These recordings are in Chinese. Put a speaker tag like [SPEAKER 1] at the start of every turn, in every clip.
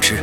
[SPEAKER 1] 质。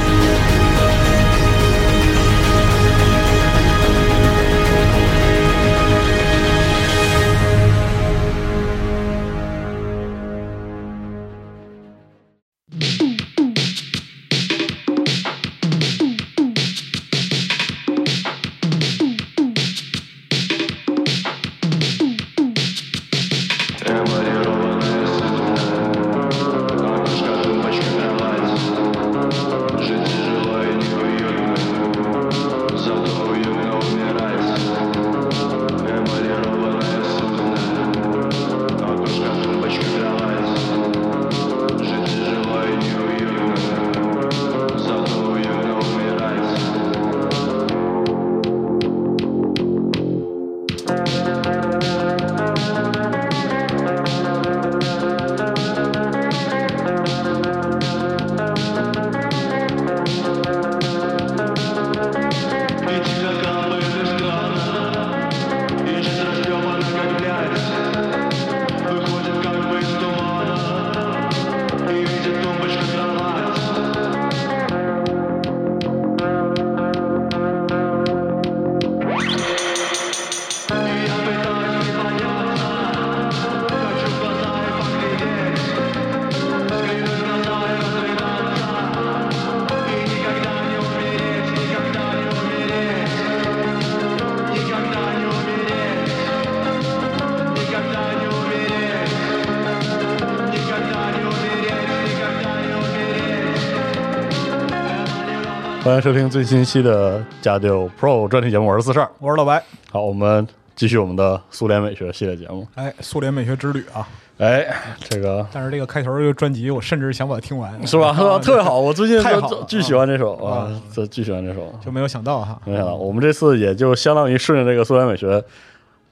[SPEAKER 2] 欢迎收听最新一期的《家教 Pro》专题节目，我是四十二。
[SPEAKER 3] 我是老白。
[SPEAKER 2] 好，我们继续我们的苏联美学系列节目。
[SPEAKER 3] 哎，苏联美学之旅啊！
[SPEAKER 2] 哎，这个
[SPEAKER 3] 但是这个开头这个专辑，我甚至想把它听完，
[SPEAKER 2] 是吧？
[SPEAKER 3] 啊
[SPEAKER 2] 特别好，我最近
[SPEAKER 3] 太好
[SPEAKER 2] 就
[SPEAKER 3] 了
[SPEAKER 2] 巨喜欢这首
[SPEAKER 3] 啊
[SPEAKER 2] 啊，这巨喜欢这首。
[SPEAKER 3] 就没有想到哈。
[SPEAKER 2] 没想到我们这次也就相当于顺着这个苏联美学，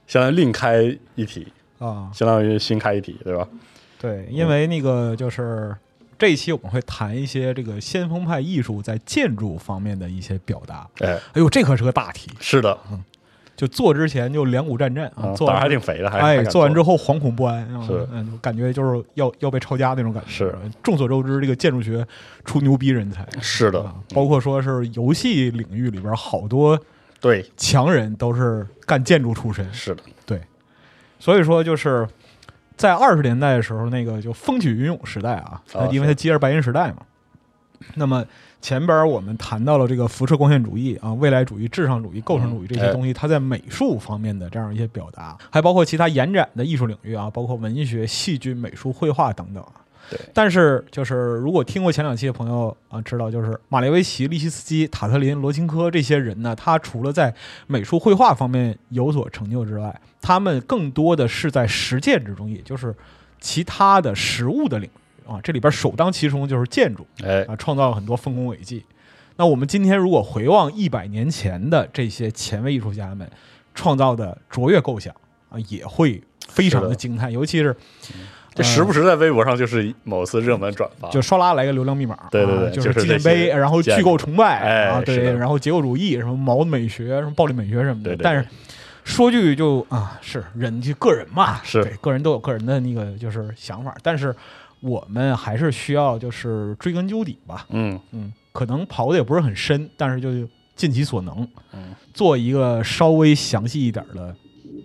[SPEAKER 2] 相当于另开一题，
[SPEAKER 3] 啊，
[SPEAKER 2] 相当于新开一题，对吧？
[SPEAKER 3] 对，因为那个就是这一期我们会谈一些这个先锋派艺术在建筑方面的一些表达。
[SPEAKER 2] 哎，
[SPEAKER 3] 哎呦，这可是个大题！
[SPEAKER 2] 是的，
[SPEAKER 3] 就做之前就两股战战啊，
[SPEAKER 2] 啊，
[SPEAKER 3] 做
[SPEAKER 2] 胆儿还
[SPEAKER 3] 完
[SPEAKER 2] 挺肥的，还
[SPEAKER 3] 哎，
[SPEAKER 2] 还敢
[SPEAKER 3] 做完之后惶恐不安啊，
[SPEAKER 2] 是
[SPEAKER 3] 嗯，感觉就是要要被抄家那种感觉。
[SPEAKER 2] 是，
[SPEAKER 3] 众所周知，这个建筑学出牛逼人才，
[SPEAKER 2] 是的
[SPEAKER 3] 啊，包括说是游戏领域里边好多
[SPEAKER 2] 对，
[SPEAKER 3] 强人都是干建筑出身，
[SPEAKER 2] 是的，
[SPEAKER 3] 所以说就是在二十年代的时候，那个就风起云涌时代啊，
[SPEAKER 2] 啊
[SPEAKER 3] 因为它接着白银时代嘛。那么前边我们谈到了这个辐射光线主义啊、未来主义、至上主义、构成主义这些东西，它在美术方面的这样一些表达，还包括其他延展的艺术领域啊，包括文学、戏剧、美术、绘画等等啊。
[SPEAKER 2] 对
[SPEAKER 3] 但是就是如果听过前两期的朋友啊，知道就是马列维奇、利希斯基、塔特林、罗琴科这些人呢，他除了在美术绘画方面有所成就之外，他们更多的是在实践之中，也就是其他的实物的领域啊，这里边首当其冲就是建筑
[SPEAKER 2] 哎，
[SPEAKER 3] 啊，创造了很多丰功伟绩。那我们今天如果回望一百年前的这些前卫艺术家们创造的卓越构想啊，也会非常
[SPEAKER 2] 是
[SPEAKER 3] 的
[SPEAKER 2] 的
[SPEAKER 3] 惊叹，尤其是
[SPEAKER 2] 这时不时在微博上就是某次热门转发，
[SPEAKER 3] 就刷拉来个流量密码，
[SPEAKER 2] 啊对对对
[SPEAKER 3] 啊、就
[SPEAKER 2] 就是
[SPEAKER 3] 纪念
[SPEAKER 2] 这
[SPEAKER 3] 碑，
[SPEAKER 2] 些
[SPEAKER 3] 然后
[SPEAKER 2] 建
[SPEAKER 3] 虚
[SPEAKER 2] 筑
[SPEAKER 3] 构崇拜，
[SPEAKER 2] 哎
[SPEAKER 3] 啊，
[SPEAKER 2] 是
[SPEAKER 3] 对，
[SPEAKER 2] 的
[SPEAKER 3] 然后结构主义，什么毛美学，什么暴力美学什么的。
[SPEAKER 2] 对对对
[SPEAKER 3] 但是说句就啊，是人就个人嘛，
[SPEAKER 2] 啊是
[SPEAKER 3] 对个人都有个人的那个就是想法，但是我们还是需要就是追根究底吧，
[SPEAKER 2] 嗯，
[SPEAKER 3] 嗯，可能刨的也不是很深，但是就尽其所能
[SPEAKER 2] 嗯，
[SPEAKER 3] 做一个稍微详细一点的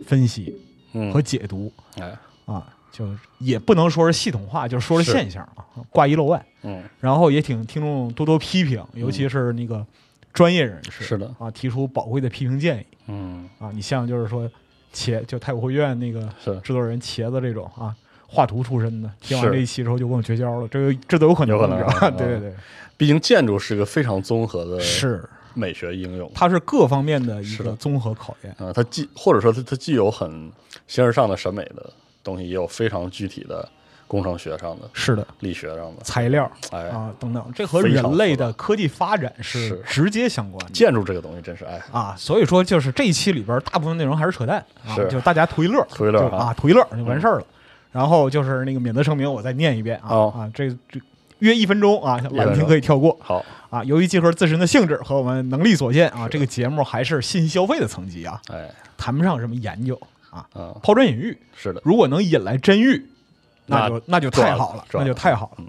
[SPEAKER 3] 分析
[SPEAKER 2] 嗯
[SPEAKER 3] 和解读
[SPEAKER 2] 哎
[SPEAKER 3] 啊，就也不能说是系统化，就是说
[SPEAKER 2] 是
[SPEAKER 3] 是现象啊，挂一漏万。
[SPEAKER 2] 嗯
[SPEAKER 3] 然后也挺听众多多批评，尤其是那个专业人士，
[SPEAKER 2] 是的
[SPEAKER 3] 啊，提出宝贵的批评建议
[SPEAKER 2] 嗯
[SPEAKER 3] 啊。你像就是说茄就太古汇院那个
[SPEAKER 2] 是
[SPEAKER 3] 制作人茄子这种啊，画图出身的，听完
[SPEAKER 2] 是
[SPEAKER 3] 这一期之后就跟我绝交了，这个这都有可能，
[SPEAKER 2] 有可能
[SPEAKER 3] 你知道
[SPEAKER 2] 啊
[SPEAKER 3] 吗对对对，
[SPEAKER 2] 毕竟建筑是个非常综合的
[SPEAKER 3] 是，
[SPEAKER 2] 美学应用
[SPEAKER 3] 它是各方面的一
[SPEAKER 2] 是
[SPEAKER 3] 个
[SPEAKER 2] 的
[SPEAKER 3] 综合考验，
[SPEAKER 2] 啊、它既或者说它它既有很形而上的审美的东西，也有非常具体的工程学上的、
[SPEAKER 3] 是的，
[SPEAKER 2] 力学上的。
[SPEAKER 3] 材料
[SPEAKER 2] 哎，
[SPEAKER 3] 啊等等，这和
[SPEAKER 2] 非常
[SPEAKER 3] 人类
[SPEAKER 2] 复杂
[SPEAKER 3] 的科技发展是
[SPEAKER 2] 是
[SPEAKER 3] 直接相关的。
[SPEAKER 2] 建筑这个东西真是哎，
[SPEAKER 3] 啊，所以说就是这一期里边大部分内容还是扯淡啊，
[SPEAKER 2] 是
[SPEAKER 3] 就大家图一乐儿，
[SPEAKER 2] 图一乐儿
[SPEAKER 3] 就
[SPEAKER 2] 啊
[SPEAKER 3] 啊，图一乐儿就完事儿了。然后就是那个免责声明，我再念一遍啊、
[SPEAKER 2] 哦
[SPEAKER 3] 啊，这这约一分钟啊，
[SPEAKER 2] 一
[SPEAKER 3] 婉
[SPEAKER 2] 分
[SPEAKER 3] 婷
[SPEAKER 2] 钟
[SPEAKER 3] 可以跳过
[SPEAKER 2] 好，
[SPEAKER 3] 啊。由于集合自身的性质和我们能力所限啊，这个节目还是信息消费的层级啊，
[SPEAKER 2] 哎，
[SPEAKER 3] 谈不上什么研究啊，
[SPEAKER 2] 啊，
[SPEAKER 3] 抛砖引玉。
[SPEAKER 2] 是的，
[SPEAKER 3] 如果能引来真玉，
[SPEAKER 2] 那
[SPEAKER 3] 就那就太好了，
[SPEAKER 2] 赚
[SPEAKER 3] 那
[SPEAKER 2] 了
[SPEAKER 3] 就太好了。
[SPEAKER 2] 嗯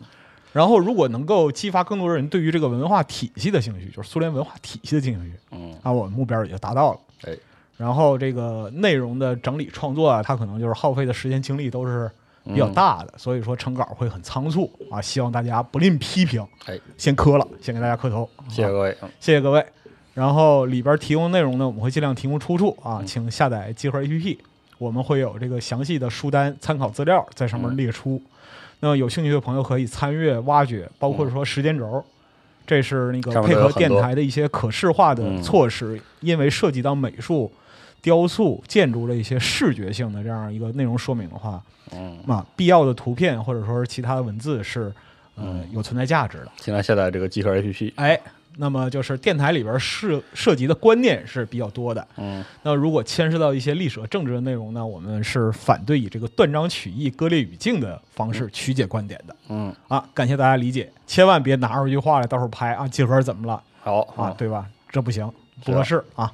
[SPEAKER 3] 然后，如果能够激发更多人对于这个文化体系的兴趣，就是苏联文化体系的兴趣，
[SPEAKER 2] 嗯，
[SPEAKER 3] 啊，我们目标也就达到了。
[SPEAKER 2] 哎，
[SPEAKER 3] 然后这个内容的整理创作啊，它可能就是耗费的时间精力都是比
[SPEAKER 2] 嗯
[SPEAKER 3] 较大的，所以说成稿会很仓促啊。希望大家不吝批评，
[SPEAKER 2] 哎，
[SPEAKER 3] 先磕了，先给大家磕头，
[SPEAKER 2] 谢谢
[SPEAKER 3] 啊
[SPEAKER 2] 各位，嗯
[SPEAKER 3] 谢谢各位。然后里边提供内容呢，我们会尽量提供出处啊，
[SPEAKER 2] 嗯
[SPEAKER 3] 请下载集合 APP，我们会有这个详细的书单、参考资料在上面列出。
[SPEAKER 2] 嗯
[SPEAKER 3] 那有兴趣的朋友可以参阅、挖掘，包括说时间轴，这是那
[SPEAKER 2] 嗯
[SPEAKER 3] 个
[SPEAKER 2] 上面
[SPEAKER 3] 配
[SPEAKER 2] 都有
[SPEAKER 3] 合
[SPEAKER 2] 很多嗯
[SPEAKER 3] 电台的一些可视化的措施，因为涉及到美术、雕塑、建筑的一些视觉性的这样一个内容说明的话，
[SPEAKER 2] 嗯，
[SPEAKER 3] 那必要的图片或者说是其他的文字是呃
[SPEAKER 2] 嗯
[SPEAKER 3] 有存在价值的。
[SPEAKER 2] 尽量下载这个集合 APP，
[SPEAKER 3] 哎，那么就是电台里边涉涉及的观念是比较多的。
[SPEAKER 2] 嗯，
[SPEAKER 3] 那如果牵涉到一些历史和政治的内容呢，我们是反对以这个断章取义、割裂语境的方式曲解观点的。
[SPEAKER 2] 嗯，
[SPEAKER 3] 啊，感谢大家理解，千万别拿出一句话来到处拍啊，季核怎么了
[SPEAKER 2] 好
[SPEAKER 3] 啊，，对吧？这不行，不
[SPEAKER 2] 是啊
[SPEAKER 3] 合适啊。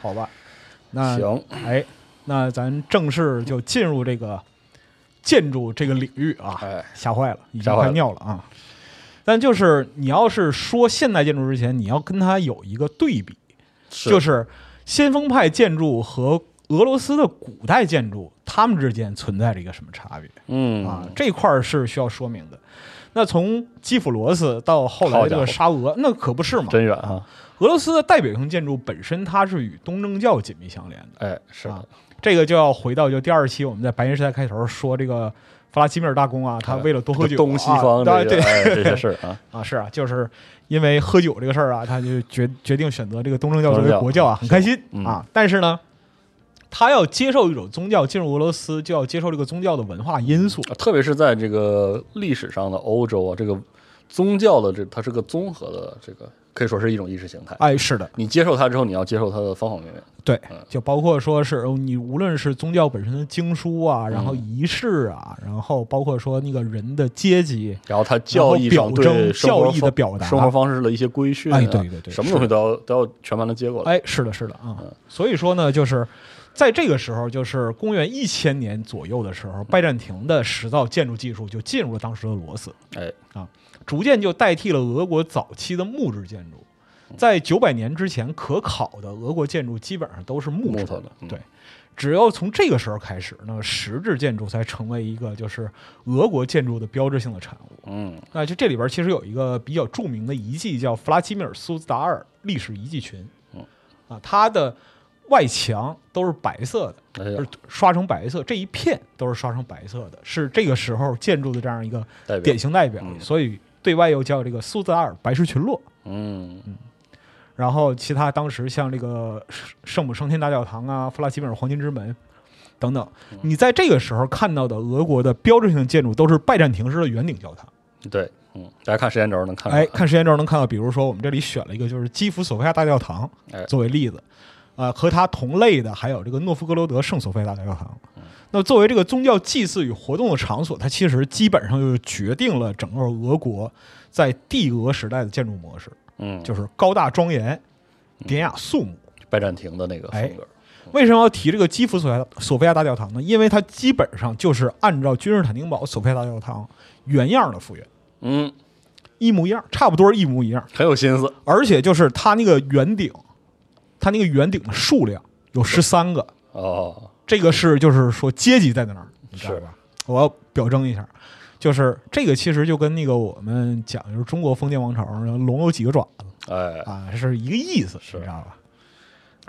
[SPEAKER 3] 好吧，那
[SPEAKER 2] 嗯行，
[SPEAKER 3] 哎，那咱正式就进入这个建筑这个领域啊。
[SPEAKER 2] 哎，
[SPEAKER 3] 吓坏了，已经
[SPEAKER 2] 吓坏
[SPEAKER 3] 快
[SPEAKER 2] 了
[SPEAKER 3] 尿了啊！但就是你要是说现代建筑之前，你要跟它有一个对比，就是是先锋派建筑和俄罗斯的古代建筑，它们之间存在着一个什么差别、
[SPEAKER 2] 嗯
[SPEAKER 3] 啊？这块儿是需要说明的。那从基辅罗斯到后
[SPEAKER 2] 好家
[SPEAKER 3] 来这
[SPEAKER 2] 伙
[SPEAKER 3] 个沙俄，那可不是嘛？
[SPEAKER 2] 真远啊，
[SPEAKER 3] 俄罗斯的代表性建筑本身它是与东正教紧密相连的。
[SPEAKER 2] 哎，是的
[SPEAKER 3] 啊，这个就要回到就第二期我们在白银时代开头说这个弗拉基米尔大公啊，他为了多喝
[SPEAKER 2] 哎这
[SPEAKER 3] 酒、啊，
[SPEAKER 2] 东西方
[SPEAKER 3] 啊
[SPEAKER 2] 这
[SPEAKER 3] 对
[SPEAKER 2] 个哎这些事儿啊，
[SPEAKER 3] 啊是啊，就是因为喝酒这个事儿啊，他就决决定选择这个东正教作
[SPEAKER 2] 东正
[SPEAKER 3] 为
[SPEAKER 2] 教
[SPEAKER 3] 国教啊，很开心
[SPEAKER 2] 嗯
[SPEAKER 3] 啊。但是呢，他要接受一种宗教，进入俄罗斯就要接受这个宗教的文化因素，
[SPEAKER 2] 特别是在这个历史上的欧洲啊，这个宗教的这它是个综合的这个，可以说是一种意识形态。
[SPEAKER 3] 哎，是的，
[SPEAKER 2] 你接受它之后，你要接受它的方方面面。
[SPEAKER 3] 对
[SPEAKER 2] 嗯，
[SPEAKER 3] 就包括说是哦你无论是宗教本身的经书啊，然
[SPEAKER 2] 嗯
[SPEAKER 3] 后仪式啊，然后包括说那个人的阶级，
[SPEAKER 2] 然后它教义上
[SPEAKER 3] 然后
[SPEAKER 2] 对
[SPEAKER 3] 表征
[SPEAKER 2] 生活
[SPEAKER 3] 教义的表达
[SPEAKER 2] 生活方式的一些规训啊，
[SPEAKER 3] 哎对对对
[SPEAKER 2] 什么东
[SPEAKER 3] 是
[SPEAKER 2] 西都要都要全盘的接过来。
[SPEAKER 3] 哎，是的，是的啊、所以说呢，就是在这个时候，就是公元一千年左右的时
[SPEAKER 2] 嗯
[SPEAKER 3] 候，拜占庭的石造建筑技术就进入了当时的俄罗斯，
[SPEAKER 2] 哎，
[SPEAKER 3] 逐渐就代替了俄国早期的木质建
[SPEAKER 2] 嗯
[SPEAKER 3] 筑。在九百年之前，可考的俄国建筑基本上都是木质
[SPEAKER 2] 木头的嗯
[SPEAKER 3] 对，只要从这个时候开始，那么石质建筑才成为一个就是俄国建筑的标志性的产物。
[SPEAKER 2] 嗯，
[SPEAKER 3] 那就这里边其实有一个比较著名的遗迹，叫弗拉基米尔苏兹达尔历史遗迹群。
[SPEAKER 2] 嗯，
[SPEAKER 3] 啊，它的外墙都是白色的，
[SPEAKER 2] 哎呀
[SPEAKER 3] 是，刷成白色，这一片都是刷成白色的，是这个时候建筑的这样一个
[SPEAKER 2] 代表
[SPEAKER 3] 典，型代表，
[SPEAKER 2] 嗯
[SPEAKER 3] 所以对外又叫这个苏兹达尔白石群落。
[SPEAKER 2] 嗯
[SPEAKER 3] 然后其他当时像这个圣圣母升天大教堂啊、弗拉基米尔黄金之门等等，
[SPEAKER 2] 嗯
[SPEAKER 3] 你在这个时候看到的俄国的标志性建筑都是拜占庭式的圆顶教堂。
[SPEAKER 2] 对，嗯，大家看时间轴能看出来
[SPEAKER 3] 哎，，看时间轴能看到，比如说我们这里选了一个就是基辅索菲亚大教堂
[SPEAKER 2] 哎
[SPEAKER 3] 作为例子，呃，和它同类的还有这个诺夫哥罗德圣索菲亚大教堂。
[SPEAKER 2] 嗯
[SPEAKER 3] 那作为这个宗教祭祀与活动的场所，它其实基本上就决定了整个俄国在帝俄时代的建筑模式，
[SPEAKER 2] 嗯，
[SPEAKER 3] 就是高大庄严、典雅肃穆。
[SPEAKER 2] 拜占庭的那个
[SPEAKER 3] 哎
[SPEAKER 2] 风格，
[SPEAKER 3] 为什么要提这个基辅索菲亚索菲亚大教堂呢？因为它基本上就是按照君士坦丁堡索菲亚大教堂原样的复原。
[SPEAKER 2] 嗯，
[SPEAKER 3] 一模一样，差不多一模一样。
[SPEAKER 2] 很有心思，
[SPEAKER 3] 而且就是它那个圆顶，它那个圆顶的数量有十三个，
[SPEAKER 2] 哦，
[SPEAKER 3] 这个是就是说阶级在那儿，你知道
[SPEAKER 2] 是
[SPEAKER 3] 吧？我要表征一下，就是这个其实就跟那个我们讲就是中国封建王朝，然后龙有几个爪子
[SPEAKER 2] 哎，
[SPEAKER 3] 啊，是一个意思，
[SPEAKER 2] 是
[SPEAKER 3] 你知道吧？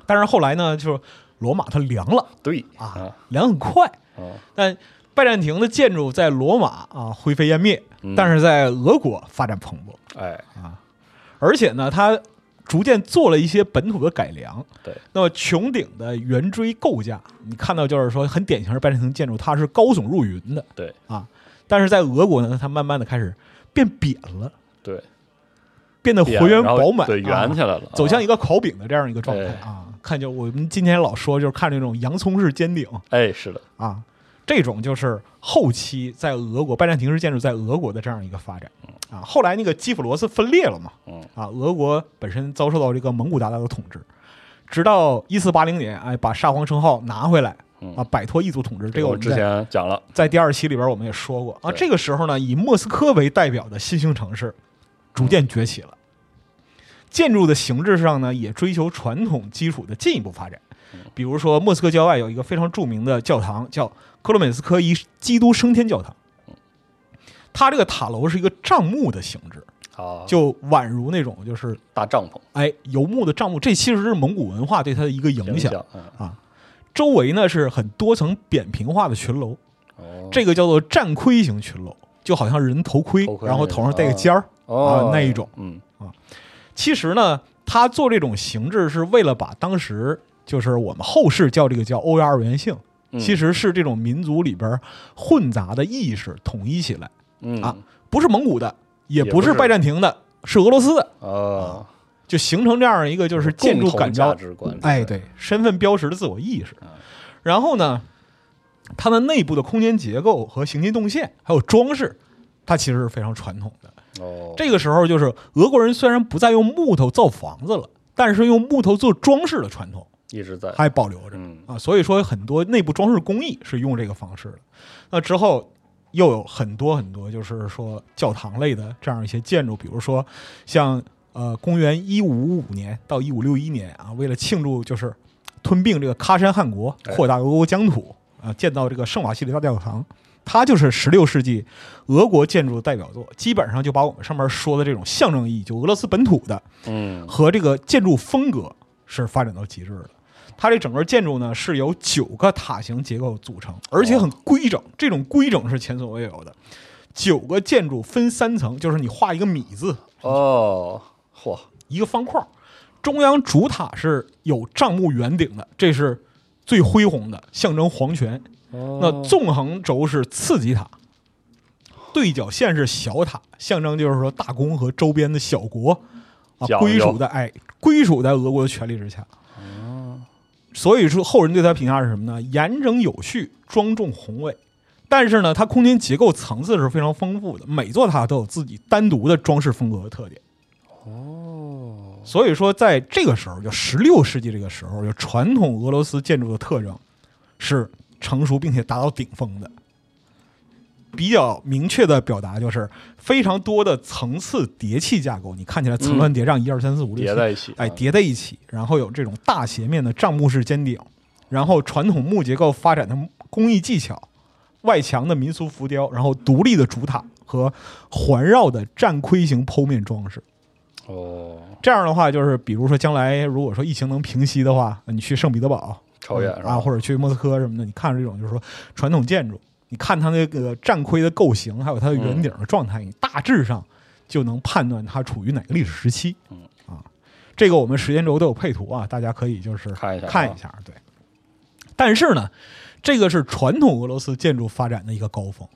[SPEAKER 3] 但是后来呢，就是罗马它凉了
[SPEAKER 2] 对
[SPEAKER 3] 啊，，凉很快，
[SPEAKER 2] 啊，
[SPEAKER 3] 但拜占庭的建筑在罗马啊灰飞烟灭，
[SPEAKER 2] 嗯
[SPEAKER 3] 但是在俄国发展蓬勃，
[SPEAKER 2] 哎，
[SPEAKER 3] 而且呢，它逐渐做了一些本土的改良。
[SPEAKER 2] 对，
[SPEAKER 3] 那么穹顶的圆锥构架，你看到就是说很典型的拜占庭建筑，它是高耸入云的
[SPEAKER 2] 对，
[SPEAKER 3] 啊。但是在俄国呢，它慢慢的开始变扁了，
[SPEAKER 2] 对，
[SPEAKER 3] 变得
[SPEAKER 2] 扁
[SPEAKER 3] 浑圆
[SPEAKER 2] 然后
[SPEAKER 3] 饱满，
[SPEAKER 2] 对，圆起
[SPEAKER 3] 啊
[SPEAKER 2] 来了，
[SPEAKER 3] 走向一
[SPEAKER 2] 啊，
[SPEAKER 3] 个烤饼的这样一个状态
[SPEAKER 2] 哎
[SPEAKER 3] 啊。看就我们今天老说，就是看这种洋葱式尖顶
[SPEAKER 2] 哎，是的，
[SPEAKER 3] 啊，这种就是后期在俄国拜占庭式建筑在俄国的这样一个发展啊。后来那个基辅罗斯分裂了嘛，
[SPEAKER 2] 嗯，
[SPEAKER 3] 啊，俄国本身遭受到这个蒙古鞑靼的统治，直到一四八零年，哎，把沙皇称号拿回来
[SPEAKER 2] 嗯
[SPEAKER 3] 啊，摆脱异族统治。这个
[SPEAKER 2] 我
[SPEAKER 3] 我
[SPEAKER 2] 们
[SPEAKER 3] 们
[SPEAKER 2] 之
[SPEAKER 3] 在
[SPEAKER 2] 前讲了，
[SPEAKER 3] 在第二期里边我们也说过啊。
[SPEAKER 2] 对
[SPEAKER 3] 这个时候呢，以莫斯科为代表的新兴城市逐渐崛起了，建筑的形制上呢，也追求传统基础的进一步发展。比如说，莫斯科郊外有一个非常著名的教堂，叫克罗美斯科伊基督升天教堂。它这个塔楼是一个帐幕的形制，
[SPEAKER 2] 啊，
[SPEAKER 3] 就宛如那种就是
[SPEAKER 2] 大帐篷
[SPEAKER 3] 哎，游牧的帐幕，这其实是蒙古文化对它的一个影响。，啊
[SPEAKER 2] 嗯，
[SPEAKER 3] 周围呢是很多层扁平化的群楼，
[SPEAKER 2] 哦，
[SPEAKER 3] 这个叫做战盔型群楼，就好像人头盔，
[SPEAKER 2] 头盔
[SPEAKER 3] 然后头上戴个尖儿。
[SPEAKER 2] 哦
[SPEAKER 3] 啊那一种，
[SPEAKER 2] 嗯，
[SPEAKER 3] 其实呢，他做这种形制是为了把当时就是我们后世叫这个叫欧亚二元性，
[SPEAKER 2] 嗯
[SPEAKER 3] 其，实是这种民族里边混杂的意识统一起来，
[SPEAKER 2] 嗯
[SPEAKER 3] 啊，不是蒙古的，也
[SPEAKER 2] 也
[SPEAKER 3] 不
[SPEAKER 2] 不
[SPEAKER 3] 是
[SPEAKER 2] 是
[SPEAKER 3] 拜占庭的，是俄罗斯的，
[SPEAKER 2] 啊，
[SPEAKER 3] 就形成这样一个就是建筑
[SPEAKER 2] 共同
[SPEAKER 3] 感召
[SPEAKER 2] 价值观，
[SPEAKER 3] 哎，，对，身份标识的自我意识
[SPEAKER 2] 嗯。
[SPEAKER 3] 然后呢，它的内部的空间结构和行进动线，还有装饰，它其实是非常传统的。
[SPEAKER 2] 哦，
[SPEAKER 3] 这个时候，就是俄国人虽然不再用木头造房子了，但是用木头做装饰的传统
[SPEAKER 2] 一直在，
[SPEAKER 3] 还保留着
[SPEAKER 2] 嗯，
[SPEAKER 3] 啊。所以说，很多内部装饰工艺是用这个方式的。那之后。又有很多很多，就是说教堂类的这样一些建筑，比如说像呃，公元一五五年到一五六一年啊，为了庆祝就是吞并这个喀山汗国，
[SPEAKER 2] 哎
[SPEAKER 3] 扩大俄国疆土啊，建造这个圣瓦西里大教堂，它就是十六世纪俄国建筑的代表作，基本上就把我们上面说的这种象征意义，就俄罗斯本土的
[SPEAKER 2] 嗯，
[SPEAKER 3] 和这个建筑风格是发展到极致的。它这整个建筑呢是由九个塔形结构组成，而且很规整，这种规整是前所未有的。九个建筑分三层，就是你画一个米字，
[SPEAKER 2] 哦，嚯，
[SPEAKER 3] 一个方框，中央主塔是有帐幕圆顶的，这是最恢宏的，象征皇权。那
[SPEAKER 2] 哦
[SPEAKER 3] 纵横轴是次级塔，对角线是小塔，象征就是说大公和周边的小国啊
[SPEAKER 2] 讲究
[SPEAKER 3] 归属在哎归属在俄国的权力之下。
[SPEAKER 2] 哦
[SPEAKER 3] 所以说后人对他评价是什么呢？严整有序，庄重宏伟。但是呢，它空间结构层次是非常丰富的，每座塔都有自己单独的装饰风格和特点。哦，所以说在这个时候，就十六世纪这个时候，就传统俄罗斯建筑的特征是成熟并且达到顶峰的。比较明确的表达就是非常多的层次叠砌架构，你看起来层峦叠嶂，一二三四五
[SPEAKER 2] 嗯
[SPEAKER 3] 六
[SPEAKER 2] 叠
[SPEAKER 3] 七
[SPEAKER 2] 在一起，
[SPEAKER 3] 哎，
[SPEAKER 2] 啊
[SPEAKER 3] 叠在一起，然后有这种大斜面的帐幕式尖顶，然后传统木结构发展的工艺技巧，外墙的民俗浮雕，然后独立的主塔和环绕的战盔型剖面装饰。
[SPEAKER 2] 哦，
[SPEAKER 3] 这样的话，就是比如说将来如果说疫情能平息的话，你去圣彼得堡
[SPEAKER 2] 超越
[SPEAKER 3] 啊，或者去莫斯科什么的，你看这种就是说传统建筑，你看它那个战盔的构型，还有它的圆顶的状态，你大致上就能判断它处于哪个历史时期。
[SPEAKER 2] 嗯
[SPEAKER 3] 啊，这个我们时间轴都有配图啊，大家可以就是
[SPEAKER 2] 看一下啊
[SPEAKER 3] 看一下。对，但是呢，这个是传统俄罗斯建筑发展的一个高峰。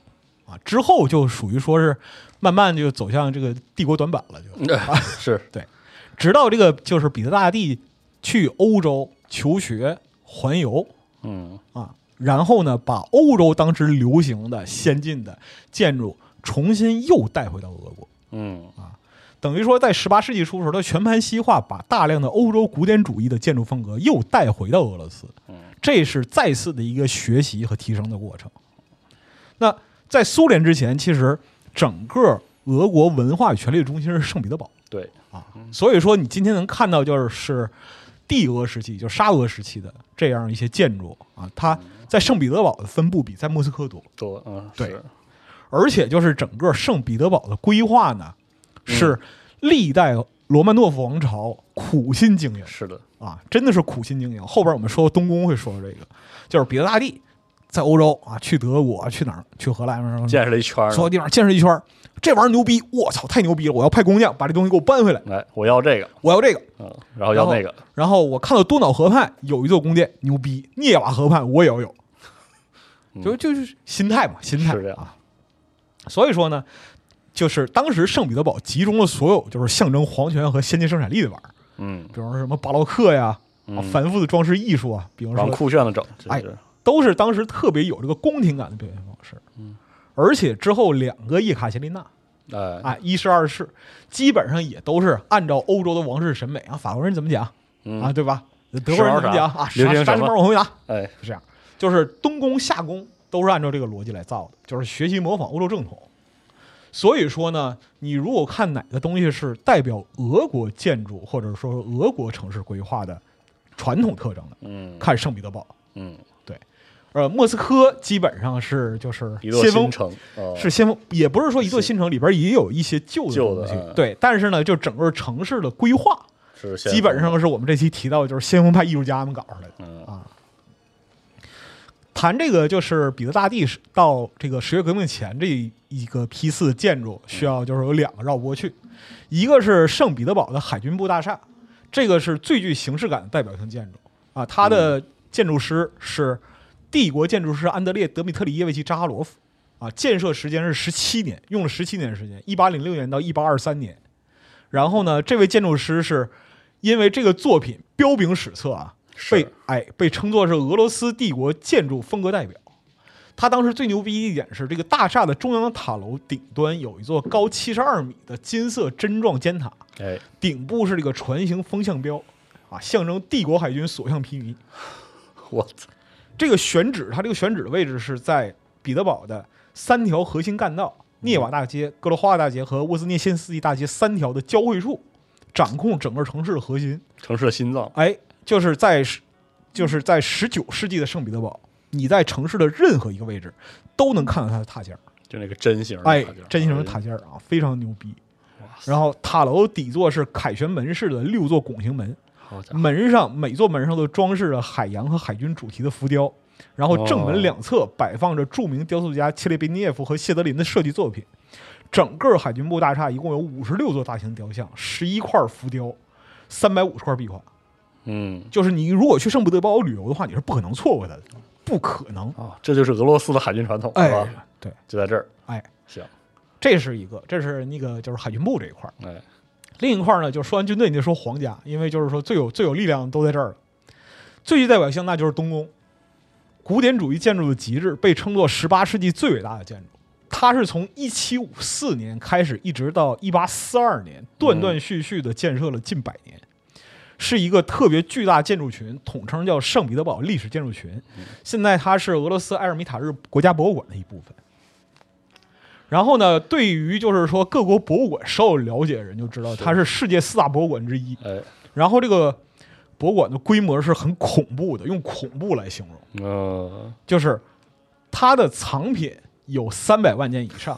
[SPEAKER 3] 啊，之后就属于说是慢慢就走向这个帝国短板了，就
[SPEAKER 2] 者 是
[SPEAKER 3] 直到这个就是彼得大帝去欧洲求学环游，
[SPEAKER 2] 嗯，
[SPEAKER 3] 啊，然后呢，把欧洲当时流行的先进的建筑重新又带回到俄国。
[SPEAKER 2] 嗯，
[SPEAKER 3] 等于说，在十八世纪初的时候，它全盘西化，把大量的欧洲古典主义的建筑风格又带回到俄罗斯
[SPEAKER 2] 嗯，
[SPEAKER 3] 这是再次的一个学习和提升的过程。那在苏联之前，其实整个俄国文化与权力的中心是圣彼得堡
[SPEAKER 2] 对，
[SPEAKER 3] 啊，所以说你今天能看到就是是帝俄时期，就沙俄时期的这样一些建筑啊，它在圣彼得堡的分布比在莫斯科多，
[SPEAKER 2] 多嗯
[SPEAKER 3] 对
[SPEAKER 2] 是
[SPEAKER 3] 而且就是整个圣彼得堡的规划呢，是历代罗曼诺夫王朝苦心经营
[SPEAKER 2] 是的，
[SPEAKER 3] 啊，真的是苦心经营。后边我们说东宫会说到这个，就是彼得大帝在欧洲啊，去德国，去哪儿，去荷兰什么什
[SPEAKER 2] 见识了一圈儿
[SPEAKER 3] 么，
[SPEAKER 2] 呢
[SPEAKER 3] 所有地方见识一圈儿，这玩意儿牛逼，我操，太牛逼了！我要派工匠把这东西给我搬回来，
[SPEAKER 2] 来，哎我要这个，
[SPEAKER 3] 我要这个。
[SPEAKER 2] 嗯，然后要那个，
[SPEAKER 3] 然后我看到多瑙河畔有一座宫殿，牛逼，涅瓦河畔我也要有，就就是心态嘛，心态
[SPEAKER 2] 嗯是这样
[SPEAKER 3] 啊。所以说呢，就是当时圣彼得堡集中了所有就是象征皇权和先进生产力的玩意儿，
[SPEAKER 2] 嗯，
[SPEAKER 3] 比方说什么巴洛克呀，啊
[SPEAKER 2] 嗯
[SPEAKER 3] 繁复的装饰艺术啊，比方
[SPEAKER 2] 往
[SPEAKER 3] 说
[SPEAKER 2] 酷炫的整，这
[SPEAKER 3] 哎
[SPEAKER 2] 是
[SPEAKER 3] 都是当时特别有这个宫廷感的表现方式。
[SPEAKER 2] 嗯
[SPEAKER 3] 而且之后两个叶卡捷琳娜，
[SPEAKER 2] 哎，
[SPEAKER 3] 啊，一世二世基本上也都是按照欧洲的王室审美啊，法国人怎么讲、
[SPEAKER 2] 嗯
[SPEAKER 3] 啊，对吧？德国人怎么讲啊？
[SPEAKER 2] 流
[SPEAKER 3] 啥
[SPEAKER 2] 行
[SPEAKER 3] 啥
[SPEAKER 2] 什
[SPEAKER 3] 什
[SPEAKER 2] 么
[SPEAKER 3] 么往回拿，
[SPEAKER 2] 哎，
[SPEAKER 3] 是这样，就是东宫夏宫都是按照这个逻辑来造的，就是学习模仿欧洲正统。所以说呢，你如果看哪个东西是代表俄国建筑或者说俄国城市规划的传统特征的，
[SPEAKER 2] 嗯
[SPEAKER 3] 看圣彼得堡。
[SPEAKER 2] 嗯，
[SPEAKER 3] 呃，莫斯科基本上是就是
[SPEAKER 2] 一座
[SPEAKER 3] 先锋
[SPEAKER 2] 新城，哦
[SPEAKER 3] 是先锋，也不是说一座新城里边也有一些旧的
[SPEAKER 2] 旧
[SPEAKER 3] 东
[SPEAKER 2] 的
[SPEAKER 3] 西，
[SPEAKER 2] 嗯
[SPEAKER 3] 对。但是呢，就整个城市的规划，
[SPEAKER 2] 是先锋
[SPEAKER 3] 基本上是我们这期提到的就是先锋派艺术家们搞出来的。啊
[SPEAKER 2] 嗯
[SPEAKER 3] 谈这个就是彼得大帝是到这个十月革命前这一个批次建筑，需要就是有两个绕不过去，一个是圣彼得堡的海军部大厦，这个是最具形式感的代表性建筑啊，它的建筑师是帝国建筑师安德烈·德米特里耶维奇·扎哈罗夫啊，建设时间是十七年，用了十七年时间，一八零六年到一八二三年。然后呢，这位建筑师是因为这个作品彪炳史册啊，
[SPEAKER 2] 是
[SPEAKER 3] 被哎被称作是俄罗斯帝国建筑风格代表。他当时最牛逼一点是，这个大厦的中央塔楼顶端有一座高七十二米的金色针状尖塔，
[SPEAKER 2] 哎，
[SPEAKER 3] 顶部是这个船形风向标，啊，象征帝国海军所向披靡。
[SPEAKER 2] 我操，
[SPEAKER 3] 这个选址，它这个选址的位置是在彼得堡的三条核心干道——涅瓦大街、格罗花大街和沃兹涅先斯基大街三条的交汇处，掌控整个城市的核心。
[SPEAKER 2] 城市的心脏，
[SPEAKER 3] 哎，就是在十，就是在十九世纪的圣彼得堡，你在城市的任何一个位置都能看到它的塔尖儿，
[SPEAKER 2] 就那个针型的
[SPEAKER 3] 哎
[SPEAKER 2] 塔尖儿，
[SPEAKER 3] 真形的塔，尖儿啊，非常牛逼。然后塔楼底座是凯旋门式的六座拱形门，
[SPEAKER 2] 好家伙，
[SPEAKER 3] 门上每座门上都装饰着海洋和海军主题的浮雕，然后正
[SPEAKER 2] 哦
[SPEAKER 3] 门两侧摆放着著名雕塑家切列别涅夫和谢德林的设计作品。整个海军部大厦一共有五十六座大型雕像、十一块浮雕、三百五十块壁画。
[SPEAKER 2] 嗯，
[SPEAKER 3] 就是你如果去圣彼得堡旅游的话，你是不可能错过它的，不可能。
[SPEAKER 2] 啊，这就是俄罗斯的海军传统，是吧？
[SPEAKER 3] 哎，对，
[SPEAKER 2] 就在这儿，
[SPEAKER 3] 哎，
[SPEAKER 2] 行，
[SPEAKER 3] 这是一个，这是那个就是海军部这一块儿。
[SPEAKER 2] 哎，
[SPEAKER 3] 另一块儿呢，就说完军队，你就说皇家，因为就是说最有最有力量的都在这儿了。最具代表性那就是东宫，古典主义建筑的极致，被称作十八世纪最伟大的建筑。它是从一七五四年开始，一直到一八四二年，断断续续的建设了近百年，是一个特别巨大建筑群，统称叫圣彼得堡历史建筑群。现在它是俄罗斯埃尔米塔日国家博物馆的一部分。然后呢，对于就是说各国博物馆稍有了解的人就知道，它是世界四大博物馆之一。
[SPEAKER 2] 哎，
[SPEAKER 3] 然后这个博物馆的规模是很恐怖的，用恐怖来形容，
[SPEAKER 2] 嗯，
[SPEAKER 3] 就是它的藏品有三百万件以上，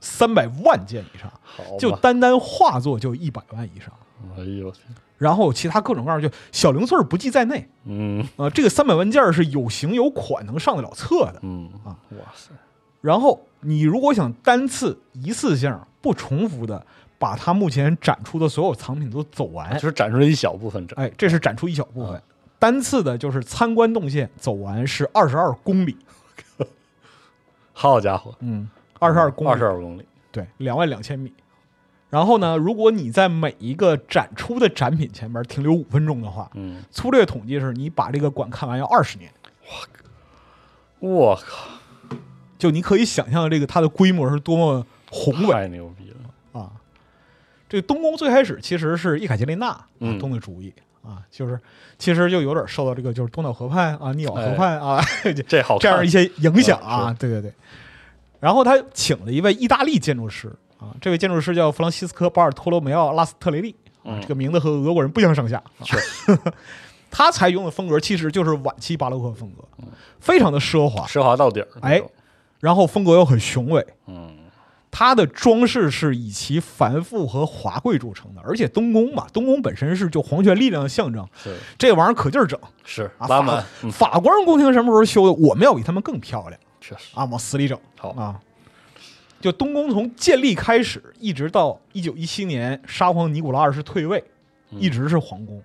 [SPEAKER 3] 三百万件以上，
[SPEAKER 2] 好
[SPEAKER 3] 就
[SPEAKER 2] 吧，
[SPEAKER 3] 单单画作就一百万以上，
[SPEAKER 2] 哎呦，
[SPEAKER 3] 然后其他各种各样就小零碎儿不计在内。
[SPEAKER 2] 嗯
[SPEAKER 3] 啊，这个三百万件儿是有形有款，能上得了册的。
[SPEAKER 2] 嗯
[SPEAKER 3] 啊，
[SPEAKER 2] 哇塞，
[SPEAKER 3] 然后你如果想单次一次性不重复的把它目前展出的所有藏品都走完
[SPEAKER 2] 啊就，是啊展示了一小部分这，
[SPEAKER 3] 哎，这是展出一小部分。单次的就是参观动线走完是二十二公里，
[SPEAKER 2] 好家伙，
[SPEAKER 3] 嗯，二十二公里，
[SPEAKER 2] 二十二公里，
[SPEAKER 3] 对，两万两千米。然后呢，如果你在每一个展出的展品前面停留五分钟的话，
[SPEAKER 2] 嗯，
[SPEAKER 3] 粗略统计是你把这个馆看完要二十年，
[SPEAKER 2] 我靠，
[SPEAKER 3] 就你可以想象这个它的规模是多么宏伟
[SPEAKER 2] 太牛逼了，
[SPEAKER 3] 啊！这个东宫最开始其实是叶卡捷琳娜、啊、
[SPEAKER 2] 嗯
[SPEAKER 3] 动的主意啊，就是其实就有点受到这个就是多瑙河畔啊、涅瓦河畔啊、
[SPEAKER 2] 这哎好
[SPEAKER 3] 这
[SPEAKER 2] 看，
[SPEAKER 3] 样一些影响
[SPEAKER 2] 嗯
[SPEAKER 3] 啊
[SPEAKER 2] 是，
[SPEAKER 3] 对对对。然后他请了一位意大利建筑师啊。这位建筑师叫弗朗西斯科·巴尔托罗梅奥·拉斯特雷利啊，
[SPEAKER 2] 嗯
[SPEAKER 3] 这个名字和俄国人不相上下。啊
[SPEAKER 2] 是
[SPEAKER 3] 他采用的风格其实就是晚期巴洛克风格，
[SPEAKER 2] 嗯
[SPEAKER 3] 非常的奢华，
[SPEAKER 2] 奢华到底儿。
[SPEAKER 3] 哎
[SPEAKER 2] 那种，
[SPEAKER 3] 然后风格又很雄伟。
[SPEAKER 2] 嗯，
[SPEAKER 3] 它的装饰是以其繁复和华贵著称的，而且东宫嘛，东宫本身是就皇权力量的象征，
[SPEAKER 2] 是
[SPEAKER 3] 这玩意儿可劲儿整
[SPEAKER 2] 是
[SPEAKER 3] 啊！
[SPEAKER 2] 拉
[SPEAKER 3] 法
[SPEAKER 2] 满，嗯，
[SPEAKER 3] 法国人宫廷什么时候修的？我们要比他们更漂亮
[SPEAKER 2] 确实
[SPEAKER 3] 啊！往死里整，
[SPEAKER 2] 好
[SPEAKER 3] 啊！就东宫从建立开始，一直到一九一七年沙皇尼古拉二世退位，
[SPEAKER 2] 嗯
[SPEAKER 3] 一直是皇宫。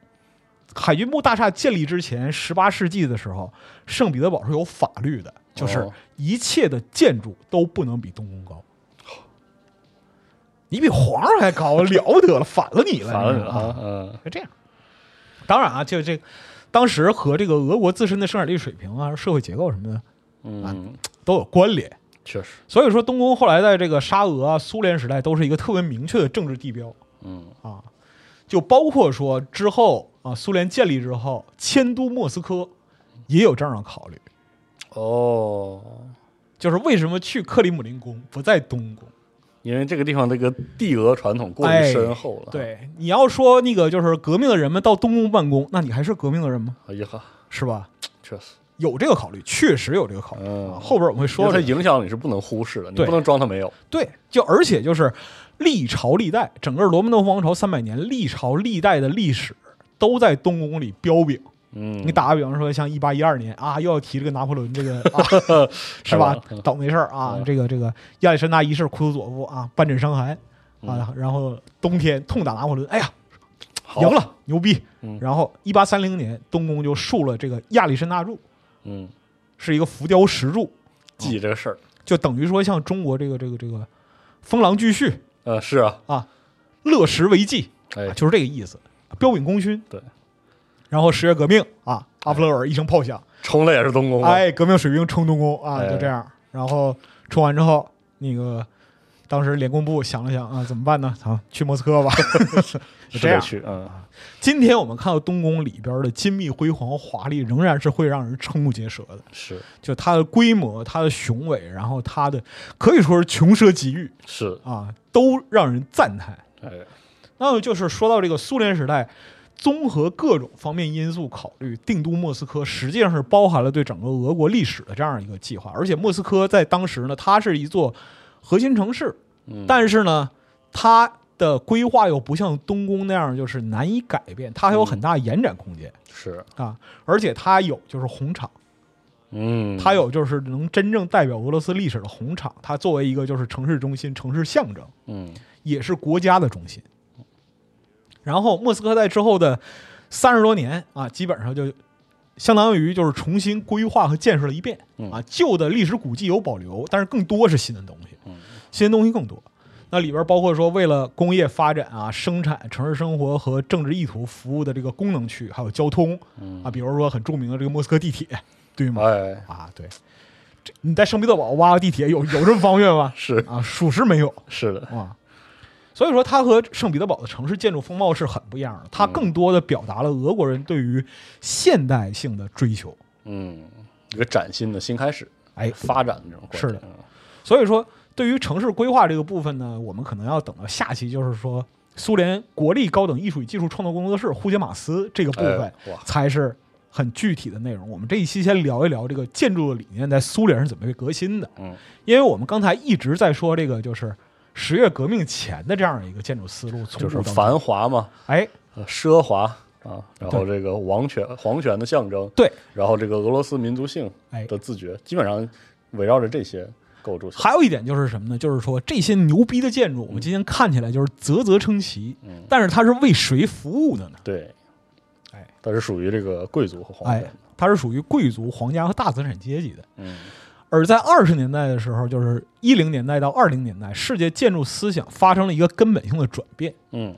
[SPEAKER 3] 海军部大厦建立之前，十八世纪的时候，圣彼得堡是有法律的，就是
[SPEAKER 2] 哦
[SPEAKER 3] 一切的建筑都不能比东宫高。你比皇上还高，了不得了，反了你了，
[SPEAKER 2] 反了
[SPEAKER 3] 你
[SPEAKER 2] 你
[SPEAKER 3] 知
[SPEAKER 2] 了
[SPEAKER 3] 道吗
[SPEAKER 2] 啊，嗯，
[SPEAKER 3] 就这样。当然啊，就这个当时和这个俄国自身的生产力水平啊、社会结构什么的
[SPEAKER 2] 嗯，
[SPEAKER 3] 都有关联。
[SPEAKER 2] 确实，
[SPEAKER 3] 所以说，东宫后来在这个沙俄啊、苏联时代都是一个特别明确的政治地标
[SPEAKER 2] 嗯
[SPEAKER 3] 啊，就包括说之后啊，苏联建立之后，迁都莫斯科也有这样的考虑，
[SPEAKER 2] 哦，
[SPEAKER 3] 就是为什么去克里姆林宫不在东宫？
[SPEAKER 2] 因为这个地方这个帝俄传统过于深厚了，，
[SPEAKER 3] 哎对，你要说那个就是革命的人们到东宫办公，那你还是革命的人吗？
[SPEAKER 2] 好遗憾，
[SPEAKER 3] 是吧？
[SPEAKER 2] 哎确实，
[SPEAKER 3] 有这个考虑，确实有这个考虑。啊
[SPEAKER 2] 嗯，
[SPEAKER 3] 后边我们会
[SPEAKER 2] 因
[SPEAKER 3] 说
[SPEAKER 2] 为它
[SPEAKER 3] 这个
[SPEAKER 2] 影响你是不能忽视的，你
[SPEAKER 3] 对
[SPEAKER 2] 不能装它没有，
[SPEAKER 3] 对，就而且就是历朝历代，整个罗曼诺夫王朝三百年，历朝历代的历史都在东宫里标炳。
[SPEAKER 2] 嗯，
[SPEAKER 3] 你打个比方说，像一八一二年啊，又要提这个拿破仑这 个，啊、是吧
[SPEAKER 2] 太晚？
[SPEAKER 3] 倒霉事儿啊，
[SPEAKER 2] 嗯
[SPEAKER 3] 这个这个亚历山大一世库图佐夫啊，半枕伤寒啊，然后冬天痛打拿破仑，哎呀，
[SPEAKER 2] 好
[SPEAKER 3] 赢，了，牛逼！
[SPEAKER 2] 嗯
[SPEAKER 3] 然后一八三零年，东宫就竖了这个亚历山大柱，
[SPEAKER 2] 嗯，
[SPEAKER 3] 是一个浮雕石柱，
[SPEAKER 2] 记这个事儿，
[SPEAKER 3] 就等于说像中国这个这个这个封狼巨续。
[SPEAKER 2] 呃，是啊，
[SPEAKER 3] 乐时为祭，
[SPEAKER 2] 哎
[SPEAKER 3] 啊，就是这个意思，彪炳功勋。
[SPEAKER 2] 对，
[SPEAKER 3] 然后十月革命啊，阿弗勒尔一声炮响，
[SPEAKER 2] 冲了也是东宫啊，
[SPEAKER 3] 哎，革命水兵冲东宫啊，
[SPEAKER 2] 哎
[SPEAKER 3] 就这样。然后冲完之后，那个当时联工部想了想啊，怎么办呢？啊，去莫 斯科吧。
[SPEAKER 2] 是
[SPEAKER 3] 这
[SPEAKER 2] 得
[SPEAKER 3] 样
[SPEAKER 2] 去，嗯，
[SPEAKER 3] 今天我们看到东宫里边的金碧辉煌、华丽，仍然是会让人瞠目结舌的。
[SPEAKER 2] 是
[SPEAKER 3] 就它的规模、它的雄伟，然后它的可以说是穷奢极欲
[SPEAKER 2] 是，
[SPEAKER 3] 啊，都让人赞叹。
[SPEAKER 2] 哎，
[SPEAKER 3] 那么就是说到这个苏联时代，综合各种方面因素考虑，定都莫斯科实际上是包含了对整个俄国历史的这样一个计划。而且莫斯科在当时呢，它是一座核心城市，
[SPEAKER 2] 嗯
[SPEAKER 3] 但是呢，它的规划又不像东宫那样就是难以改变，它还
[SPEAKER 2] 嗯
[SPEAKER 3] 有很大延展空间、
[SPEAKER 2] 是，
[SPEAKER 3] 啊。而且它有就是红场，
[SPEAKER 2] 嗯，
[SPEAKER 3] 它有就是能真正代表俄罗斯历史的红场，它作为一个就是城市中心、城市象征。
[SPEAKER 2] 嗯，
[SPEAKER 3] 也是国家的中心。然后莫斯科在之后的三十多年啊，基本上就相当于就是重新规划和建设了一遍
[SPEAKER 2] 嗯
[SPEAKER 3] 啊，旧的历史古迹有保留，但是更多是新的东西
[SPEAKER 2] 嗯，
[SPEAKER 3] 新的东西更多。那里边包括说为了工业发展啊、生产、城市生活和政治意图服务的这个功能区，还有交通啊，比如说很著名的这个莫斯科地铁，对吗？
[SPEAKER 2] 嗯哎，？
[SPEAKER 3] 啊，对，这你在圣彼得堡挖个地铁有有这么方便 吗
[SPEAKER 2] 是
[SPEAKER 3] 啊，属实没有。
[SPEAKER 2] 是的，
[SPEAKER 3] 啊。所以说，它和圣彼得堡的城市建筑风貌是很不一
[SPEAKER 2] 嗯
[SPEAKER 3] 样的。它更多的表达了俄国人对于现代性的追求。
[SPEAKER 2] 嗯，一个崭新的新开始，
[SPEAKER 3] 哎
[SPEAKER 2] 发展的这种啊观
[SPEAKER 3] 是
[SPEAKER 2] 点
[SPEAKER 3] 的，所以说，对于城市规划这个部分呢，我们可能要等到下期，就是说苏联国立高等艺术与技术创作工作室胡杰马斯这个部分
[SPEAKER 2] 哎哇
[SPEAKER 3] 才是很具体的内容。我们这一期先聊一聊这个建筑的理念在苏联是怎么被革新的。
[SPEAKER 2] 嗯，
[SPEAKER 3] 因为我们刚才一直在说这个就是十月革命前的这样一个建筑思路，从
[SPEAKER 2] 就
[SPEAKER 3] 古
[SPEAKER 2] 是
[SPEAKER 3] 到今
[SPEAKER 2] 繁华嘛，
[SPEAKER 3] 哎，
[SPEAKER 2] 呃奢华啊，然后这个王权皇权的象征，
[SPEAKER 3] 对，
[SPEAKER 2] 然后这个俄罗斯民族性
[SPEAKER 3] 哎
[SPEAKER 2] 的自觉，基本上围绕着这些构筑起来。
[SPEAKER 3] 还有一点就是什么呢？就是说这些牛逼的建筑，我们今天看起来就是啧啧称奇，但是它是为谁服务的呢？
[SPEAKER 2] 对，
[SPEAKER 3] 哎，
[SPEAKER 2] 它是属于这个贵族和皇
[SPEAKER 3] 哎
[SPEAKER 2] 权。，
[SPEAKER 3] 它是属于贵族、皇家和大资产阶级的。
[SPEAKER 2] 嗯
[SPEAKER 3] 而在二十年代的时候，就是一零年代到二零年代，世界建筑思想发生了一个根本性的转变。啊
[SPEAKER 2] 嗯，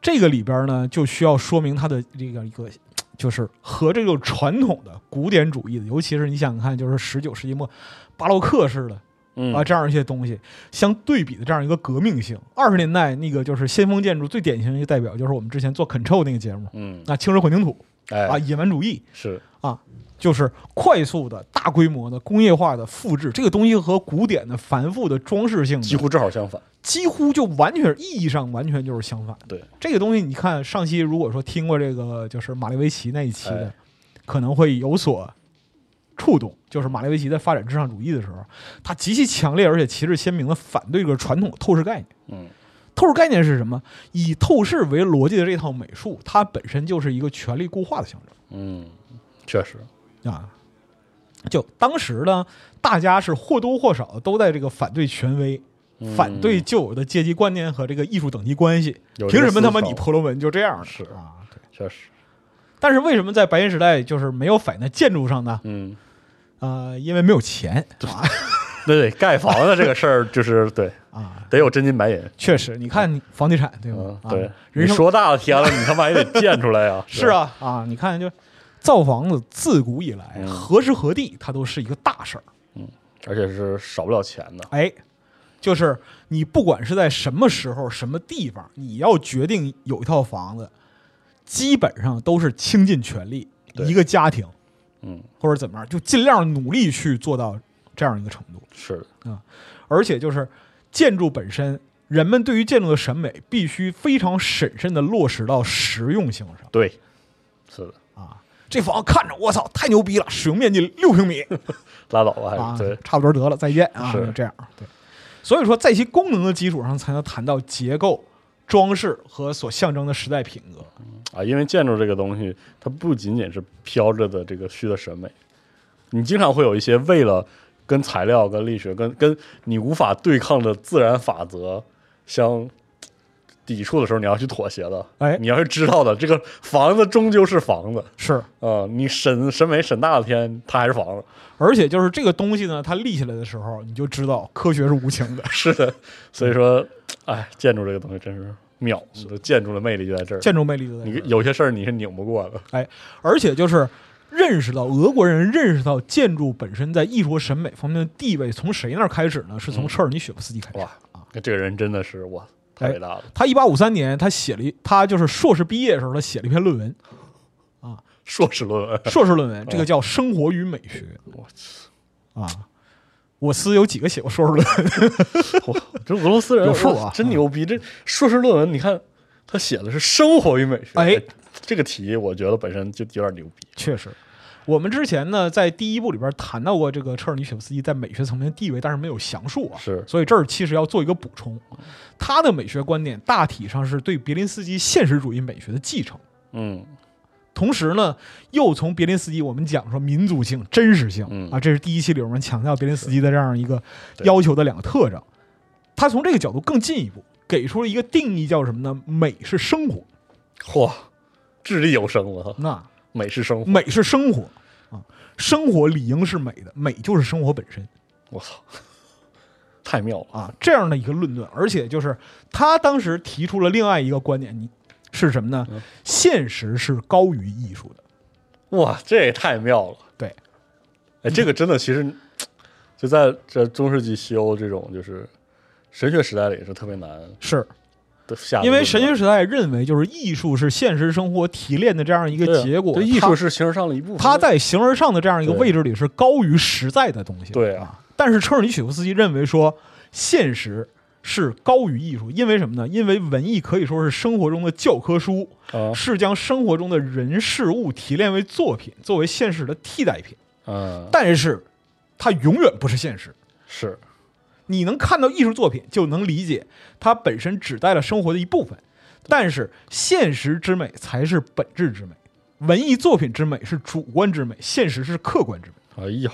[SPEAKER 3] 这个里边呢，就需要说明它的这个一个，就是和这种传统的古典主义的，尤其是你想想看，就是十九世纪末巴洛克式的
[SPEAKER 2] 嗯
[SPEAKER 3] 啊，这样一些东西相对比的这样一个革命性。二十年代那个就是先锋建筑最典型的一个代表，就是我们之前做 Control 那个节目，
[SPEAKER 2] 嗯
[SPEAKER 3] 那清水混凝土
[SPEAKER 2] 哎
[SPEAKER 3] 啊，野蛮主义
[SPEAKER 2] 是
[SPEAKER 3] 啊，就是快速的、大规模的、工业化的复制这个东西和古典的繁复的装饰性的
[SPEAKER 2] 几乎正好相反。
[SPEAKER 3] 几乎就完全意义上完全就是相反。
[SPEAKER 2] 对，
[SPEAKER 3] 这个东西，你看上期如果说听过这个就是马列维奇那一期的，
[SPEAKER 2] 哎
[SPEAKER 3] 可能会有所触动。就是马列维奇在发展至上主义的时候，他极其强烈而且旗帜鲜明的反对这个传统的透视概念。
[SPEAKER 2] 嗯，
[SPEAKER 3] 透视概念是什么？以透视为逻辑的这套美术，它本身就是一个权力固化的象征。
[SPEAKER 2] 嗯，确实，
[SPEAKER 3] 啊。就当时呢，大家是或多或少都在这个反对权威、
[SPEAKER 2] 嗯
[SPEAKER 3] 反对旧有的阶级观念和这个艺术等级关系。
[SPEAKER 2] 有这
[SPEAKER 3] 凭
[SPEAKER 2] 个
[SPEAKER 3] 什么他妈
[SPEAKER 2] 思潮
[SPEAKER 3] 你婆罗门就这样呢
[SPEAKER 2] 是
[SPEAKER 3] 啊？对。
[SPEAKER 2] 确实，
[SPEAKER 3] 但是为什么在白银时代就是没有反在建筑上呢？
[SPEAKER 2] 嗯，
[SPEAKER 3] 呃，因为没有钱啊
[SPEAKER 2] 对对，盖房子这个事儿就是对，
[SPEAKER 3] 啊，
[SPEAKER 2] 得有真金白银。
[SPEAKER 3] 确实，你看房地产对
[SPEAKER 2] 嗯
[SPEAKER 3] 吧？，啊
[SPEAKER 2] 对，，你
[SPEAKER 3] 人生
[SPEAKER 2] 说大了天了，你他妈也得建出来 呀！
[SPEAKER 3] 是，啊啊，你看就造房子自古以来，
[SPEAKER 2] 嗯
[SPEAKER 3] 何时何地它都是一个大事儿。
[SPEAKER 2] 而且是少不了钱的。
[SPEAKER 3] 哎，就是你不管是在什么时候、什么地方，你要决定有一套房子，基本上都是倾尽全力，
[SPEAKER 2] 对
[SPEAKER 3] 一个家庭
[SPEAKER 2] 嗯，
[SPEAKER 3] 或者怎么样，就尽量努力去做到这样一个程度。
[SPEAKER 2] 是的，
[SPEAKER 3] 而且就是建筑本身，人们对于建筑的审美必须非常审慎地落实到实用性上
[SPEAKER 2] 对，是的，
[SPEAKER 3] 啊。这房看着我操太牛逼了，使用面积六平米，
[SPEAKER 2] 拉倒吧，还
[SPEAKER 3] 啊
[SPEAKER 2] 是，对，
[SPEAKER 3] 差不多得了，再见啊，
[SPEAKER 2] 是
[SPEAKER 3] 就这样。对，所以说在其功能的基础上，才能谈到结构、装饰和所象征的时代品格。
[SPEAKER 2] 啊，因为建筑这个东西，它不仅仅是飘着的这个虚的审美，你经常会有一些为了跟材料、跟力学、跟跟你无法对抗的自然法则相抵触的时候，你要去妥协的。
[SPEAKER 3] 哎
[SPEAKER 2] 你要是知道的，这个房子终究是房子
[SPEAKER 3] 是，
[SPEAKER 2] 啊、你审审美审大了天，它还是房子。
[SPEAKER 3] 而且就是这个东西呢，它立起来的时候，你就知道科学是无 情的，
[SPEAKER 2] 是的，所以说，哎，建筑这个东西真是妙，建筑的魅力就在这儿。
[SPEAKER 3] 建筑魅力就在这
[SPEAKER 2] 你
[SPEAKER 3] 儿。
[SPEAKER 2] 有些事儿你是拧不过的。
[SPEAKER 3] 哎，而且就是认识到俄国人认识到建筑本身在艺术和审美方面的地位，从谁那儿开始呢？
[SPEAKER 2] 嗯
[SPEAKER 3] 是从车尔尼雪夫斯基开始。
[SPEAKER 2] 哇，这个人真的是哇，太伟大了！
[SPEAKER 3] 他一八五三年，他写了一，他就是硕士毕业的时候，他写了一篇论文，
[SPEAKER 2] 硕士论文，
[SPEAKER 3] 硕士论文，这个叫《生活与美学
[SPEAKER 2] 我操！》
[SPEAKER 3] 啊。我司有几个写过硕士论 文？
[SPEAKER 2] 哇 这俄罗斯人
[SPEAKER 3] 有数啊
[SPEAKER 2] 哇真牛逼！这硕士论文，你看他写的是生活与美学，
[SPEAKER 3] 哎，
[SPEAKER 2] 这个题我觉得本身就有点牛逼。
[SPEAKER 3] 确实，我们之前呢在第一部里边谈到过这个车尔尼雪夫斯基在美学层面的地位，但是没有详述啊。
[SPEAKER 2] 是嗯
[SPEAKER 3] 所以这儿其实要做一个补充，他的美学观点大体上是对别林斯基现实主义美学的继承。
[SPEAKER 2] 嗯，
[SPEAKER 3] 同时呢，又从别林斯基我们讲说民族性、真实性、
[SPEAKER 2] 嗯
[SPEAKER 3] 啊，这是第一期里我们强调别林斯基的这样一个
[SPEAKER 2] 对
[SPEAKER 3] 要求的两个特征。他从这个角度更进一步，给出了一个定义，叫什么呢？美是生活，
[SPEAKER 2] 嚯，掷地有声了，
[SPEAKER 3] 那
[SPEAKER 2] 美式生活，
[SPEAKER 3] 美是生活啊，生活理应是美的，美就是生活本身
[SPEAKER 2] 我操，太妙了！
[SPEAKER 3] 啊，这样的一个论断。而且就是他当时提出了另外一个观点，你是什么呢？
[SPEAKER 2] 嗯
[SPEAKER 3] 现实是高于艺术的，
[SPEAKER 2] 哇，这也太妙了！
[SPEAKER 3] 对，
[SPEAKER 2] 哎，这个真的其实就在这中世纪西欧这种就是神学时代里是特别难
[SPEAKER 3] 是
[SPEAKER 2] 的下的论断，
[SPEAKER 3] 因为神学时代认为，就是艺术是现实生活提炼的这样一
[SPEAKER 2] 对
[SPEAKER 3] 个
[SPEAKER 2] 啊
[SPEAKER 3] 结果。
[SPEAKER 2] 对艺
[SPEAKER 3] 它
[SPEAKER 2] 术是形而上的一部分。
[SPEAKER 3] 它在形而上的这样一个
[SPEAKER 2] 对
[SPEAKER 3] 位置里是高于实在的东西。
[SPEAKER 2] 对啊
[SPEAKER 3] 啊，但是车尔尼雪夫斯基认为说，现实是高于艺术，因为什么呢？因为文艺可以说是生活中的教科书，
[SPEAKER 2] 啊，
[SPEAKER 3] 是将生活中的人事物提炼为作品，作为现实的替代品。
[SPEAKER 2] 嗯，
[SPEAKER 3] 但是，它永远不是现实。
[SPEAKER 2] 是
[SPEAKER 3] 你能看到艺术作品，就能理解它本身指代了生活的一部分。但是现实之美才是本质之美，文艺作品之美是主观之美，现实是客观之美。
[SPEAKER 2] 哎呀，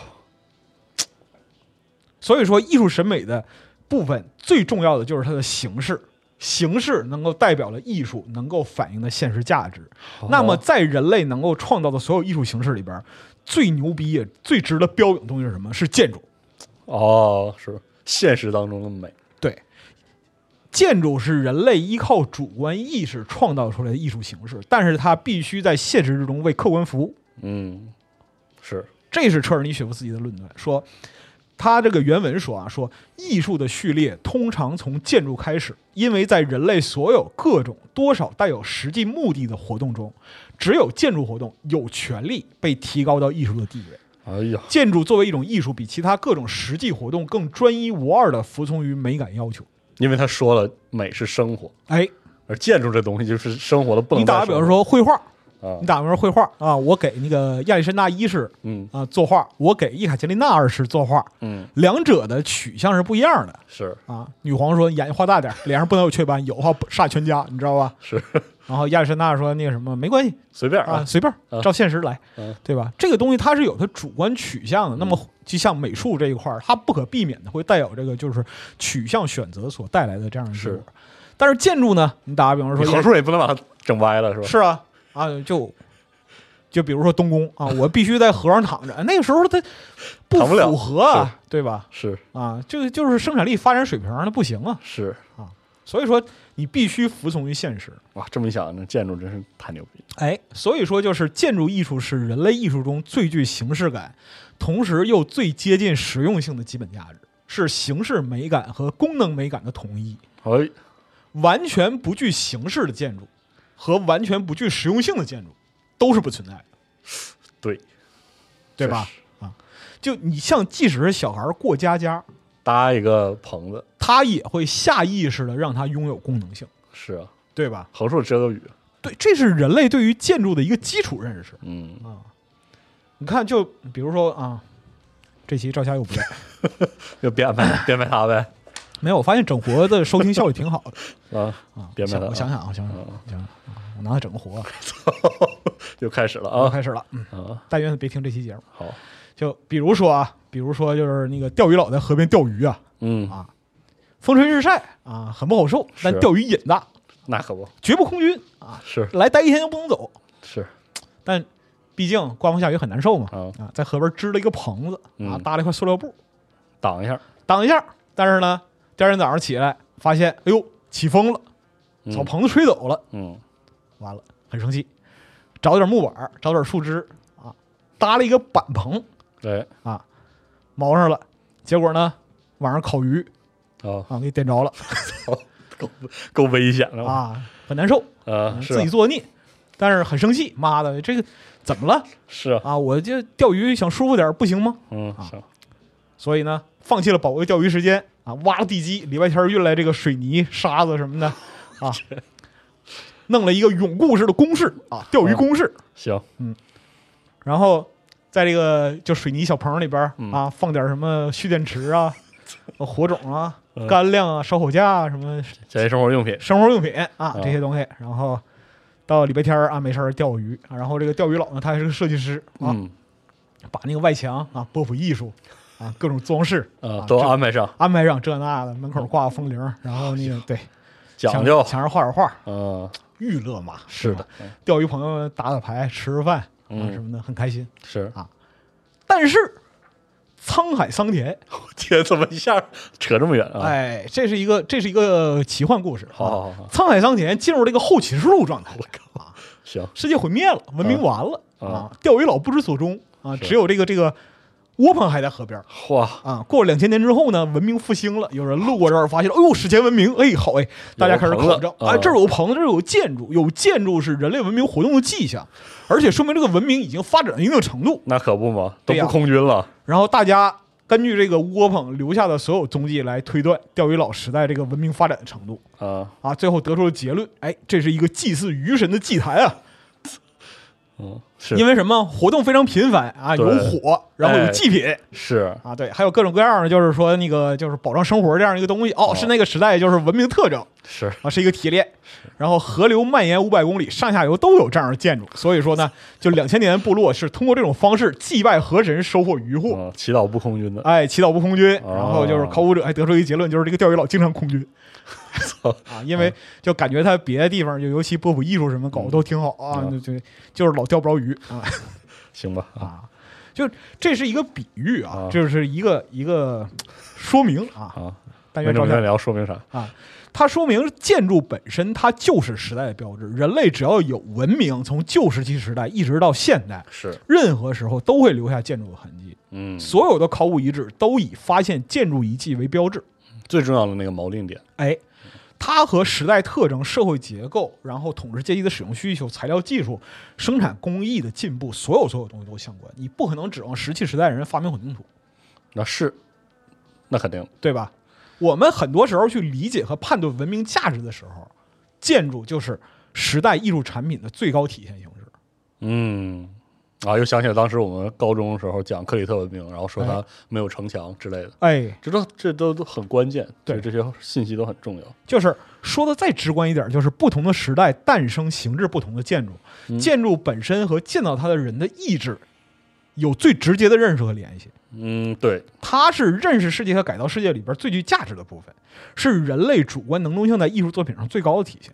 [SPEAKER 3] 所以说，艺术审美的部分最重要的就是它的形式，形式能够代表了艺术能够反映的现实价值。那么，在人类能够创造的所有艺术形式里边，最牛逼也最值得标榜的东西是什么？是建筑。
[SPEAKER 2] 哦，是现实当中的美，
[SPEAKER 3] 对，建筑是人类依靠主观意识创造出来的艺术形式，但是它必须在现实之中为客观服务。
[SPEAKER 2] 嗯，是
[SPEAKER 3] 这是车尔尼雪夫斯基的论断，说他这个原文说啊，说艺术的序列通常从建筑开始，因为在人类所有各种多少带有实际目的的活动中，只有建筑活动有权利被提高到艺术的地位。
[SPEAKER 2] 哎呀，
[SPEAKER 3] 建筑作为一种艺术，比其他各种实际活动更专一无二地服从于美感要求。
[SPEAKER 2] 因为他说了，美是生活，
[SPEAKER 3] 哎，
[SPEAKER 2] 而建筑这东西就是生活的不能
[SPEAKER 3] 你打
[SPEAKER 2] 再
[SPEAKER 3] 个比
[SPEAKER 2] 生活。
[SPEAKER 3] 方说绘画，
[SPEAKER 2] 啊
[SPEAKER 3] 你，打个比方说绘画啊，我给那个亚历山大一世
[SPEAKER 2] 嗯
[SPEAKER 3] 啊作画，我给叶卡捷琳娜二世作画，
[SPEAKER 2] 嗯，
[SPEAKER 3] 两者的取向是不一样的
[SPEAKER 2] 是
[SPEAKER 3] 啊。女皇说眼睛画大点儿，脸上不能有雀斑，有的话煞全家，你知道吧？
[SPEAKER 2] 是
[SPEAKER 3] 然后亚历山大说那个什么没关系，
[SPEAKER 2] 随便
[SPEAKER 3] 啊，
[SPEAKER 2] 啊，
[SPEAKER 3] 随便儿
[SPEAKER 2] 啊
[SPEAKER 3] 照现实来
[SPEAKER 2] 啊，嗯
[SPEAKER 3] 对吧？这个东西它是有它主观取向的。那么就像美术这一块儿，它不可避免的会带有这个就是取向选择所带来的这样的结果
[SPEAKER 2] 是。
[SPEAKER 3] 但是建筑呢，你打个比方
[SPEAKER 2] 你
[SPEAKER 3] 说，
[SPEAKER 2] 横竖也不能把它整歪了，是吧？
[SPEAKER 3] 是啊啊，就就比如说东宫啊，我必须在河上躺着，那个时候它不
[SPEAKER 2] 躺不了
[SPEAKER 3] 符合啊，对吧？
[SPEAKER 2] 是
[SPEAKER 3] 啊，这个就是生产力发展水平那不行啊，
[SPEAKER 2] 是，
[SPEAKER 3] 所以说你必须服从于现实。
[SPEAKER 2] 哇，这么一想，那建筑真是太牛逼了。
[SPEAKER 3] 哎，所以说就是建筑艺术是人类艺术中最具形式感，同时又最接近实用性的基本价值，是形式美感和功能美感的统一。
[SPEAKER 2] 哎，
[SPEAKER 3] 完全不具形式的建筑和完全不具实用性的建筑都是不存在的，
[SPEAKER 2] 对，
[SPEAKER 3] 对吧
[SPEAKER 2] 确实？
[SPEAKER 3] 啊，就你像即使是小孩过家家，
[SPEAKER 2] 搭一个棚子，
[SPEAKER 3] 他也会下意识的让它拥有功能性，
[SPEAKER 2] 是啊，
[SPEAKER 3] 对吧？
[SPEAKER 2] 横竖遮个雨，
[SPEAKER 3] 对，这是人类对于建筑的一个基础认识。
[SPEAKER 2] 嗯，
[SPEAKER 3] 你看，就比如说啊，这期赵夏又不在。
[SPEAKER 2] 就别安排，别安排他呗，
[SPEAKER 3] 没有，我发现整活的收听效率挺好的
[SPEAKER 2] 啊
[SPEAKER 3] 啊，。
[SPEAKER 2] 别安排
[SPEAKER 3] 想
[SPEAKER 2] 他，
[SPEAKER 3] 我想想啊，我想想，我想想，我拿它整个活啊。
[SPEAKER 2] 又开始了
[SPEAKER 3] 我
[SPEAKER 2] 啊
[SPEAKER 3] 开始了，嗯，
[SPEAKER 2] 啊，
[SPEAKER 3] 但愿他别听这期节目。
[SPEAKER 2] 好，
[SPEAKER 3] 就比如说啊，比如说就是那个钓鱼佬在河边钓鱼啊，
[SPEAKER 2] 嗯，
[SPEAKER 3] 风吹日晒啊，很不好受，但
[SPEAKER 2] 是
[SPEAKER 3] 钓鱼瘾大，
[SPEAKER 2] 那可不
[SPEAKER 3] 绝不空军啊，
[SPEAKER 2] 是
[SPEAKER 3] 来待一天就不能走。
[SPEAKER 2] 是，
[SPEAKER 3] 但毕竟刮风下雨很难受嘛，
[SPEAKER 2] 啊
[SPEAKER 3] 啊，在河边支了一个棚子啊，
[SPEAKER 2] 嗯
[SPEAKER 3] 搭了一块塑料布
[SPEAKER 2] 挡一下，
[SPEAKER 3] 挡一下，但是呢，第二天早上起来发现，哎呦，起风了，
[SPEAKER 2] 嗯
[SPEAKER 3] 草棚子吹走了。
[SPEAKER 2] 嗯，
[SPEAKER 3] 完了，很生气，找点木板儿，找点树枝啊，搭了一个板棚
[SPEAKER 2] 对，
[SPEAKER 3] 啊，锚上了。结果呢，晚上烤鱼
[SPEAKER 2] 啊，
[SPEAKER 3] 啊，给点着了
[SPEAKER 2] 够够危险的啊
[SPEAKER 3] 啊，很难受，
[SPEAKER 2] 啊，是
[SPEAKER 3] 自己作孽，但是很生气，妈的，这个怎么了
[SPEAKER 2] 是啊，
[SPEAKER 3] 啊？我这钓鱼想舒服点儿不行吗？
[SPEAKER 2] 嗯，
[SPEAKER 3] 啊
[SPEAKER 2] 行，
[SPEAKER 3] 所以呢，放弃了宝贵钓鱼时间啊，挖了地基，礼拜天儿运来这个水泥、沙子 什么的啊，弄了一个永固式的公式啊，钓鱼公式。
[SPEAKER 2] 行，
[SPEAKER 3] 然后在这个就水泥小棚里边儿
[SPEAKER 2] 嗯
[SPEAKER 3] 啊，放点什么蓄电池啊、 呃火种啊、
[SPEAKER 2] 嗯
[SPEAKER 3] 干粮啊、烧火架啊、什么
[SPEAKER 2] 这些生活用品，
[SPEAKER 3] 生活用品啊这些东西。然后到礼拜天儿啊，没事儿钓鱼、啊然后这个钓鱼佬呢，他还是个设计师啊，
[SPEAKER 2] 嗯
[SPEAKER 3] 把那个外墙啊波普艺术啊各种装饰
[SPEAKER 2] 啊，
[SPEAKER 3] 这
[SPEAKER 2] 都安排上，
[SPEAKER 3] 安排上这那的，门口挂个风铃儿，然后那个对
[SPEAKER 2] 讲究
[SPEAKER 3] 墙，墙上画点画，
[SPEAKER 2] 嗯，
[SPEAKER 3] 娱乐嘛。
[SPEAKER 2] 是
[SPEAKER 3] 对吧
[SPEAKER 2] 的，，
[SPEAKER 3] 钓鱼朋友们打打牌、吃吃饭啊
[SPEAKER 2] 嗯
[SPEAKER 3] 什么的，很开心。
[SPEAKER 2] 是，
[SPEAKER 3] 但是沧海桑田，
[SPEAKER 2] 天，怎么一下扯这么远啊？
[SPEAKER 3] 哎，这是一个这是一个奇幻故事。
[SPEAKER 2] 好好好好
[SPEAKER 3] 啊沧海桑田进入了一个后启示录状态，我靠、啊，
[SPEAKER 2] 行，
[SPEAKER 3] 世界毁灭了，文明完了
[SPEAKER 2] 啊
[SPEAKER 3] 钓鱼佬不知所踪啊，
[SPEAKER 2] 是
[SPEAKER 3] 只有这个这个窝棚还在河边儿
[SPEAKER 2] 哇，
[SPEAKER 3] 啊。过了两千年之后呢，文明复兴了，有人路过这儿发现了，哎呦，史前文明，哎，好哎，大家开始
[SPEAKER 2] 有棚子
[SPEAKER 3] 考证，
[SPEAKER 2] 啊
[SPEAKER 3] 哎，这儿有棚子，这儿有建筑，有建筑是人类文明活动的迹象，而且说明这个文明已经发展到一定程度。
[SPEAKER 2] 那可不嘛，都
[SPEAKER 3] 对呀
[SPEAKER 2] 不空军了，
[SPEAKER 3] 然后大家根据这个窝棚留下的所有踪迹来推断钓鱼佬时代这个文明发展的程度
[SPEAKER 2] 啊，
[SPEAKER 3] 啊，最后得出了结论，哎，这是一个祭祀鱼神的祭坛啊，
[SPEAKER 2] 嗯，是，
[SPEAKER 3] 因为什么活动非常频繁啊，有
[SPEAKER 2] 对哎
[SPEAKER 3] 火，然后有祭品、
[SPEAKER 2] 是，
[SPEAKER 3] 啊，对，还有各种各样的，就是说那个就是保障生活这样一个东西，哦，
[SPEAKER 2] 哦
[SPEAKER 3] 是那个时代就是文明特征。
[SPEAKER 2] 是，
[SPEAKER 3] 啊，是一个提炼，然后河流蔓延五百公里，上下游都有这样的建筑，所以说呢，就两千年部落是通过这种方式祭拜河神，收获渔获。
[SPEAKER 2] 嗯，祈祷不空军的，
[SPEAKER 3] 哎，祈祷不空军，
[SPEAKER 2] 哦
[SPEAKER 3] 然后就是考古者还得出一个结论，就是这个钓鱼佬经常空军
[SPEAKER 2] 操
[SPEAKER 3] 啊，因为就感觉他别的地方，就尤其波普艺术什么搞的都挺好啊，就
[SPEAKER 2] 嗯
[SPEAKER 3] 就就是老钓不着鱼啊
[SPEAKER 2] 行吧，啊，
[SPEAKER 3] 啊， 就这是一个比喻啊
[SPEAKER 2] 啊，
[SPEAKER 3] 这是一个一个说明啊，
[SPEAKER 2] 啊，
[SPEAKER 3] 但
[SPEAKER 2] 没
[SPEAKER 3] 愿照
[SPEAKER 2] 正面
[SPEAKER 3] 相。啊
[SPEAKER 2] 聊说明啥？
[SPEAKER 3] 它说明建筑本身它就是时代的标志，人类只要有文明，从旧石器时代一直到现代，
[SPEAKER 2] 是，
[SPEAKER 3] 任何时候都会留下建筑的痕迹。
[SPEAKER 2] 嗯，
[SPEAKER 3] 所有的考古遗址都以发现建筑遗迹为标志。
[SPEAKER 2] 最重要的那个锚定点，
[SPEAKER 3] 哎，它和时代特征、社会结构，然后统治阶级的使用需求、材料技术、生产工艺的进步，所有所有东西都相关。你不可能指望石器时代人发明混凝土，
[SPEAKER 2] 那是，那肯定
[SPEAKER 3] 对吧？我们很多时候去理解和判断文明价值的时候，建筑就是时代艺术产品的最高体现形式。
[SPEAKER 2] 嗯，啊，又想起了当时我们高中的时候讲克里特文明，然后说它
[SPEAKER 3] 哎
[SPEAKER 2] 没有城墙之类的，
[SPEAKER 3] 哎，
[SPEAKER 2] 这都这都都很关键，所
[SPEAKER 3] 对
[SPEAKER 2] 以这些信息都很重要。
[SPEAKER 3] 就是说的再直观一点，就是不同的时代诞生形制不同的建筑，建筑本身和建造它的人的意志有最直接的认识和联系。
[SPEAKER 2] 嗯，对，
[SPEAKER 3] 它是认识世界和改造世界里边最具价值的部分，是人类主观能动性在艺术作品上最高的体现。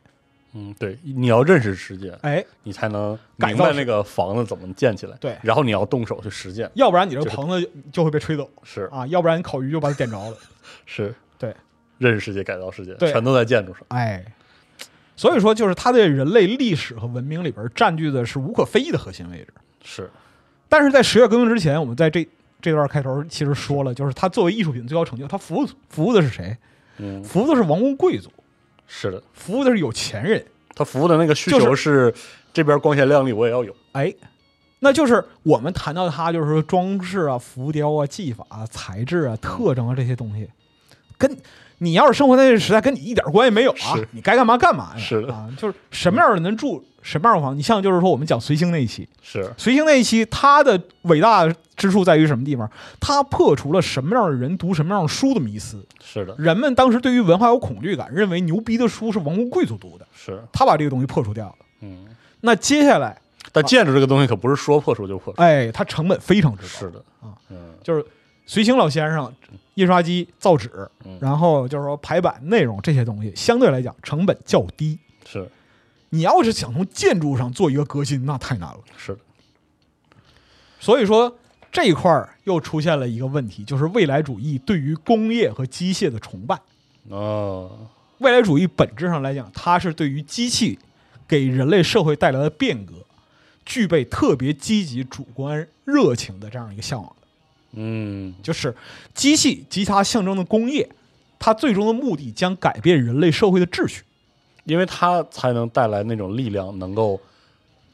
[SPEAKER 2] 嗯，对，你要认识世界，
[SPEAKER 3] 哎，
[SPEAKER 2] 你才能
[SPEAKER 3] 改
[SPEAKER 2] 明
[SPEAKER 3] 造
[SPEAKER 2] 白
[SPEAKER 3] 是
[SPEAKER 2] 那个房子怎么建起来，
[SPEAKER 3] 对啊
[SPEAKER 2] 然后你要动手去实践，
[SPEAKER 3] 要不然你这个
[SPEAKER 2] 就是
[SPEAKER 3] 棚子就会被吹走
[SPEAKER 2] 是
[SPEAKER 3] 啊，要不然烤鱼就把它点着了。
[SPEAKER 2] 是，
[SPEAKER 3] 对，
[SPEAKER 2] 认识世界，改造世界，
[SPEAKER 3] 对
[SPEAKER 2] 全都在建筑上。
[SPEAKER 3] 哎，所以说就是它在人类历史和文明里边占据的是无可非议的核心位置。
[SPEAKER 2] 是，
[SPEAKER 3] 但是在十月革命之前，我们在这这段开头其实说了，就是它作为艺术品最高成就，它服务服务的是谁？
[SPEAKER 2] 嗯，
[SPEAKER 3] 服务的是王公贵族，
[SPEAKER 2] 是的，
[SPEAKER 3] 服务的是有钱人。
[SPEAKER 2] 他服务的那个需
[SPEAKER 3] 就是
[SPEAKER 2] 求是这边光鲜亮丽，我也要有。
[SPEAKER 3] 哎，那就是我们谈到它，就是说装饰啊、浮雕啊、技法、啊、材质啊、特征啊这些东西，跟你要是生活在这个时代，跟你一点关系没有啊
[SPEAKER 2] 是！
[SPEAKER 3] 你该干嘛干嘛呀？
[SPEAKER 2] 是的
[SPEAKER 3] 啊，就是什么样的人能住什么样的房。你像就是说我们讲随兴那一期，
[SPEAKER 2] 是，
[SPEAKER 3] 随行那一期，他的伟大之处在于什么地方？他破除了什么样的人读什么样的书的迷思。
[SPEAKER 2] 是的，
[SPEAKER 3] 人们当时对于文化有恐惧感，认为牛逼的书是王公贵族读的，
[SPEAKER 2] 是，
[SPEAKER 3] 他把这个东西破除掉了。
[SPEAKER 2] 嗯。
[SPEAKER 3] 那接下来，
[SPEAKER 2] 但建筑这个东西可不是说破除就破除，
[SPEAKER 3] 哎，它成本非常之高，
[SPEAKER 2] 是的
[SPEAKER 3] 啊，
[SPEAKER 2] 嗯，
[SPEAKER 3] 就是随行老先生印刷机造纸
[SPEAKER 2] 嗯，
[SPEAKER 3] 然后就是说排版内容这些东西，相对来讲成本较低。
[SPEAKER 2] 是
[SPEAKER 3] 你要是想从建筑上做一个革新，那太难了。
[SPEAKER 2] 是的，
[SPEAKER 3] 所以说这一块儿又出现了一个问题，就是未来主义对于工业和机械的崇拜。
[SPEAKER 2] 哦，
[SPEAKER 3] 未来主义本质上来讲，它是对于机器给人类社会带来的变革，具备特别积极、主观、热情的这样一个向往的。
[SPEAKER 2] 嗯，
[SPEAKER 3] 就是机器及它象征的工业，它最终的目的将改变人类社会的秩序。
[SPEAKER 2] 因为它才能带来那种力量，能够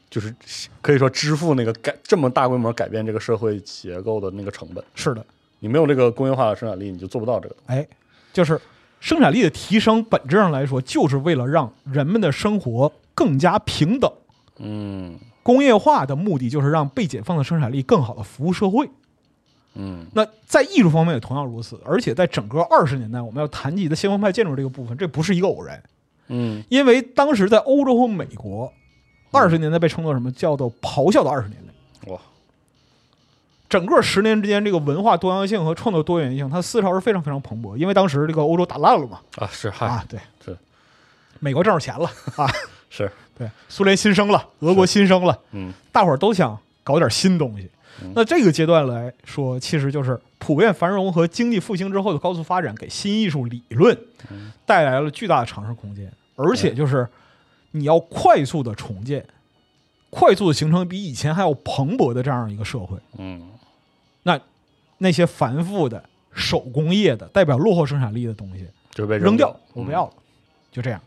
[SPEAKER 2] 就是可以说支付那个改这么大规模改变这个社会结构的那个成本。
[SPEAKER 3] 是的，
[SPEAKER 2] 你没有这个工业化的生产力，你就做不到这个东
[SPEAKER 3] 哎，就是生产力的提升，本质上来说，就是为了让人们的生活更加平等。
[SPEAKER 2] 西。嗯
[SPEAKER 3] 工业化的目的就是让被解放的生产力更好的服务社会。
[SPEAKER 2] 嗯，
[SPEAKER 3] 那在艺术方面也同样如此，而且在整个二十年代，我们要谈及的先锋派建筑这个部分，这不是一个偶然，
[SPEAKER 2] 嗯，
[SPEAKER 3] 因为当时在欧洲和美国，二十年代被称作什么叫做咆哮的二十年代。
[SPEAKER 2] 嗯哇，
[SPEAKER 3] 整个十年之间，这个文化多样性和创作多元性，它思潮是非常非常蓬勃，因为当时这个欧洲打烂了嘛，
[SPEAKER 2] 啊是嗨、
[SPEAKER 3] 啊，对，
[SPEAKER 2] 是
[SPEAKER 3] 美国挣着钱了啊，
[SPEAKER 2] 是，
[SPEAKER 3] 对，苏联新生了，俄国新生了，
[SPEAKER 2] 嗯
[SPEAKER 3] 大伙儿都想搞点新东西。那这个阶段来说，其实就是普遍繁荣和经济复兴之后的高速发展，给新艺术理论
[SPEAKER 2] 嗯
[SPEAKER 3] 带来了巨大的尝试空间，而且就是你要快速的重建，快速的形成比以前还要蓬勃的这样一个社会。
[SPEAKER 2] 嗯
[SPEAKER 3] 那那些繁复的手工业的代表落后生产力的东西，
[SPEAKER 2] 就被
[SPEAKER 3] 扔
[SPEAKER 2] 掉嗯
[SPEAKER 3] 掉，，我不要了，就这样。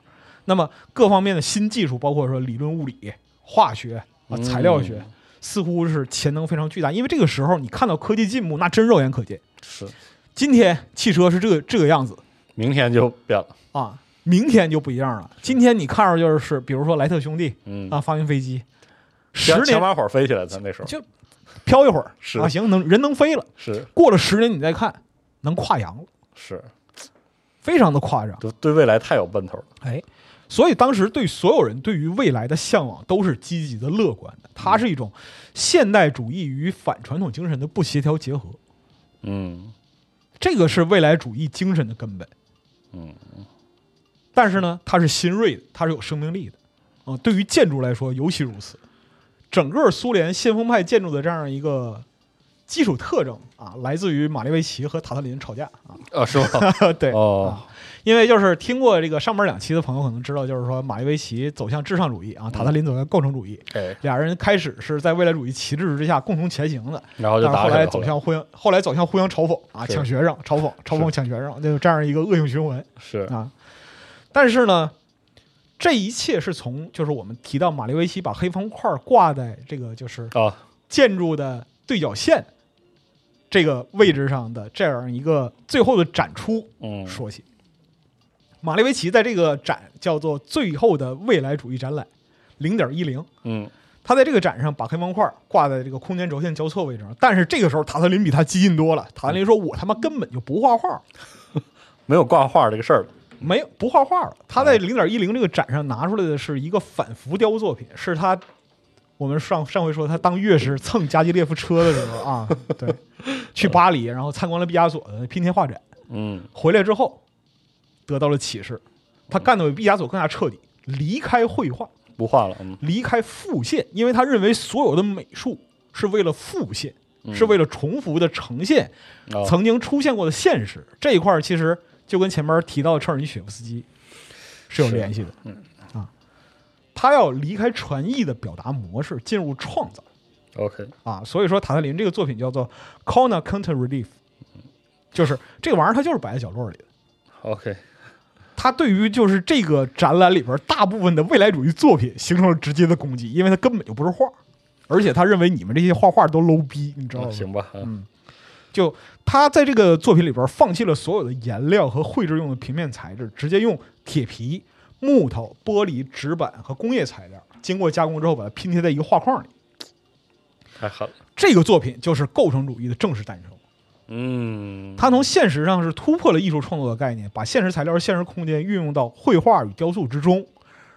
[SPEAKER 3] 那么各方面的新技术，包括说理论物理、化学啊、
[SPEAKER 2] 嗯
[SPEAKER 3] 材料学，似乎是潜能非常巨大。因为这个时候你看到科技进步，那真肉眼可见。
[SPEAKER 2] 是，
[SPEAKER 3] 今天汽车是这个这个样子
[SPEAKER 2] 明天就变了，
[SPEAKER 3] 啊，明天就不一样了。今天你看着就是，比如说莱特兄弟
[SPEAKER 2] 嗯
[SPEAKER 3] 啊，，发明飞机，十
[SPEAKER 2] 前前
[SPEAKER 3] 年
[SPEAKER 2] 把火飞起来，咱那时候
[SPEAKER 3] 就飘一会儿
[SPEAKER 2] 是
[SPEAKER 3] 啊，行，能人能飞了。
[SPEAKER 2] 是
[SPEAKER 3] 过了十年你再看，能跨洋了，
[SPEAKER 2] 是，
[SPEAKER 3] 非常的夸张。
[SPEAKER 2] 都对未来太有奔头了，
[SPEAKER 3] 哎，所以当时对所有人对于未来的向往都是积极的、乐观的。它是一种现代主义与反传统精神的不协调结合，
[SPEAKER 2] 嗯
[SPEAKER 3] 这个是未来主义精神的根本。
[SPEAKER 2] 嗯，
[SPEAKER 3] 但是呢，它是新锐的，它是有生命力的。啊、对于建筑来说尤其如此。整个苏联先锋派建筑的这样一个基础特征啊，来自于马列维奇和塔特林吵架
[SPEAKER 2] 啊是吗？
[SPEAKER 3] 啊。 对，
[SPEAKER 2] 哦，
[SPEAKER 3] 因为就是听过这个上面两期的朋友可能知道，就是说马列维奇走向至上主义啊，塔特林走向构成主义。
[SPEAKER 2] 哎，
[SPEAKER 3] 俩人开始是在未来主义旗帜之下共同前行的，
[SPEAKER 2] 然后哦
[SPEAKER 3] 但
[SPEAKER 2] 就是打
[SPEAKER 3] 后
[SPEAKER 2] 起来
[SPEAKER 3] 来
[SPEAKER 2] 了
[SPEAKER 3] 走向互相，后来走向互相嘲讽啊，
[SPEAKER 2] 是
[SPEAKER 3] 抢学生，嘲讽，嘲讽
[SPEAKER 2] 是
[SPEAKER 3] 抢学生，就这样一个恶性循环
[SPEAKER 2] 是
[SPEAKER 3] 啊。但是呢，这一切是从就是我们提到马列维奇把黑方块挂在这个就是
[SPEAKER 2] 啊，
[SPEAKER 3] 建筑的对角线这个位置上的这样一个最后的展出
[SPEAKER 2] 嗯，
[SPEAKER 3] 说起。马列维奇在这个展叫做“最后的未来主义展览”零点一零，
[SPEAKER 2] 嗯，
[SPEAKER 3] 他在这个展上把黑方块挂在这个空间轴线交错位置上，但是这个时候塔特林比他激进多了。塔特林说：“我他妈根本就不画画，
[SPEAKER 2] 没有挂画这个事儿了，
[SPEAKER 3] 没有不画画了。”他在零点一零这个展上拿出来的是一个反浮雕作品，是他我们上上回说他当乐师蹭加基列夫车的时候啊，对，去巴黎然后参观了毕加索的拼贴画展，
[SPEAKER 2] 嗯
[SPEAKER 3] 回来之后得到了启示，他干的比毕加索更加彻底，离开绘画，
[SPEAKER 2] 不画了，嗯
[SPEAKER 3] 离开复现，因为他认为所有的美术是为了复现，是为了重复的呈现
[SPEAKER 2] 哦
[SPEAKER 3] 曾经出现过的现实。这一块儿其实就跟前面提到的车尔尼雪夫斯基是有
[SPEAKER 2] 是
[SPEAKER 3] 联系的。嗯啊，他要离开传译的表达模式，进入创造。
[SPEAKER 2] ，OK，
[SPEAKER 3] 啊，所以说塔特林这个作品叫做 Corner Counter Relief，就是这个玩意儿，它就是摆在角落里的。
[SPEAKER 2] OK，
[SPEAKER 3] 他对于就是这个展览里边大部分的未来主义作品形成了直接的攻击，因为他根本就不是画，而且他认为你们这些画画都 low 逼，你知道
[SPEAKER 2] 那
[SPEAKER 3] 吗？
[SPEAKER 2] 行吧，嗯
[SPEAKER 3] 就他在这个作品里边放弃了所有的颜料和绘制用的平面材质，直接用铁皮、木头、玻璃、纸板和工业材料经过加工之后，把它拼贴在一个画框里。
[SPEAKER 2] 太狠了，
[SPEAKER 3] 这个作品就是构成主义的正式诞生。
[SPEAKER 2] 嗯，
[SPEAKER 3] 它从现实上是突破了艺术创作的概念，把现实材料、现实空间运用到绘画与雕塑之中，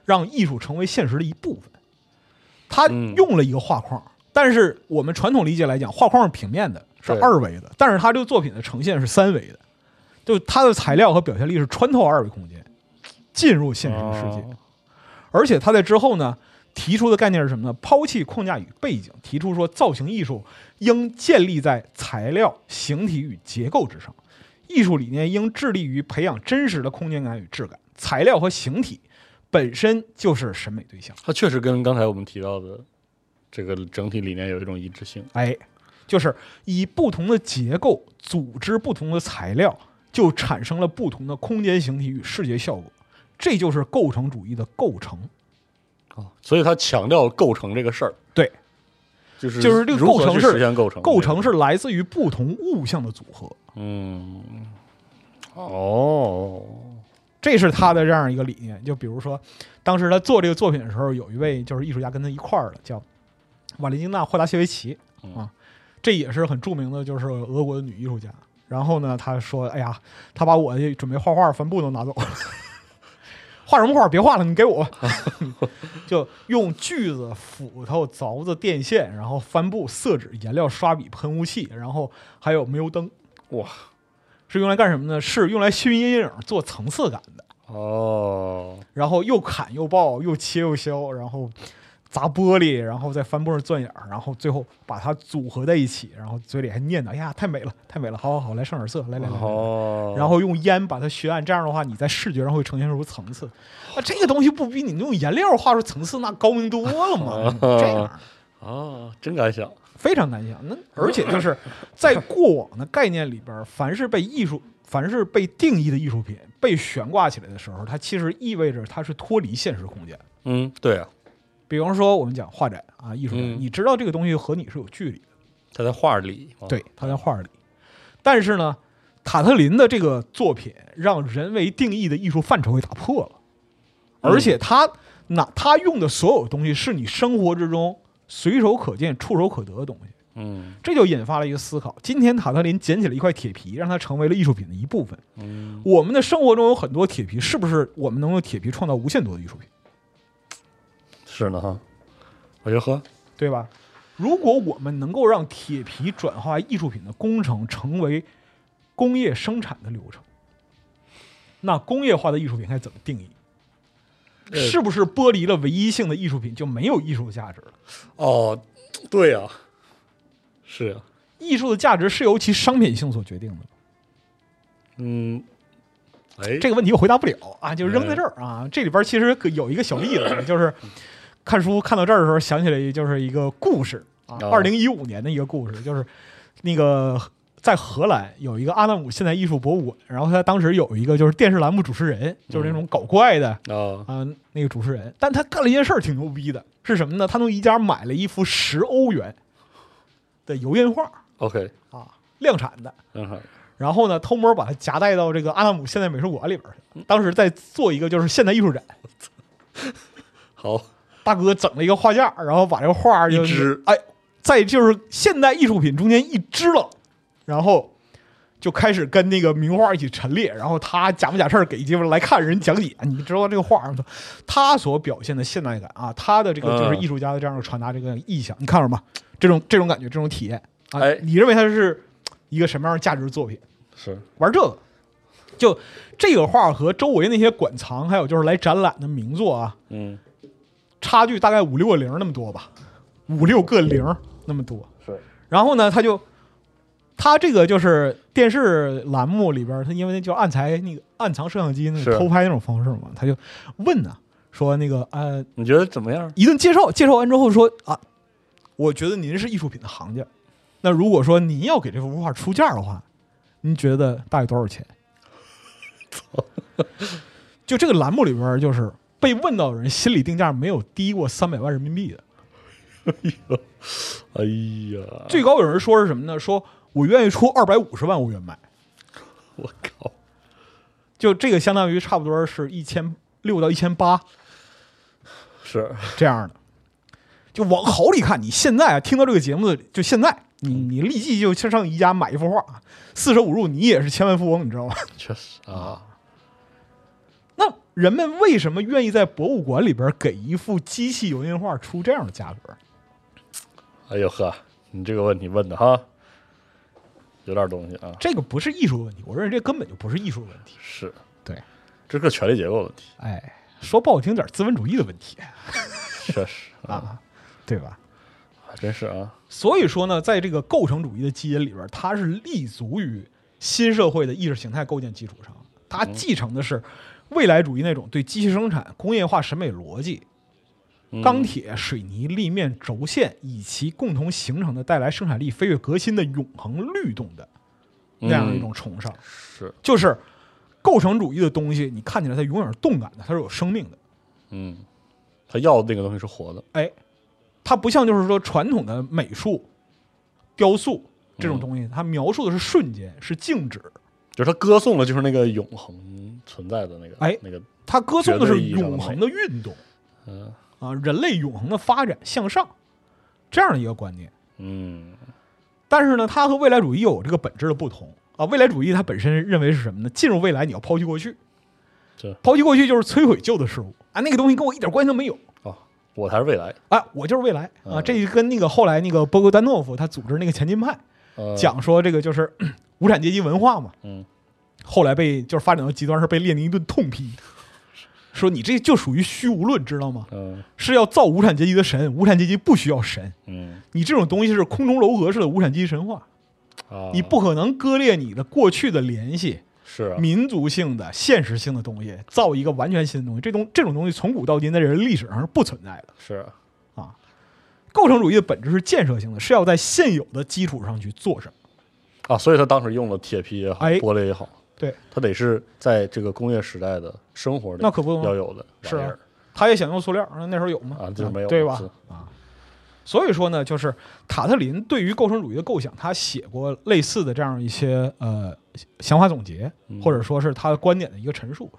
[SPEAKER 3] 让艺术成为现实的一部分。它
[SPEAKER 2] 嗯
[SPEAKER 3] 用了一个画框，但是我们传统理解来讲，画框是平面的，是
[SPEAKER 2] 对
[SPEAKER 3] 二维的，但是它这个作品的呈现是三维的，就它的材料和表现力是穿透二维空间，进入现实的世界。
[SPEAKER 2] 哦
[SPEAKER 3] 而且他在之后呢，提出的概念是什么呢？抛弃框架与背景，提出说造型艺术应建立在材料、形体与结构之上，艺术理念应致力于培养真实的空间感与质感。材料和形体本身就是审美对象。
[SPEAKER 2] 它确实跟刚才我们提到的这个整体理念有一种一致性，
[SPEAKER 3] 哎，就是以不同的结构组织不同的材料，就产生了不同的空间形体与视觉效果。这就是构成主义的构成。
[SPEAKER 2] 所以它强调构成这个事儿，
[SPEAKER 3] 对，
[SPEAKER 2] 就是
[SPEAKER 3] 就是这个
[SPEAKER 2] 如何
[SPEAKER 3] 构成
[SPEAKER 2] 去
[SPEAKER 3] 是
[SPEAKER 2] 实现构成，
[SPEAKER 3] 构成是来自于不同物象的组合。
[SPEAKER 2] 嗯，哦，
[SPEAKER 3] 这是他的这样一个理念。就比如说，当时他做这个作品的时候，有一位就是艺术家跟他一块儿的，叫瓦列金娜·霍达谢维奇啊，这也是很著名的，就是俄国的女艺术家。然后呢，他说：“哎呀，他把我准备画画帆布都拿走了， 画什么画？别画了，你给我吧。 就用锯子、斧头、凿子、电线，然后帆布、色纸、颜料、刷笔、喷雾器，然后还有煤油灯，
[SPEAKER 2] 哇，
[SPEAKER 3] 是用来干什么呢？是用来熏阴影、做层次感的。
[SPEAKER 2] 哦，
[SPEAKER 3] 然后又砍又爆，又切又削，然后砸玻璃，然后在帆布上钻眼儿，然后最后把它组合在一起，然后嘴里还念叨：“哎呀，太美了，太美了！好好好，来上点色，来来来。来来
[SPEAKER 2] 哦，
[SPEAKER 3] 然后用烟把它熏暗，这样的话你在视觉上会呈现出层次。啊，这个东西不比你用颜料画出层次那高明多了嘛？这样儿
[SPEAKER 2] 啊，真敢想，
[SPEAKER 3] 非常难想。那而且就是在过往的概念里边儿，凡是被艺术，凡是被定义的艺术品被悬挂起来的时候，它其实意味着它是脱离现实空间的。
[SPEAKER 2] 嗯，对啊，
[SPEAKER 3] 比方说我们讲画展啊，艺术展，
[SPEAKER 2] 嗯
[SPEAKER 3] 你知道这个东西和你是有距离的，
[SPEAKER 2] 他在画里，哦，
[SPEAKER 3] 对，它在画里。但是呢，塔特林的这个作品让人为定义的艺术范畴给打破了，
[SPEAKER 2] 嗯
[SPEAKER 3] 而且他那他用的所有东西是你生活之中随手可见、触手可得的东西，
[SPEAKER 2] 嗯
[SPEAKER 3] 这就引发了一个思考。今天塔特林捡起了一块铁皮，让它成为了艺术品的一部分。
[SPEAKER 2] 嗯，
[SPEAKER 3] 我们的生活中有很多铁皮，是不是我们能用铁皮创造无限多的艺术品？
[SPEAKER 2] 是呢哈，我就喝，
[SPEAKER 3] 对吧？如果我们能够让铁皮转化艺术品的工程成为工业生产的流程，那工业化的艺术品该怎么定义？
[SPEAKER 2] 呃
[SPEAKER 3] 是不是剥离了唯一性的艺术品就没有艺术价值了？
[SPEAKER 2] 哦，对啊，是啊，
[SPEAKER 3] 艺术的价值是由其商品性所决定的吗。
[SPEAKER 2] 嗯，哎，
[SPEAKER 3] 这个问题我回答不了啊，就扔在这儿啊。这里边其实可有一个小例子，啊就是看书看到这儿的时候，想起来就是一个故事啊，
[SPEAKER 2] 哦
[SPEAKER 3] 二零一五年的一个故事，就是那个在荷兰有一个阿纳姆现代艺术博物馆，然后他当时有一个就是电视栏目主持人，就是那种搞怪的
[SPEAKER 2] 啊
[SPEAKER 3] 啊、那个主持人，但他干了一件事儿挺牛逼的，是什么呢？他从宜家买了一幅十欧元的油印画
[SPEAKER 2] ，OK，
[SPEAKER 3] 啊，量产的，
[SPEAKER 2] 嗯好，
[SPEAKER 3] 然后呢，偷摸把它夹带到这个阿纳姆现代美术馆里边儿去。当时在做一个就是现代艺术展，
[SPEAKER 2] 好，
[SPEAKER 3] 大哥整了一个画架，然后把这个画儿就
[SPEAKER 2] 一
[SPEAKER 3] 是
[SPEAKER 2] 只
[SPEAKER 3] 哎，在就是现代艺术品中间一支了，然后就开始跟那个名画一起陈列，然后他假不假事儿给鸡巴来看人讲解，你知道这个画儿，他所表现的现代感啊，他的这个就是
[SPEAKER 2] 嗯
[SPEAKER 3] 艺术家的这样的传达这个意象，你看着吧，这种这种感觉，这种体验啊，
[SPEAKER 2] 哎
[SPEAKER 3] 你认为它是一个什么样的价值作品？
[SPEAKER 2] 是
[SPEAKER 3] 玩这个。就这个画和周围那些馆藏，还有就是来展览的名作啊，
[SPEAKER 2] 嗯
[SPEAKER 3] 差距大概五六个零那么多吧，五六个零那么多。
[SPEAKER 2] 是
[SPEAKER 3] 然后呢，他就他这个就是电视栏目里边儿，他因为那叫暗裁那个暗藏摄像机那
[SPEAKER 2] 是
[SPEAKER 3] 个偷拍那种方式嘛，他就问啊，说那个呃
[SPEAKER 2] 你觉得怎么样？
[SPEAKER 3] 一顿介绍，介绍完之后说啊，我觉得您是艺术品的行家，那如果说您要给这幅画出价的话，您觉得大概多少 钱？就这个栏目里边，就是被问到的人心里定价没有低过三百万人民币的，
[SPEAKER 2] 哎呀，
[SPEAKER 3] 最高有人说是什么呢？说我愿意出二百五十万欧元买，
[SPEAKER 2] 我靠，
[SPEAKER 3] 就这个相当于差不多是一千六到一千八
[SPEAKER 2] 是
[SPEAKER 3] 这样的。就往好里看，你现在啊，听到这个节目的，就现在，你你立即就去上宜家买一幅画，四舍五入，你也是千万富翁，你知道吗？
[SPEAKER 2] 确实啊，
[SPEAKER 3] 那人们为什么愿意在博物馆里边给一幅机器油印画出这样的价格？
[SPEAKER 2] 哎呦呵，你这个问题问的哈，有点东西啊，
[SPEAKER 3] 这个不是艺术问题，我认为这根本就不是艺术问题。
[SPEAKER 2] 是
[SPEAKER 3] 对，
[SPEAKER 2] 这是个权力结构问题，
[SPEAKER 3] 哎，说不好听点，资本主义的问题
[SPEAKER 2] 确实啊，
[SPEAKER 3] 啊，对吧？
[SPEAKER 2] 还真是啊，
[SPEAKER 3] 所以说呢，在这个构成主义的基因里边，它是立足于新社会的意识形态构建基础上，它继承的是未来主义那种对机器生产、工业化审美逻辑、
[SPEAKER 2] 嗯
[SPEAKER 3] 钢铁、水泥、立面、轴线以其共同形成的带来生产力飞跃革新的永恒律动的那样的一种崇尚。
[SPEAKER 2] 是，
[SPEAKER 3] 就是构成主义的东西，你看起来它永远是动感的，它是有生命的。
[SPEAKER 2] 嗯，他要的那个东西是活的，
[SPEAKER 3] 哎，它不像就是说传统的美术、雕塑这
[SPEAKER 2] 嗯
[SPEAKER 3] 种东西，它描述的是瞬间，是静止。
[SPEAKER 2] 就是他歌颂了就是那个永恒存在的那个，
[SPEAKER 3] 哎
[SPEAKER 2] 那个
[SPEAKER 3] 它歌颂的
[SPEAKER 2] 绝
[SPEAKER 3] 是
[SPEAKER 2] 对意义上的嗯
[SPEAKER 3] 永恒的运动，啊，人类永恒的发展向上这样的一个观念。
[SPEAKER 2] 嗯，
[SPEAKER 3] 但是呢，它和未来主义又有这个本质的不同啊。未来主义它本身认为是什么呢？进入未来，你要抛弃过去
[SPEAKER 2] 是，
[SPEAKER 3] 抛弃过去就是摧毁旧的事物啊，那个东西跟我一点关系都没有。
[SPEAKER 2] 哦，我才是未来，
[SPEAKER 3] 啊，我就是未来啊！
[SPEAKER 2] 嗯
[SPEAKER 3] 这跟那个后来那个波格丹诺夫他组织那个前进派，
[SPEAKER 2] 呃，
[SPEAKER 3] 讲说这个就是 咳无产阶级文化嘛。
[SPEAKER 2] 嗯，
[SPEAKER 3] 后来被就是发展到极端是被列宁一顿痛批，说你这就属于虚无论，知道吗？
[SPEAKER 2] 嗯
[SPEAKER 3] 是要造无产阶级的神，无产阶级不需要神，
[SPEAKER 2] 嗯
[SPEAKER 3] 你这种东西是空中楼阁式的无产阶级神话，
[SPEAKER 2] 啊，
[SPEAKER 3] 你不可能割裂你的过去的联系、
[SPEAKER 2] 是啊，
[SPEAKER 3] 民族性的、现实性的东西，造一个完全新的东西。这东这种东西从古到今在人类历史上是不存在的。
[SPEAKER 2] 是啊，
[SPEAKER 3] 构成主义的本质是建设性的，是要在现有的基础上去做什么。
[SPEAKER 2] 啊，所以他当时用了铁皮也好，
[SPEAKER 3] 哎
[SPEAKER 2] 玻璃也好，
[SPEAKER 3] 对，
[SPEAKER 2] 他得是在这个工业时代的生活里，
[SPEAKER 3] 那可不嘛
[SPEAKER 2] 要有的
[SPEAKER 3] 是
[SPEAKER 2] 玩意
[SPEAKER 3] 啊
[SPEAKER 2] 儿，
[SPEAKER 3] 他也想用塑料，那那时候有吗？
[SPEAKER 2] 啊就是没有
[SPEAKER 3] 对吧
[SPEAKER 2] 是？
[SPEAKER 3] 啊，所以说呢，就是塔特林对于构成主义的构想，他写过类似的这样一些呃想法总结，
[SPEAKER 2] 嗯
[SPEAKER 3] 或者说是他的观点的一个陈述。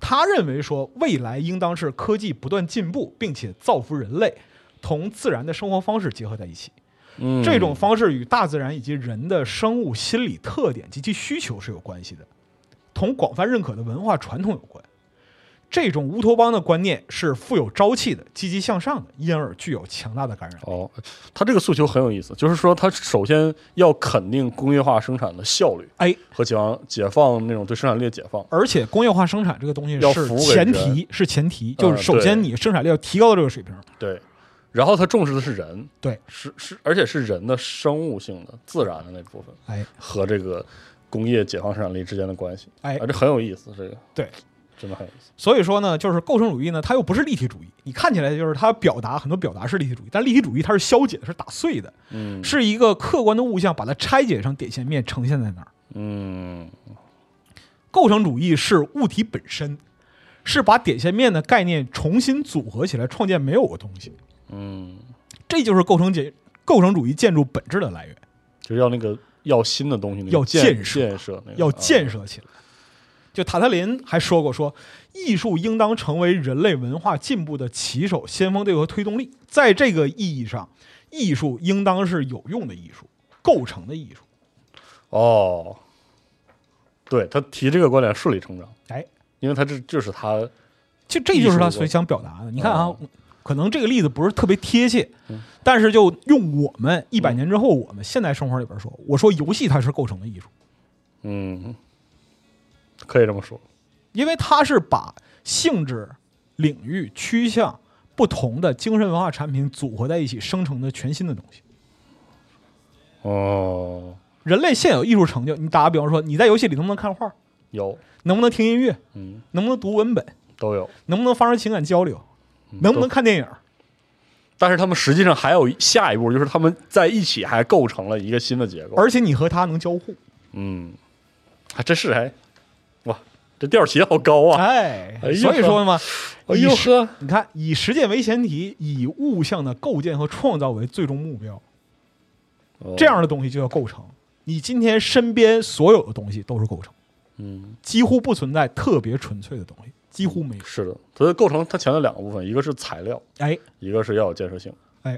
[SPEAKER 3] 他认为说，未来应当是科技不断进步，并且造福人类，同自然的生活方式结合在一起。
[SPEAKER 2] 嗯，
[SPEAKER 3] 这种方式与大自然以及人的生物心理特点及其需求是有关系的，同广泛认可的文化传统有关。这种乌托邦的观念是富有朝气的、积极向上的，因而具有强大的感染力。
[SPEAKER 2] 哦，他这个诉求很有意思，就是说他首先要肯定工业化生产的效率
[SPEAKER 3] 哎，
[SPEAKER 2] 和解放解放那种对生产力的解放，
[SPEAKER 3] 而且工业化生产这个东西
[SPEAKER 2] 要
[SPEAKER 3] 是
[SPEAKER 2] 服务给
[SPEAKER 3] 前
[SPEAKER 2] 人嗯
[SPEAKER 3] 提，是前提，就是首
[SPEAKER 2] 对
[SPEAKER 3] 先你生产力要提高到这个水平。
[SPEAKER 2] 对，然后他重视的是人，
[SPEAKER 3] 对，
[SPEAKER 2] 是是，而且是人的生物性的自然的那部分
[SPEAKER 3] 哎，
[SPEAKER 2] 和这个工业解放生产力之间的关系，
[SPEAKER 3] 哎
[SPEAKER 2] 啊，这很有意思，这个
[SPEAKER 3] 对，
[SPEAKER 2] 真的很有意思。
[SPEAKER 3] 所以说呢，就是构成主义呢，它又不是立体主义。你看起来就是它表达很多表达是立体主义，但立体主义它是消解的，是打碎的，
[SPEAKER 2] 嗯
[SPEAKER 3] 是一个客观的物象，把它拆解成点线面呈现在那儿。
[SPEAKER 2] 嗯
[SPEAKER 3] 构成主义是物体本身，是把点线面的概念重新组合起来，创建没有的东西。
[SPEAKER 2] 嗯，
[SPEAKER 3] 这就是构成建构成主义建筑本质的来源，
[SPEAKER 2] 就是要那个要新的东西，那个
[SPEAKER 3] 要
[SPEAKER 2] 建
[SPEAKER 3] 建设
[SPEAKER 2] 建设那个
[SPEAKER 3] 要建
[SPEAKER 2] 啊
[SPEAKER 3] 设起来。就塔特林还说过说，艺术应当成为人类文化进步的旗手、先锋队和推动力。在这个意义上，艺术应当是有用的艺术，构成的艺术。
[SPEAKER 2] 哦。对他提这个观点顺理成章，
[SPEAKER 3] 哎，
[SPEAKER 2] 因为他这就是他
[SPEAKER 3] 就这就是他
[SPEAKER 2] 艺术
[SPEAKER 3] 所想表达的。你看啊
[SPEAKER 2] 哦，
[SPEAKER 3] 可能这个例子不是特别贴切，
[SPEAKER 2] 嗯
[SPEAKER 3] 但是就用我们一百年之后我们现代生活里边说，我说游戏它是构成的艺术，
[SPEAKER 2] 嗯，可以这么说，
[SPEAKER 3] 因为它是把性质、领域、趋向不同的精神文化产品组合在一起生成的全新的东西。
[SPEAKER 2] 哦，
[SPEAKER 3] 人类现有艺术成就，你打个比方说，你在游戏里能不能看画，
[SPEAKER 2] 有，
[SPEAKER 3] 能不能听音乐，
[SPEAKER 2] 嗯，
[SPEAKER 3] 能不能读文本，
[SPEAKER 2] 都有，
[SPEAKER 3] 能不能发生情感交流，能不能
[SPEAKER 2] 嗯都
[SPEAKER 3] 看电影？
[SPEAKER 2] 但是他们实际上还有一下一步，就是他们在一起还构成了一个新的结构。
[SPEAKER 3] 而且你和他能交互，
[SPEAKER 2] 嗯，还真是哎，哇，这调儿起得好高啊！
[SPEAKER 3] 哎
[SPEAKER 2] 哎，呦
[SPEAKER 3] 所以说嘛，
[SPEAKER 2] 哎
[SPEAKER 3] 以
[SPEAKER 2] 呦
[SPEAKER 3] 实
[SPEAKER 2] 呵，
[SPEAKER 3] 你看，以实践为前提，以物象的构建和创造为最终目标，
[SPEAKER 2] 哦
[SPEAKER 3] 这样的东西就叫构成。你今天身边所有的东西都是构成，
[SPEAKER 2] 嗯，
[SPEAKER 3] 几乎不存在特别纯粹的东西，几乎没有。
[SPEAKER 2] 是的，它的构成它强调两个部分，一个是材料，
[SPEAKER 3] 哎，
[SPEAKER 2] 一个是要有建设性。
[SPEAKER 3] 哎，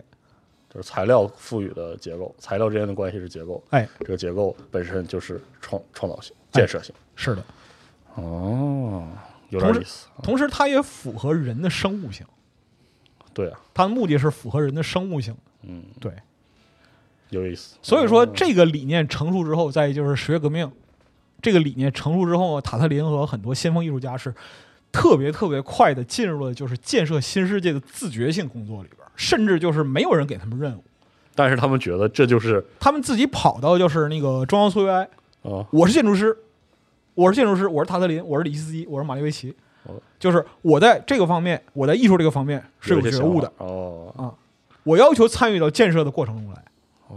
[SPEAKER 2] 就是材料赋予的结构，材料之间的关系是结构，
[SPEAKER 3] 哎，
[SPEAKER 2] 这个结构本身就是创创造性、建设性。
[SPEAKER 3] 是的。
[SPEAKER 2] 哦，有点
[SPEAKER 3] 同时
[SPEAKER 2] 意思。啊
[SPEAKER 3] 同时，它也符合人的生物性，
[SPEAKER 2] 对啊，
[SPEAKER 3] 它的目的是符合人的生物性。
[SPEAKER 2] 嗯，
[SPEAKER 3] 对。
[SPEAKER 2] 有意思。
[SPEAKER 3] 所以说，
[SPEAKER 2] 哦
[SPEAKER 3] 这个理念成熟之后，再就是十月革命，这个理念成熟之后，塔特林和很多先锋艺术家是特别特别快的进入了就是建设新世界的自觉性工作里边，甚至就是没有人给他们任务，
[SPEAKER 2] 但是他们觉得这就是
[SPEAKER 3] 他们自己跑到就是那个中央苏维埃，
[SPEAKER 2] 啊，
[SPEAKER 3] 我是建筑师，我是建筑师，我是塔特林，我是里希斯基，我是马列维奇
[SPEAKER 2] 哦，
[SPEAKER 3] 就是我在这个方面，我在艺术这个方面是有
[SPEAKER 2] 一些
[SPEAKER 3] 觉悟的
[SPEAKER 2] 想，法哦。
[SPEAKER 3] 我要求参与到建设的过程中来。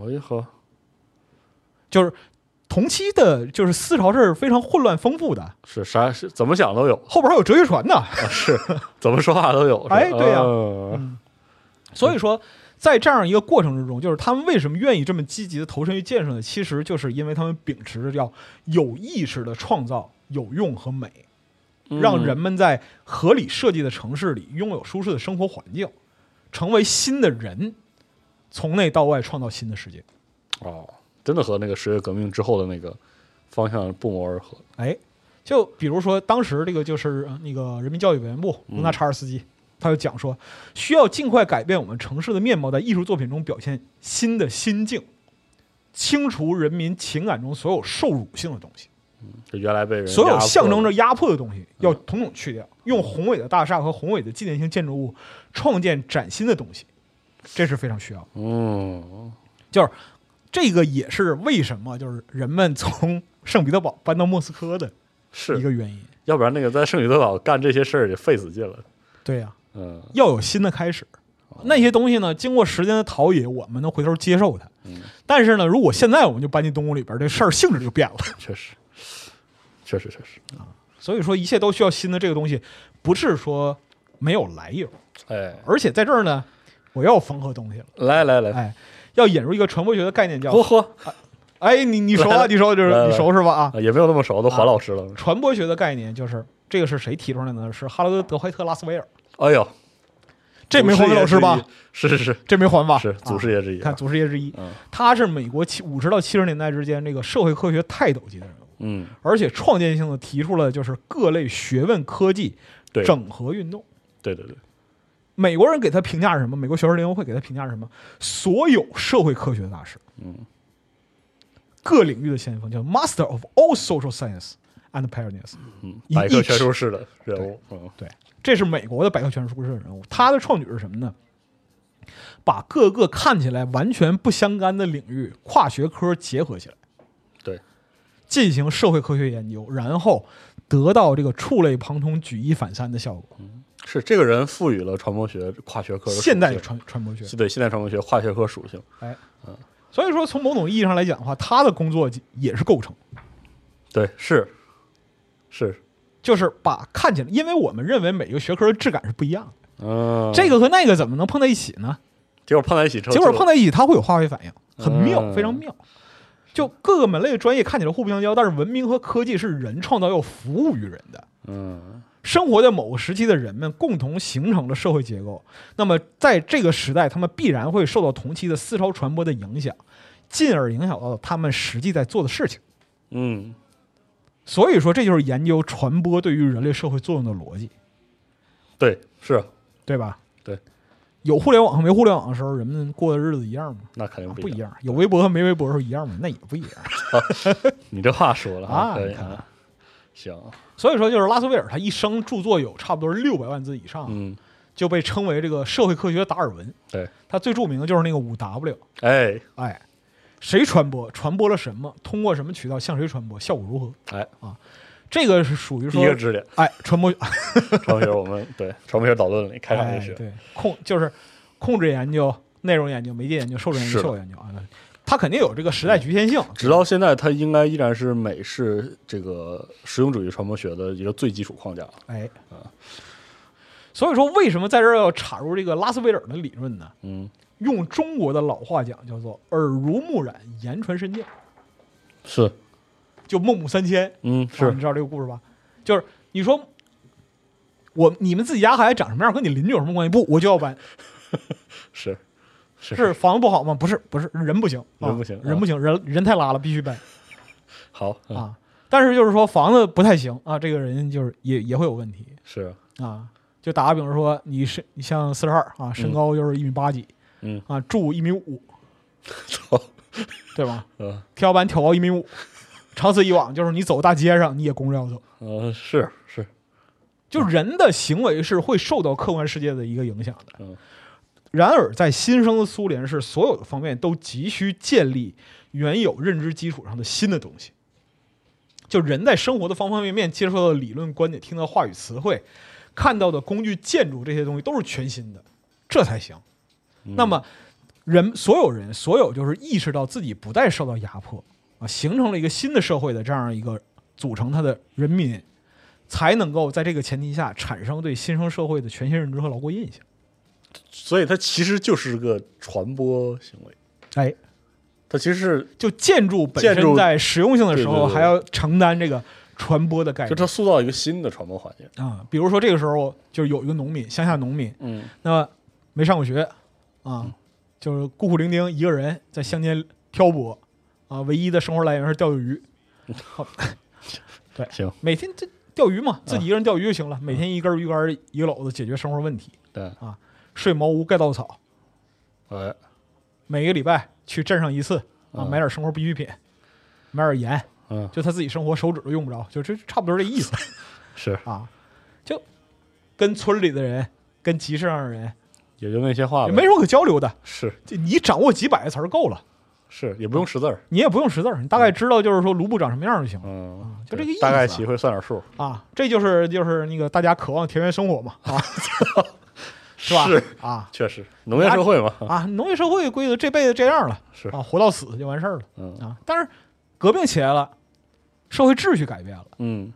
[SPEAKER 2] 哎呀呵，
[SPEAKER 3] 就是同期的，就是思潮是非常混乱丰富的，
[SPEAKER 2] 是啥是怎么想都有，
[SPEAKER 3] 后边还有哲学传呢。
[SPEAKER 2] 是怎么说话都有。是吧
[SPEAKER 3] 哎对呀
[SPEAKER 2] 嗯
[SPEAKER 3] 所以说，在这样一个过程之中，就是他们为什么愿意这么积极的投身于建设呢？其实就是因为他们秉持着要有意识的创造有用和美，让人们在合理设计的城市里拥有舒适的生活环境，成为新的人，从内到外创造新的世界。
[SPEAKER 2] 哦，真的和那个十月革谋之后的那个方向不谋而合。
[SPEAKER 3] 哎，就比如说当时这个就是呃那个人民教育委员部
[SPEAKER 2] 嗯
[SPEAKER 3] 卢纳查尔斯基，他就讲说，需要尽快改变我们城市的面貌，在艺术作品中表现新的心境，清除人民情感中所有受辱性的东西，
[SPEAKER 2] 就原来被人
[SPEAKER 3] 所有
[SPEAKER 2] 压迫嗯
[SPEAKER 3] 象征着压迫的东西要统统去掉，用宏伟的大厦和宏伟的纪念性建筑物创建崭新的东西，这是非常需要的。
[SPEAKER 2] 嗯
[SPEAKER 3] 就是这个也是为什么就是人们从圣彼得堡搬到莫斯科的一
[SPEAKER 2] 是，
[SPEAKER 3] 个原因。
[SPEAKER 2] 要不然那个在圣彼得堡干这些事儿也费死劲了。
[SPEAKER 3] 对呀、啊
[SPEAKER 2] 嗯
[SPEAKER 3] 要有新的开始。
[SPEAKER 2] 哦
[SPEAKER 3] 那些东西呢，经过时间的陶冶，我们能回头接受它。
[SPEAKER 2] 嗯，
[SPEAKER 3] 但是呢，如果现在我们就搬进东屋里边，这事儿性质就变了。
[SPEAKER 2] 确实，确实确实。
[SPEAKER 3] 所以说，一切都需要新的这个东西，不是说没有来由。
[SPEAKER 2] 哎，
[SPEAKER 3] 而且在这儿呢，我又要缝合东西了。
[SPEAKER 2] 来来来，
[SPEAKER 3] 哎，要引入一个传播学的概念，叫
[SPEAKER 2] 嚯嚯，
[SPEAKER 3] 哎，你你熟
[SPEAKER 2] 哦来
[SPEAKER 3] 啊，
[SPEAKER 2] 了
[SPEAKER 3] 你熟就是
[SPEAKER 2] 来了
[SPEAKER 3] 你熟是吧？啊，
[SPEAKER 2] 啊也没有那么熟，都黄老师了。
[SPEAKER 3] 传播学的概念就是这个是谁提出来的呢？是哈罗德·德怀特·拉斯维尔。
[SPEAKER 2] 哎呦，
[SPEAKER 3] 这没还给老师吧？
[SPEAKER 2] 祖师爷之一？是是是
[SPEAKER 3] 这没还吧？
[SPEAKER 2] 是，祖
[SPEAKER 3] 啊
[SPEAKER 2] 师爷之一。
[SPEAKER 3] 看祖师爷之一，
[SPEAKER 2] 嗯
[SPEAKER 3] 他是美国七五十到七十年代之间这个社会科学泰斗级的人物，
[SPEAKER 2] 嗯，
[SPEAKER 3] 而且创建性的提出了就是各类学问科技
[SPEAKER 2] 对，
[SPEAKER 3] 整合运动。
[SPEAKER 2] 对对对，
[SPEAKER 3] 美国人给他评价是什么？美国学术联合会给他评价是什么？所有社会科学的大师，
[SPEAKER 2] 嗯，
[SPEAKER 3] 各领域的先锋，叫 Master of all social science and pioneers。
[SPEAKER 2] 嗯，
[SPEAKER 3] 一
[SPEAKER 2] 百科
[SPEAKER 3] 一
[SPEAKER 2] 全
[SPEAKER 3] 直
[SPEAKER 2] 书式的人物，嗯
[SPEAKER 3] 对，这是美国的百科全书式的人物。他的创举是什么呢？把各个看起来完全不相干的领域跨学科结合起来，
[SPEAKER 2] 对，
[SPEAKER 3] 进行社会科学研究，然后得到这个触类旁通、举一反三的效果。
[SPEAKER 2] 是这个人赋予了传播学跨学科的属性
[SPEAKER 3] 现代传传播学，
[SPEAKER 2] 对现代传播学跨学科属性，
[SPEAKER 3] 所以说从某种意义上来讲的话，他的工作也是构成，
[SPEAKER 2] 对是是，
[SPEAKER 3] 就是把看起来，因为我们认为每个学科的质感是不一样的，
[SPEAKER 2] 嗯，
[SPEAKER 3] 这个和那个怎么能碰在一起呢？
[SPEAKER 2] 结果碰在一起之后，
[SPEAKER 3] 结果碰在一起，它会有化学反应，很妙，
[SPEAKER 2] 嗯
[SPEAKER 3] 非常妙。就各个门类的专业看起来互不相交，但是文明和科技是人创造要服务于人的。
[SPEAKER 2] 嗯
[SPEAKER 3] 生活在某个时期的人们共同形成了社会结构，那么在这个时代，他们必然会受到同期的思潮传播的影响，进而影响到他们实际在做的事情。
[SPEAKER 2] 嗯
[SPEAKER 3] 所以说，这就是研究传播对于人类社会作用的逻辑，
[SPEAKER 2] 对是啊
[SPEAKER 3] 对吧？
[SPEAKER 2] 对，
[SPEAKER 3] 有互联网和没互联网的时候，人们过的日子一样吗？
[SPEAKER 2] 那肯定
[SPEAKER 3] 不
[SPEAKER 2] 一
[SPEAKER 3] 一
[SPEAKER 2] 样，
[SPEAKER 3] 样。有微博和没微博的时候一样吗？那也不一样。
[SPEAKER 2] 你这话说了
[SPEAKER 3] 啊
[SPEAKER 2] 可以
[SPEAKER 3] 你看
[SPEAKER 2] 啊，行，
[SPEAKER 3] 所以说，就是拉斯维尔他一生著作有差不多六百万字以上，
[SPEAKER 2] 嗯
[SPEAKER 3] 就被称为这个社会科学达尔文。
[SPEAKER 2] 对，
[SPEAKER 3] 他最著名的就是那个五 W，
[SPEAKER 2] 哎
[SPEAKER 3] 哎，谁传播，传播了什么，通过什么渠道向谁传播，效果如何？
[SPEAKER 2] 哎，
[SPEAKER 3] 这个是属于
[SPEAKER 2] 第一
[SPEAKER 3] 说
[SPEAKER 2] 个支点，
[SPEAKER 3] 哎传播
[SPEAKER 2] 传播学我们对传播学导论里开场
[SPEAKER 3] 哎
[SPEAKER 2] 就学，
[SPEAKER 3] 对控就是控制研究、内容研究、媒介研究、受众研究、
[SPEAKER 2] 是的嗯
[SPEAKER 3] 效果研究啊，它肯定有这个时代局限性。
[SPEAKER 2] 直到现在，它应该依然是美式这个实用主义传播学的一个最基础框架。
[SPEAKER 3] 哎，所以说为什么在这儿要插入这个拉斯维尔的理论呢？
[SPEAKER 2] 嗯，
[SPEAKER 3] 用中国的老话讲叫做耳濡目染，言传身教，
[SPEAKER 2] 是，
[SPEAKER 3] 就孟母三迁。
[SPEAKER 2] 嗯
[SPEAKER 3] 啊你知道这个故事吧？就是你说我你们自己家孩子长什么样，跟你邻居有什么关系？不，我就要搬。
[SPEAKER 2] 是是
[SPEAKER 3] 是房子不好吗？不是，不是人不行，啊
[SPEAKER 2] 人不行
[SPEAKER 3] 人不行，人人太拉了，必须搬
[SPEAKER 2] 好，嗯
[SPEAKER 3] 啊！但是就是说房子不太行啊，这个人就是也也会有问题
[SPEAKER 2] 是
[SPEAKER 3] 啊。就打个比方说，你是你像四十二啊，身高就是一米八几，
[SPEAKER 2] 嗯
[SPEAKER 3] 啊，住一米五，
[SPEAKER 2] 操，
[SPEAKER 3] 对吧？
[SPEAKER 2] 嗯
[SPEAKER 3] 天花板挑高一米五，长此以往，就是你走大街上你也弓着腰走。
[SPEAKER 2] 嗯是是，
[SPEAKER 3] 就人的行为是会受到客观世界的一个影响的。
[SPEAKER 2] 嗯
[SPEAKER 3] 然而，在新生的苏联是所有的方面都急需建立原有认知基础上的新的东西。就人在生活的方方面面接受到的理论观点、听到话语词汇、看到的工具、建筑这些东西都是全新的，这才行。那么，人所有人所有就是意识到自己不再受到压迫啊，形成了一个新的社会的这样一个组成它的人民，才能够在这个前提下产生对新生社会的全新认知和牢固印象。
[SPEAKER 2] 所以它其实就是个传播行为，
[SPEAKER 3] 哎，
[SPEAKER 2] 它其实是
[SPEAKER 3] 就建筑本
[SPEAKER 2] 建筑
[SPEAKER 3] 身在实用性的时
[SPEAKER 2] 对
[SPEAKER 3] 候
[SPEAKER 2] 对对
[SPEAKER 3] 还要承担这个传播的概
[SPEAKER 2] 就它
[SPEAKER 3] 念
[SPEAKER 2] 塑造一个新的传播环境。
[SPEAKER 3] 啊。比如说这个时候就是有一个农民，乡下农民，
[SPEAKER 2] 嗯
[SPEAKER 3] 那么没上过学啊，就是孤苦伶仃一个人在乡间漂泊啊，唯一的生活来源是钓鱼。
[SPEAKER 2] 行，
[SPEAKER 3] 每天这钓鱼嘛，
[SPEAKER 2] 啊
[SPEAKER 3] 自己一个人钓鱼就行了，每天一根鱼竿一个篓子解决生活问题，
[SPEAKER 2] 对，
[SPEAKER 3] 睡茅屋盖稻草，
[SPEAKER 2] 哎，
[SPEAKER 3] 每个礼拜去镇上一次啊，
[SPEAKER 2] 嗯
[SPEAKER 3] 买点生活必需品，买点盐，
[SPEAKER 2] 嗯
[SPEAKER 3] 就他自己生活手指都用不着，就这差不多这意 思
[SPEAKER 2] 是，
[SPEAKER 3] 啊，就跟村里的人。跟集市上的人
[SPEAKER 2] 也就那些话
[SPEAKER 3] 也
[SPEAKER 2] 呗，
[SPEAKER 3] 没什么可交流的，
[SPEAKER 2] 是
[SPEAKER 3] 就你掌握几百个词儿够了，
[SPEAKER 2] 是，也不用识字儿。
[SPEAKER 3] 你也不用识字儿，你大概知道就是说卢布长什么样就行了
[SPEAKER 2] 嗯，
[SPEAKER 3] 就
[SPEAKER 2] 对
[SPEAKER 3] 这个意
[SPEAKER 2] 大概
[SPEAKER 3] 思啊
[SPEAKER 2] 齐会算点数，
[SPEAKER 3] 啊。这就是就是那个大家渴望田园生活 嘛啊，是吧？
[SPEAKER 2] 是
[SPEAKER 3] 啊，
[SPEAKER 2] 确实农业社会嘛，
[SPEAKER 3] 啊，农业社会规则这辈子这样了，
[SPEAKER 2] 是
[SPEAKER 3] 啊，活到死就完事儿了
[SPEAKER 2] 嗯
[SPEAKER 3] 啊。但是革命起来了，社会秩序改变了，
[SPEAKER 2] 嗯，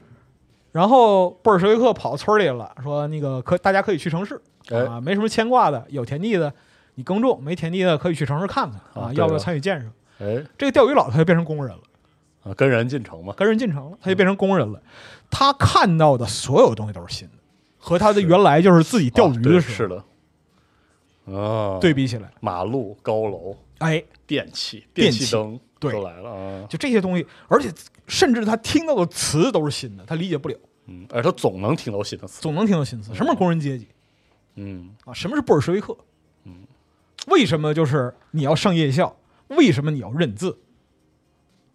[SPEAKER 3] 然后布尔什维克跑村里了，说那个可大家可以去城市
[SPEAKER 2] 哎，
[SPEAKER 3] 啊，没什么牵挂的，有田地的你耕种，没田地的可以去城市看看
[SPEAKER 2] 啊
[SPEAKER 3] 啊，
[SPEAKER 2] 对
[SPEAKER 3] 要不要
[SPEAKER 2] 了
[SPEAKER 3] 参与建设？
[SPEAKER 2] 哎，
[SPEAKER 3] 这个钓鱼佬他就变成工人了，
[SPEAKER 2] 啊，跟人进城嘛，
[SPEAKER 3] 跟人进城了，他就变成工人了。他看到的所有东西都是新的，和他的原来就是自己钓
[SPEAKER 2] 啊
[SPEAKER 3] 鱼
[SPEAKER 2] 对
[SPEAKER 3] 的时
[SPEAKER 2] 是
[SPEAKER 3] 候
[SPEAKER 2] 的，啊，
[SPEAKER 3] 对，比起来，
[SPEAKER 2] 马路、高楼、
[SPEAKER 3] 哎，
[SPEAKER 2] 电器、
[SPEAKER 3] 电
[SPEAKER 2] 气
[SPEAKER 3] 器
[SPEAKER 2] 灯
[SPEAKER 3] 对
[SPEAKER 2] 都来了啊，
[SPEAKER 3] 就这些东西，而且甚至他听到的词都是新的，他理解不了。
[SPEAKER 2] 嗯，而他总能听到新的词，
[SPEAKER 3] 总能听到新词。什么是工人阶级
[SPEAKER 2] 嗯，
[SPEAKER 3] 啊？什么是布尔什维克？为什么就是你要上夜校？为什么你要认字？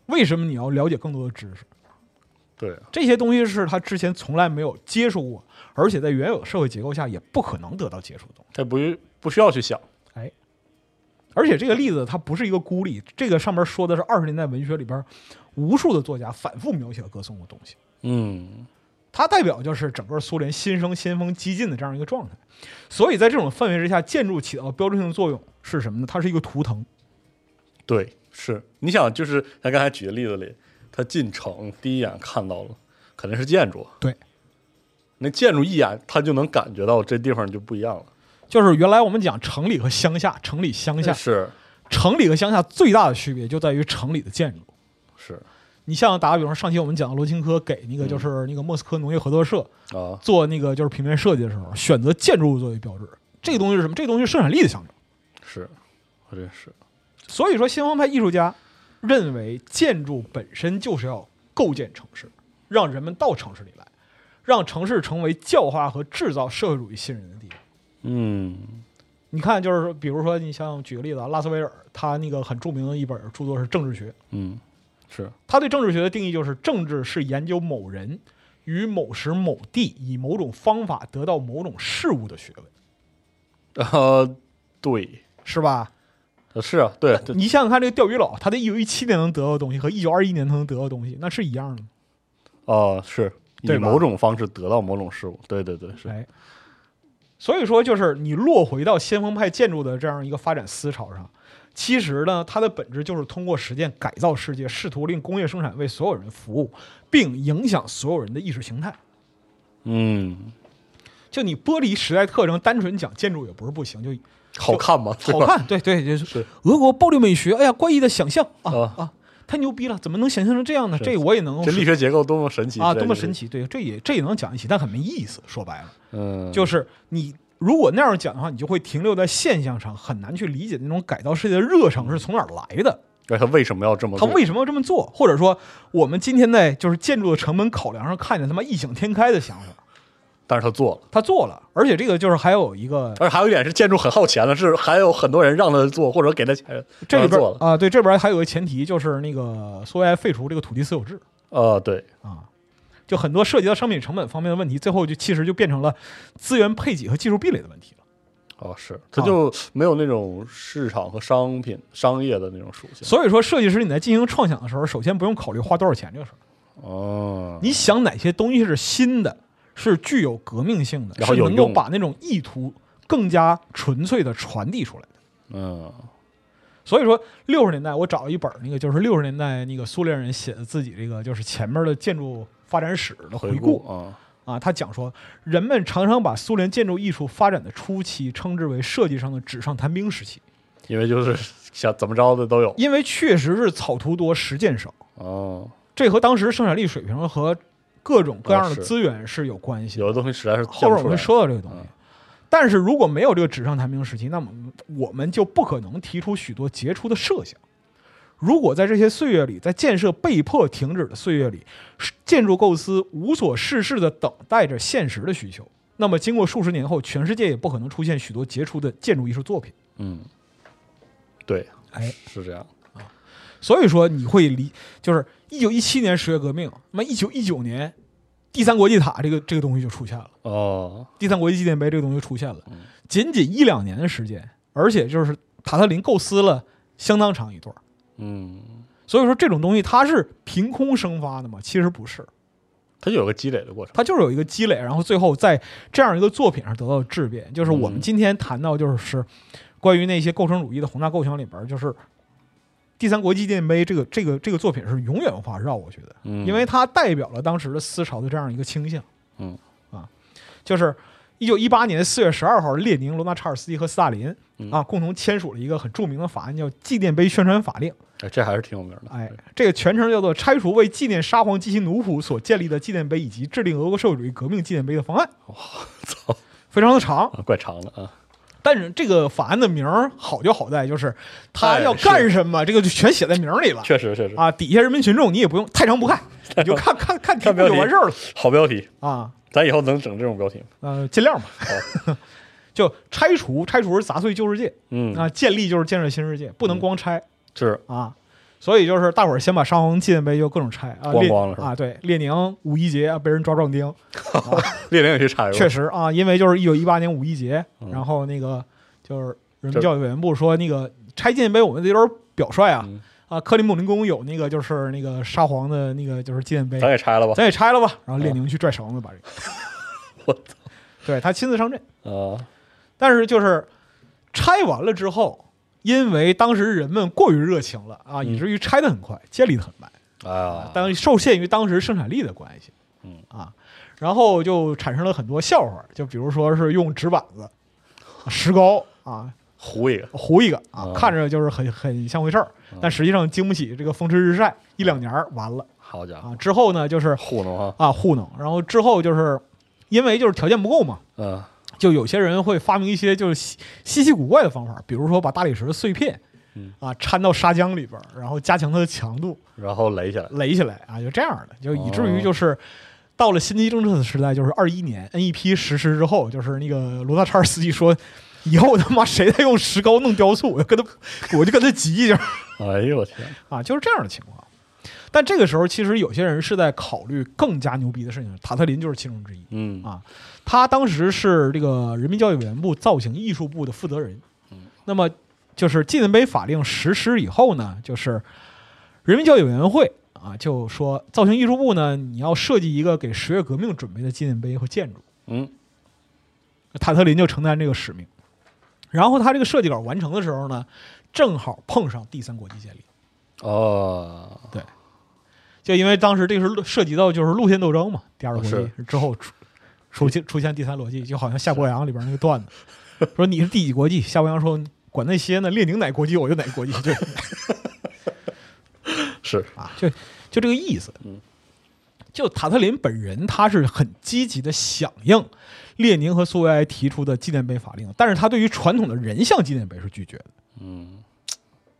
[SPEAKER 3] 为什么你要了解更多的知识？
[SPEAKER 2] 对，
[SPEAKER 3] 这些东西是他之前从来没有接触过，而且在原有社会结构下也不可能得到接触的东西。
[SPEAKER 2] 他不不需要去想，
[SPEAKER 3] 哎，而且这个例子它不是一个孤立，这个上面说的是二十年代文学里边无数的作家反复描写歌颂的东西。
[SPEAKER 2] 嗯，
[SPEAKER 3] 它代表就是整个苏联新生先锋激进的这样一个状态。所以在这种氛围之下，建筑起到标志性作用是什么呢？它是一个图腾。
[SPEAKER 2] 对，是你想，就是他刚才举的例子里，他进城第一眼看到了，肯定是建筑。
[SPEAKER 3] 对，
[SPEAKER 2] 那建筑一眼他就能感觉到这地方就不一样了。
[SPEAKER 3] 就是原来我们讲城里和乡下，城里乡下，
[SPEAKER 2] 是
[SPEAKER 3] 城里和乡下最大的区别就在于城里的建筑。
[SPEAKER 2] 是
[SPEAKER 3] 你像打个比方，上期我们讲罗琴科给那个就是那个莫斯科农业合作社
[SPEAKER 2] 啊，
[SPEAKER 3] 做那个就是平面设计的时候，选择建筑物作为标志，这个东西是什么？这个东西是生产力的象征。
[SPEAKER 2] 是，还真是
[SPEAKER 3] 所以说，西方派艺术家认为建筑本身就是要构建城市，让人们到城市里来，让城市成为教化和制造社会主义新人的地方。
[SPEAKER 2] 嗯，
[SPEAKER 3] 你看，就是说比如说，你像举个例子啊，拉斯维尔他那个很著名的一本著作是《政治学》，
[SPEAKER 2] 嗯，是
[SPEAKER 3] 他对政治学的定义就是：政治是研究某人与某时某地以某种方法得到某种事物的学问，
[SPEAKER 2] 啊，对，
[SPEAKER 3] 是吧？
[SPEAKER 2] 呃是啊，对，对
[SPEAKER 3] 你想想看，这个钓鱼佬，他在一九一七年能得到的东西和一九二一年能得到的东西，那是一样的吗？
[SPEAKER 2] 哦，是以
[SPEAKER 3] 对吧
[SPEAKER 2] 某种方式得到某种事物，对对对，是
[SPEAKER 3] 哎，所以说就是你落回到先锋派建筑的这样一个发展思潮上，其实呢，它的本质就是通过实践改造世界，试图令工业生产为所有人服务，并影响所有人的意识形态。
[SPEAKER 2] 嗯，
[SPEAKER 3] 就你剥离时代特征，单纯讲建筑也不是不行，就
[SPEAKER 2] 好看吗？对
[SPEAKER 3] 好
[SPEAKER 2] 吧
[SPEAKER 3] 看，对对，就是俄国暴力美学，哎呀，怪异的想象啊
[SPEAKER 2] 啊
[SPEAKER 3] 啊，太牛逼了，怎么能想象成这样呢？
[SPEAKER 2] 是
[SPEAKER 3] 这我也能
[SPEAKER 2] 这力学结构多么神奇
[SPEAKER 3] 啊，多么神
[SPEAKER 2] 奇！
[SPEAKER 3] 奇，对，这也这也能讲一起，但很没意思。说白了，
[SPEAKER 2] 嗯，
[SPEAKER 3] 就是你如果那样讲的话，你就会停留在现象上，很难去理解那种改造世界的热诚是从哪儿来的，
[SPEAKER 2] 哎，他为什么要这么
[SPEAKER 3] 他
[SPEAKER 2] 做？
[SPEAKER 3] 为什么要这么做，或者说我们今天在就是建筑的成本考量上看见他妈异想天开的想法，
[SPEAKER 2] 但是他做了。
[SPEAKER 3] 他做了，而且这个就是还有一个
[SPEAKER 2] 而且还有一点是建筑很耗钱的，是还有很多人让他做，或者给他钱，
[SPEAKER 3] 这
[SPEAKER 2] 让
[SPEAKER 3] 里
[SPEAKER 2] 他
[SPEAKER 3] 边
[SPEAKER 2] 做
[SPEAKER 3] 儿
[SPEAKER 2] 了。
[SPEAKER 3] 啊，对，这边儿还有个前提，就是那个苏维埃废除这个土地私有制
[SPEAKER 2] 呃，对，
[SPEAKER 3] 啊，就很多涉及到商品成本方面的问题，最后就其实就变成了资源配给和技术壁垒的问题了。
[SPEAKER 2] 哦，是，他就
[SPEAKER 3] 啊
[SPEAKER 2] 没有那种市场和商品、商业的那种属性。
[SPEAKER 3] 所以说，设计师你在进行创想的时候，首先不用考虑花多少钱这个事儿，
[SPEAKER 2] 哦，
[SPEAKER 3] 你想哪些东西是新的，是具有革命性的，
[SPEAKER 2] 然后
[SPEAKER 3] 是
[SPEAKER 2] 有
[SPEAKER 3] 能够
[SPEAKER 2] 用
[SPEAKER 3] 把那种意图更加纯粹的传递出来的。
[SPEAKER 2] 嗯，
[SPEAKER 3] 所以说，六十年代我找了一本儿那个，就是六十年代那个苏联人写的自己这个，就是前面的建筑发展史的
[SPEAKER 2] 回
[SPEAKER 3] 回顾
[SPEAKER 2] 啊，
[SPEAKER 3] 啊，他讲说，人们常常把苏联建筑艺术发展的初期称之为设计上的纸上谈兵时期，
[SPEAKER 2] 因为就是想怎么着的都有。
[SPEAKER 3] 因为确实是草图多，实践少，
[SPEAKER 2] 哦，
[SPEAKER 3] 这和当时生产力水平和各种各样
[SPEAKER 2] 啊
[SPEAKER 3] 的
[SPEAKER 2] 是
[SPEAKER 3] 资源是有关系的。
[SPEAKER 2] 有的东西实在是
[SPEAKER 3] 后
[SPEAKER 2] 做
[SPEAKER 3] 边
[SPEAKER 2] 不出
[SPEAKER 3] 我们
[SPEAKER 2] 来
[SPEAKER 3] 会。说到这个东西
[SPEAKER 2] 嗯，
[SPEAKER 3] 但是如果没有这个纸上谈兵时期，那么我们就不可能提出许多杰出的设想。如果在这些岁月里，在建设被迫停止的岁月里，是建筑构思无所事事地等待着现实的需求，那么经过数十年后，全世界也不可能出现许多杰出的建筑艺术作品。
[SPEAKER 2] 嗯，对，
[SPEAKER 3] 哎
[SPEAKER 2] 是这样。
[SPEAKER 3] 所以说，你会理就是一九一七年十月革命，那么一九一九年第三国际塔这个这个东西就出现了。
[SPEAKER 2] 哦，
[SPEAKER 3] 第三国际纪念碑这个东西出现了，仅仅一两年的时间，而且就是塔特林构思了相当长一段儿，
[SPEAKER 2] 嗯，
[SPEAKER 3] 所以说这种东西它是凭空生发的嘛？其实不是，
[SPEAKER 2] 它就有个积累的过程。
[SPEAKER 3] 它就是有一个积累，然后最后在这样一个作品上得到质变。就是我们
[SPEAKER 2] 嗯
[SPEAKER 3] 今天谈到就是关于那些构成主义的宏大构想里边儿，就是第三国际纪念碑这个这个这个作品是永远无法绕，我觉得。
[SPEAKER 2] 嗯，
[SPEAKER 3] 因为它代表了当时的思潮的这样一个倾向。
[SPEAKER 2] 嗯，
[SPEAKER 3] 啊，就是一九一八年四月十二号，列宁、罗纳查尔斯基和斯大林
[SPEAKER 2] 嗯
[SPEAKER 3] 啊共同签署了一个很著名的法案，叫《纪念碑宣传法令》。
[SPEAKER 2] 哎这还是挺有名的。
[SPEAKER 3] 哎，这个全称叫做《拆除为纪念沙皇及其奴仆所建立的纪念碑以及制定俄国社会主义革命纪念碑的方 案》。哇，
[SPEAKER 2] 操，
[SPEAKER 3] 非常的长，
[SPEAKER 2] 啊，怪长的啊。
[SPEAKER 3] 但是这个法案的名儿好就好在就是它
[SPEAKER 2] 哎
[SPEAKER 3] 要
[SPEAKER 2] 是
[SPEAKER 3] 干什么，这个就全写在名儿里了。
[SPEAKER 2] 确实，确实，
[SPEAKER 3] 啊，底下人民群众你也不用太 长不看，你就看看看题
[SPEAKER 2] 看
[SPEAKER 3] 目
[SPEAKER 2] 标
[SPEAKER 3] 就
[SPEAKER 2] 题
[SPEAKER 3] 完事儿了
[SPEAKER 2] 好标题，
[SPEAKER 3] 啊。
[SPEAKER 2] 咱以后能整这种标题吗？
[SPEAKER 3] 呃，尽量吧。 就拆除，拆除是砸碎旧世界
[SPEAKER 2] 嗯，
[SPEAKER 3] 啊，建立就是建设新世界，不能光拆
[SPEAKER 2] 是
[SPEAKER 3] 啊。所以就是大伙儿先把沙皇纪念碑就各种拆啊，
[SPEAKER 2] 咣
[SPEAKER 3] 列
[SPEAKER 2] 咣了是吧哎
[SPEAKER 3] 啊，对，列宁五一节啊被人抓壮丁，
[SPEAKER 2] 列宁也去查过，
[SPEAKER 3] 确实啊，因为就是一九一八年五一节，
[SPEAKER 2] 嗯
[SPEAKER 3] 然后那个就是人
[SPEAKER 2] 这
[SPEAKER 3] 民教育委员部说那个拆纪念碑我们得有点表率啊
[SPEAKER 2] 嗯
[SPEAKER 3] 啊，克里姆林宫有那个就是那个沙皇的那个就是纪念碑，
[SPEAKER 2] 咱给拆了吧。
[SPEAKER 3] 咱也拆了吧。然后列宁去拽绳子把这个，
[SPEAKER 2] 哎 我操！
[SPEAKER 3] 对他亲自上阵，
[SPEAKER 2] 啊，
[SPEAKER 3] 但是就是拆完了之后，因为当时人们过于热情了
[SPEAKER 2] 嗯
[SPEAKER 3] 啊，以至于拆的很快，建立的很慢。
[SPEAKER 2] 哎呀，
[SPEAKER 3] 当受限于当时生产力的关系，
[SPEAKER 2] 嗯
[SPEAKER 3] 啊，然后就产生了很多笑话，就比如说是用纸板子、石膏啊
[SPEAKER 2] 糊一个，
[SPEAKER 3] 糊一个啊
[SPEAKER 2] 啊，
[SPEAKER 3] 看着就是很很像回事儿，
[SPEAKER 2] 哦
[SPEAKER 3] 但实际上经不起这个风吹日晒，一两年儿完了
[SPEAKER 2] 好家伙，
[SPEAKER 3] 啊。之后呢，就是
[SPEAKER 2] 糊弄哈，
[SPEAKER 3] 啊糊弄，然后之后就是因为就是条件不够嘛，
[SPEAKER 2] 嗯
[SPEAKER 3] 就有些人会发明一些就是稀稀奇古怪的方法，比如说把大理石碎片
[SPEAKER 2] 嗯。
[SPEAKER 3] 啊，掺到砂浆里边儿，然后加强它的强度，
[SPEAKER 2] 然后垒起来，
[SPEAKER 3] 垒起来啊，就这样的，就以至于
[SPEAKER 2] 哦
[SPEAKER 3] 就是到了新经济政策的时代，就是二一年 NEP 实施之后，就是那个罗大昌司机说，以后他妈谁再用石膏弄雕塑，我就跟他，我就跟他急一下
[SPEAKER 2] 哎呦我天，
[SPEAKER 3] 啊，就是这样的情况。但这个时候，其实有些人是在考虑更加牛逼的事情，塔特林就是其中之一。
[SPEAKER 2] 嗯
[SPEAKER 3] 啊他当时是这个人民教育委员部造型艺术部的负责人。那么就是纪念碑法令实施以后呢，就是人民教育委员会啊，就说造型艺术部呢，你要设计一个给十月革命准备的纪念碑和建筑。
[SPEAKER 2] 嗯，
[SPEAKER 3] 塔特林就承担这个使命。然后他这个设计稿完成的时候呢，正好碰上第三国际建立，
[SPEAKER 2] 哦，
[SPEAKER 3] 就因为当时这个是涉及到就是路线斗争嘛，第二国际
[SPEAKER 2] 啊是
[SPEAKER 3] 之后出出现出现第三逻辑，就好像夏伯阳里边那个段子，说你是第几国际，夏伯阳说管那些呢，列宁哪国际我就哪国际， 就
[SPEAKER 2] 是
[SPEAKER 3] 啊，就就这个意思。
[SPEAKER 2] 嗯，
[SPEAKER 3] 就塔特林本人他是很积极的响应列宁和苏维埃提出的纪念碑法令，但是他对于传统的人像纪念碑是拒绝的。
[SPEAKER 2] 嗯，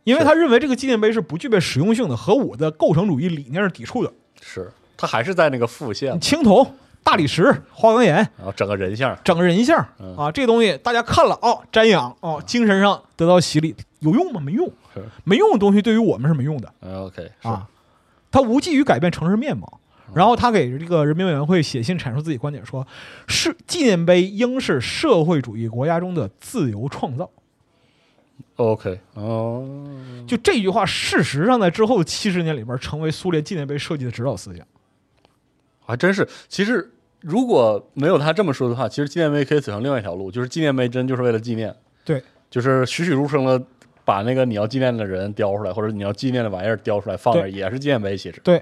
[SPEAKER 3] 因为他认为这个纪念碑是不具备实用性的，和我的构成主义理念是抵触的。
[SPEAKER 2] 是，他还是在那个复线，
[SPEAKER 3] 青铜、大理石、花岗岩，
[SPEAKER 2] 然后整个人像，
[SPEAKER 3] 整个人像
[SPEAKER 2] 嗯
[SPEAKER 3] 啊，这东西大家看了哦，瞻仰哦，精神上得到洗礼，有用吗？没用
[SPEAKER 2] 是，
[SPEAKER 3] 没用的东西对于我们是没用的
[SPEAKER 2] 嗯，OK，是，嗯
[SPEAKER 3] 啊，它无济于改变城市面貌。然后他给这个人民委员会写信阐述自己观点说，是纪念碑应是社会主义国家中的自由创造。
[SPEAKER 2] OK，哦，
[SPEAKER 3] 就这句话，事实上在之后七十年里边成为苏联纪念碑设计的指导思想。
[SPEAKER 2] 还真是。其实如果没有他这么说的话，其实纪念碑可以走上另外一条路，就是纪念碑真就是为了纪念，
[SPEAKER 3] 对，
[SPEAKER 2] 就是栩栩如生的把那个你要纪念的人雕出来，或者你要纪念的玩意儿雕出来放那儿，
[SPEAKER 3] 对
[SPEAKER 2] 也是纪念碑其实
[SPEAKER 3] 对，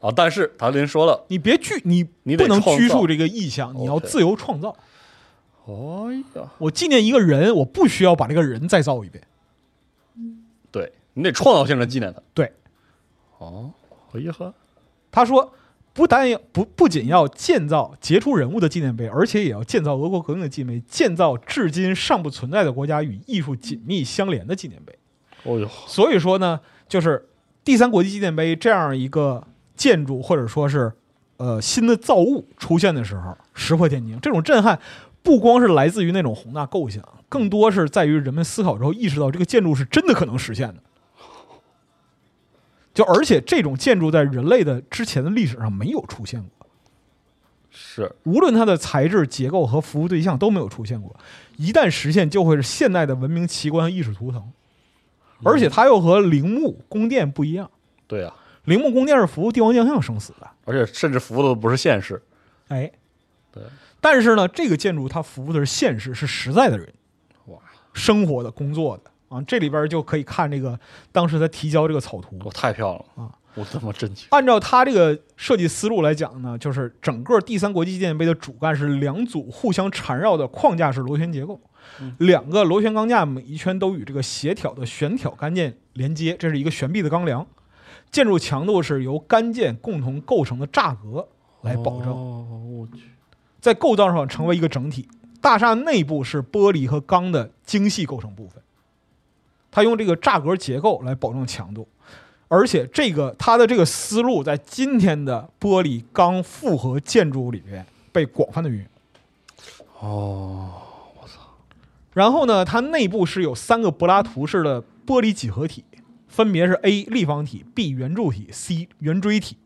[SPEAKER 2] 啊。但是唐林说了，
[SPEAKER 3] 你别拘，你
[SPEAKER 2] 你得
[SPEAKER 3] 不能
[SPEAKER 2] 创
[SPEAKER 3] 拘
[SPEAKER 2] 造
[SPEAKER 3] 束这个意向，你要
[SPEAKER 2] OK
[SPEAKER 3] 自由创造。
[SPEAKER 2] 哎呀，
[SPEAKER 3] 我纪念一个人，我不需要把这个人再造一遍。
[SPEAKER 2] 对你得创造性的纪念他。
[SPEAKER 3] 对，
[SPEAKER 2] 哦，哎呀呵，
[SPEAKER 3] 他说，不但要不不仅要建造杰出人物的纪念碑，而且也要建造俄国革命的纪念碑，建造至今尚不存在的国家与艺术紧密相连的纪念碑。
[SPEAKER 2] 哦呦，
[SPEAKER 3] 所以说呢，就是第三国际纪念碑这样一个建筑或者说是呃新的造物出现的时候，石破天惊，这种震撼不光是来自于那种宏大构想，更多是在于人们思考之后意识到这个建筑是真的可能实现的。就而且这种建筑在人类的之前的历史上没有出现过，
[SPEAKER 2] 是
[SPEAKER 3] 无论它的材质、结构和服务对象都没有出现过。一旦实现，就会是现代的文明奇观和艺术图腾。而且它又和陵墓、宫殿不一样，
[SPEAKER 2] 对啊，
[SPEAKER 3] 陵墓、宫殿是服务帝王将相生死的，
[SPEAKER 2] 而且甚至服务的不是现实，
[SPEAKER 3] 哎，
[SPEAKER 2] 对。
[SPEAKER 3] 但是呢，这个建筑它服务的是现实，是实在的人，
[SPEAKER 2] 哇，
[SPEAKER 3] 生活的、工作的啊。这里边就可以看这个当时他提交这个草图
[SPEAKER 2] 我、，太漂亮了
[SPEAKER 3] 啊！
[SPEAKER 2] 我他妈真去，
[SPEAKER 3] 按照他这个设计思路来讲呢，就是整个第三国际纪念碑的主干是两组互相缠绕的框架式螺旋结构，两个螺旋钢架每一圈都与这个斜挑的悬挑杆件连接，这是一个悬臂的钢梁。建筑强度是由杆件共同构成的栅格来保证，
[SPEAKER 2] 哦，我去，
[SPEAKER 3] 在构造上成为一个整体。大厦内部是玻璃和钢的精细构成部分，它用这个栅格结构来保证强度，而且这个它的这个思路在今天的玻璃钢复合建筑里面被广泛的运用。
[SPEAKER 2] 哦，
[SPEAKER 3] 然后呢，它内部是有三个柏拉图式的玻璃几何体，分别是 A 立方体、B 圆柱体、C 圆锥体。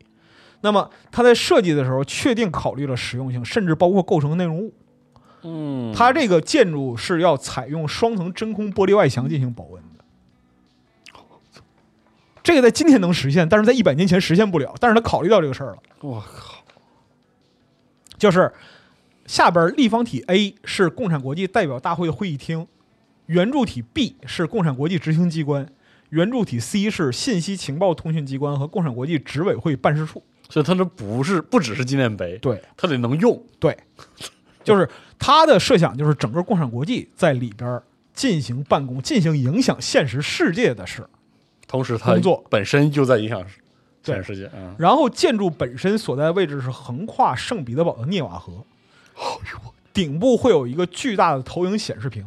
[SPEAKER 3] 那么它在设计的时候，确定考虑了实用性，甚至包括构成内容物。
[SPEAKER 2] 嗯，
[SPEAKER 3] 它这个建筑是要采用双层真空玻璃外墙进行保温的。这个在今天能实现，但是在一百年前实现不了。但是他考虑到这个事儿了，
[SPEAKER 2] 我靠，
[SPEAKER 3] 就是下边立方体 A 是共产国际代表大会的会议厅，圆柱体 B 是共产国际执行机关，圆柱体 C 是信息情报通讯机关和共产国际执委会办事处。
[SPEAKER 2] 所以它这不是不只是纪念碑，
[SPEAKER 3] 对
[SPEAKER 2] 它得能用，
[SPEAKER 3] 对， 就是他的设想就是整个共产国际在里边儿进行办公，进行影响现实世界的事儿。
[SPEAKER 2] 同时它
[SPEAKER 3] 工作
[SPEAKER 2] 本身就在影响
[SPEAKER 3] 对
[SPEAKER 2] 全世界啊。
[SPEAKER 3] 然后建筑本身所在位置是横跨圣彼得堡的涅瓦河，顶部会有一个巨大的投影显示屏，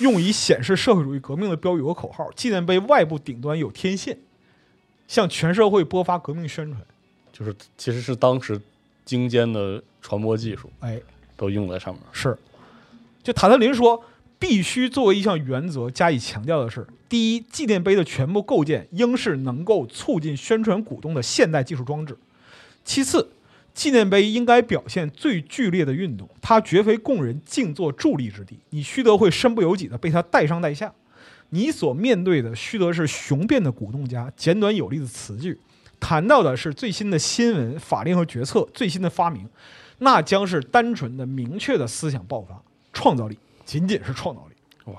[SPEAKER 3] 用以显示社会主义革命的标语和口号。纪念碑外部顶端有天线，向全社会播发革命宣传。
[SPEAKER 2] 就是其实是当时精尖的传播技术
[SPEAKER 3] 哎，
[SPEAKER 2] 都用在上面。
[SPEAKER 3] 是，就塔特林说，必须作为一项原则加以强调的是：第一，纪念碑的全部构建应是能够促进宣传鼓动的现代技术装置；其次，纪念碑应该表现最剧烈的运动，它绝非供人静坐伫立之地，你须得会身不由己的被它带上带下。你所面对的须得是雄辩的鼓动家，简短有力的词句，谈到的是最新的新闻、法令和决策，最新的发明，那将是单纯的、明确的思想爆发、创造力，仅仅是创造力。
[SPEAKER 2] 哇，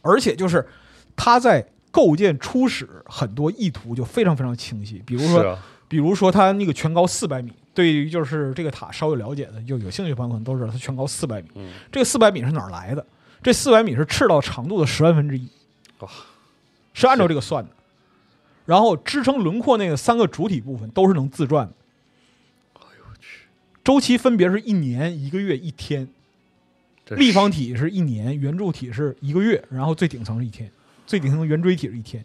[SPEAKER 3] 而且就是他在构建初始很多意图就非常非常清晰，比如说，
[SPEAKER 2] 是啊
[SPEAKER 3] 比如说它那个全高四百米，对于就是这个塔稍有了解的，就有兴趣的朋友可能都知道，它全高四百米。
[SPEAKER 2] 嗯
[SPEAKER 3] 这个四百米是哪儿来的？这四百米是赤道长度的十万分之一，
[SPEAKER 2] 哇，
[SPEAKER 3] 是按照这个算的。然后支撑轮廓那个三个主体部分都是能自转的。
[SPEAKER 2] 哎
[SPEAKER 3] 周期分别是一年、一个月、一天。
[SPEAKER 2] 这
[SPEAKER 3] 立方体是一年，圆柱体是一个月，然后最顶层是一天，最顶层的圆锥体是一天。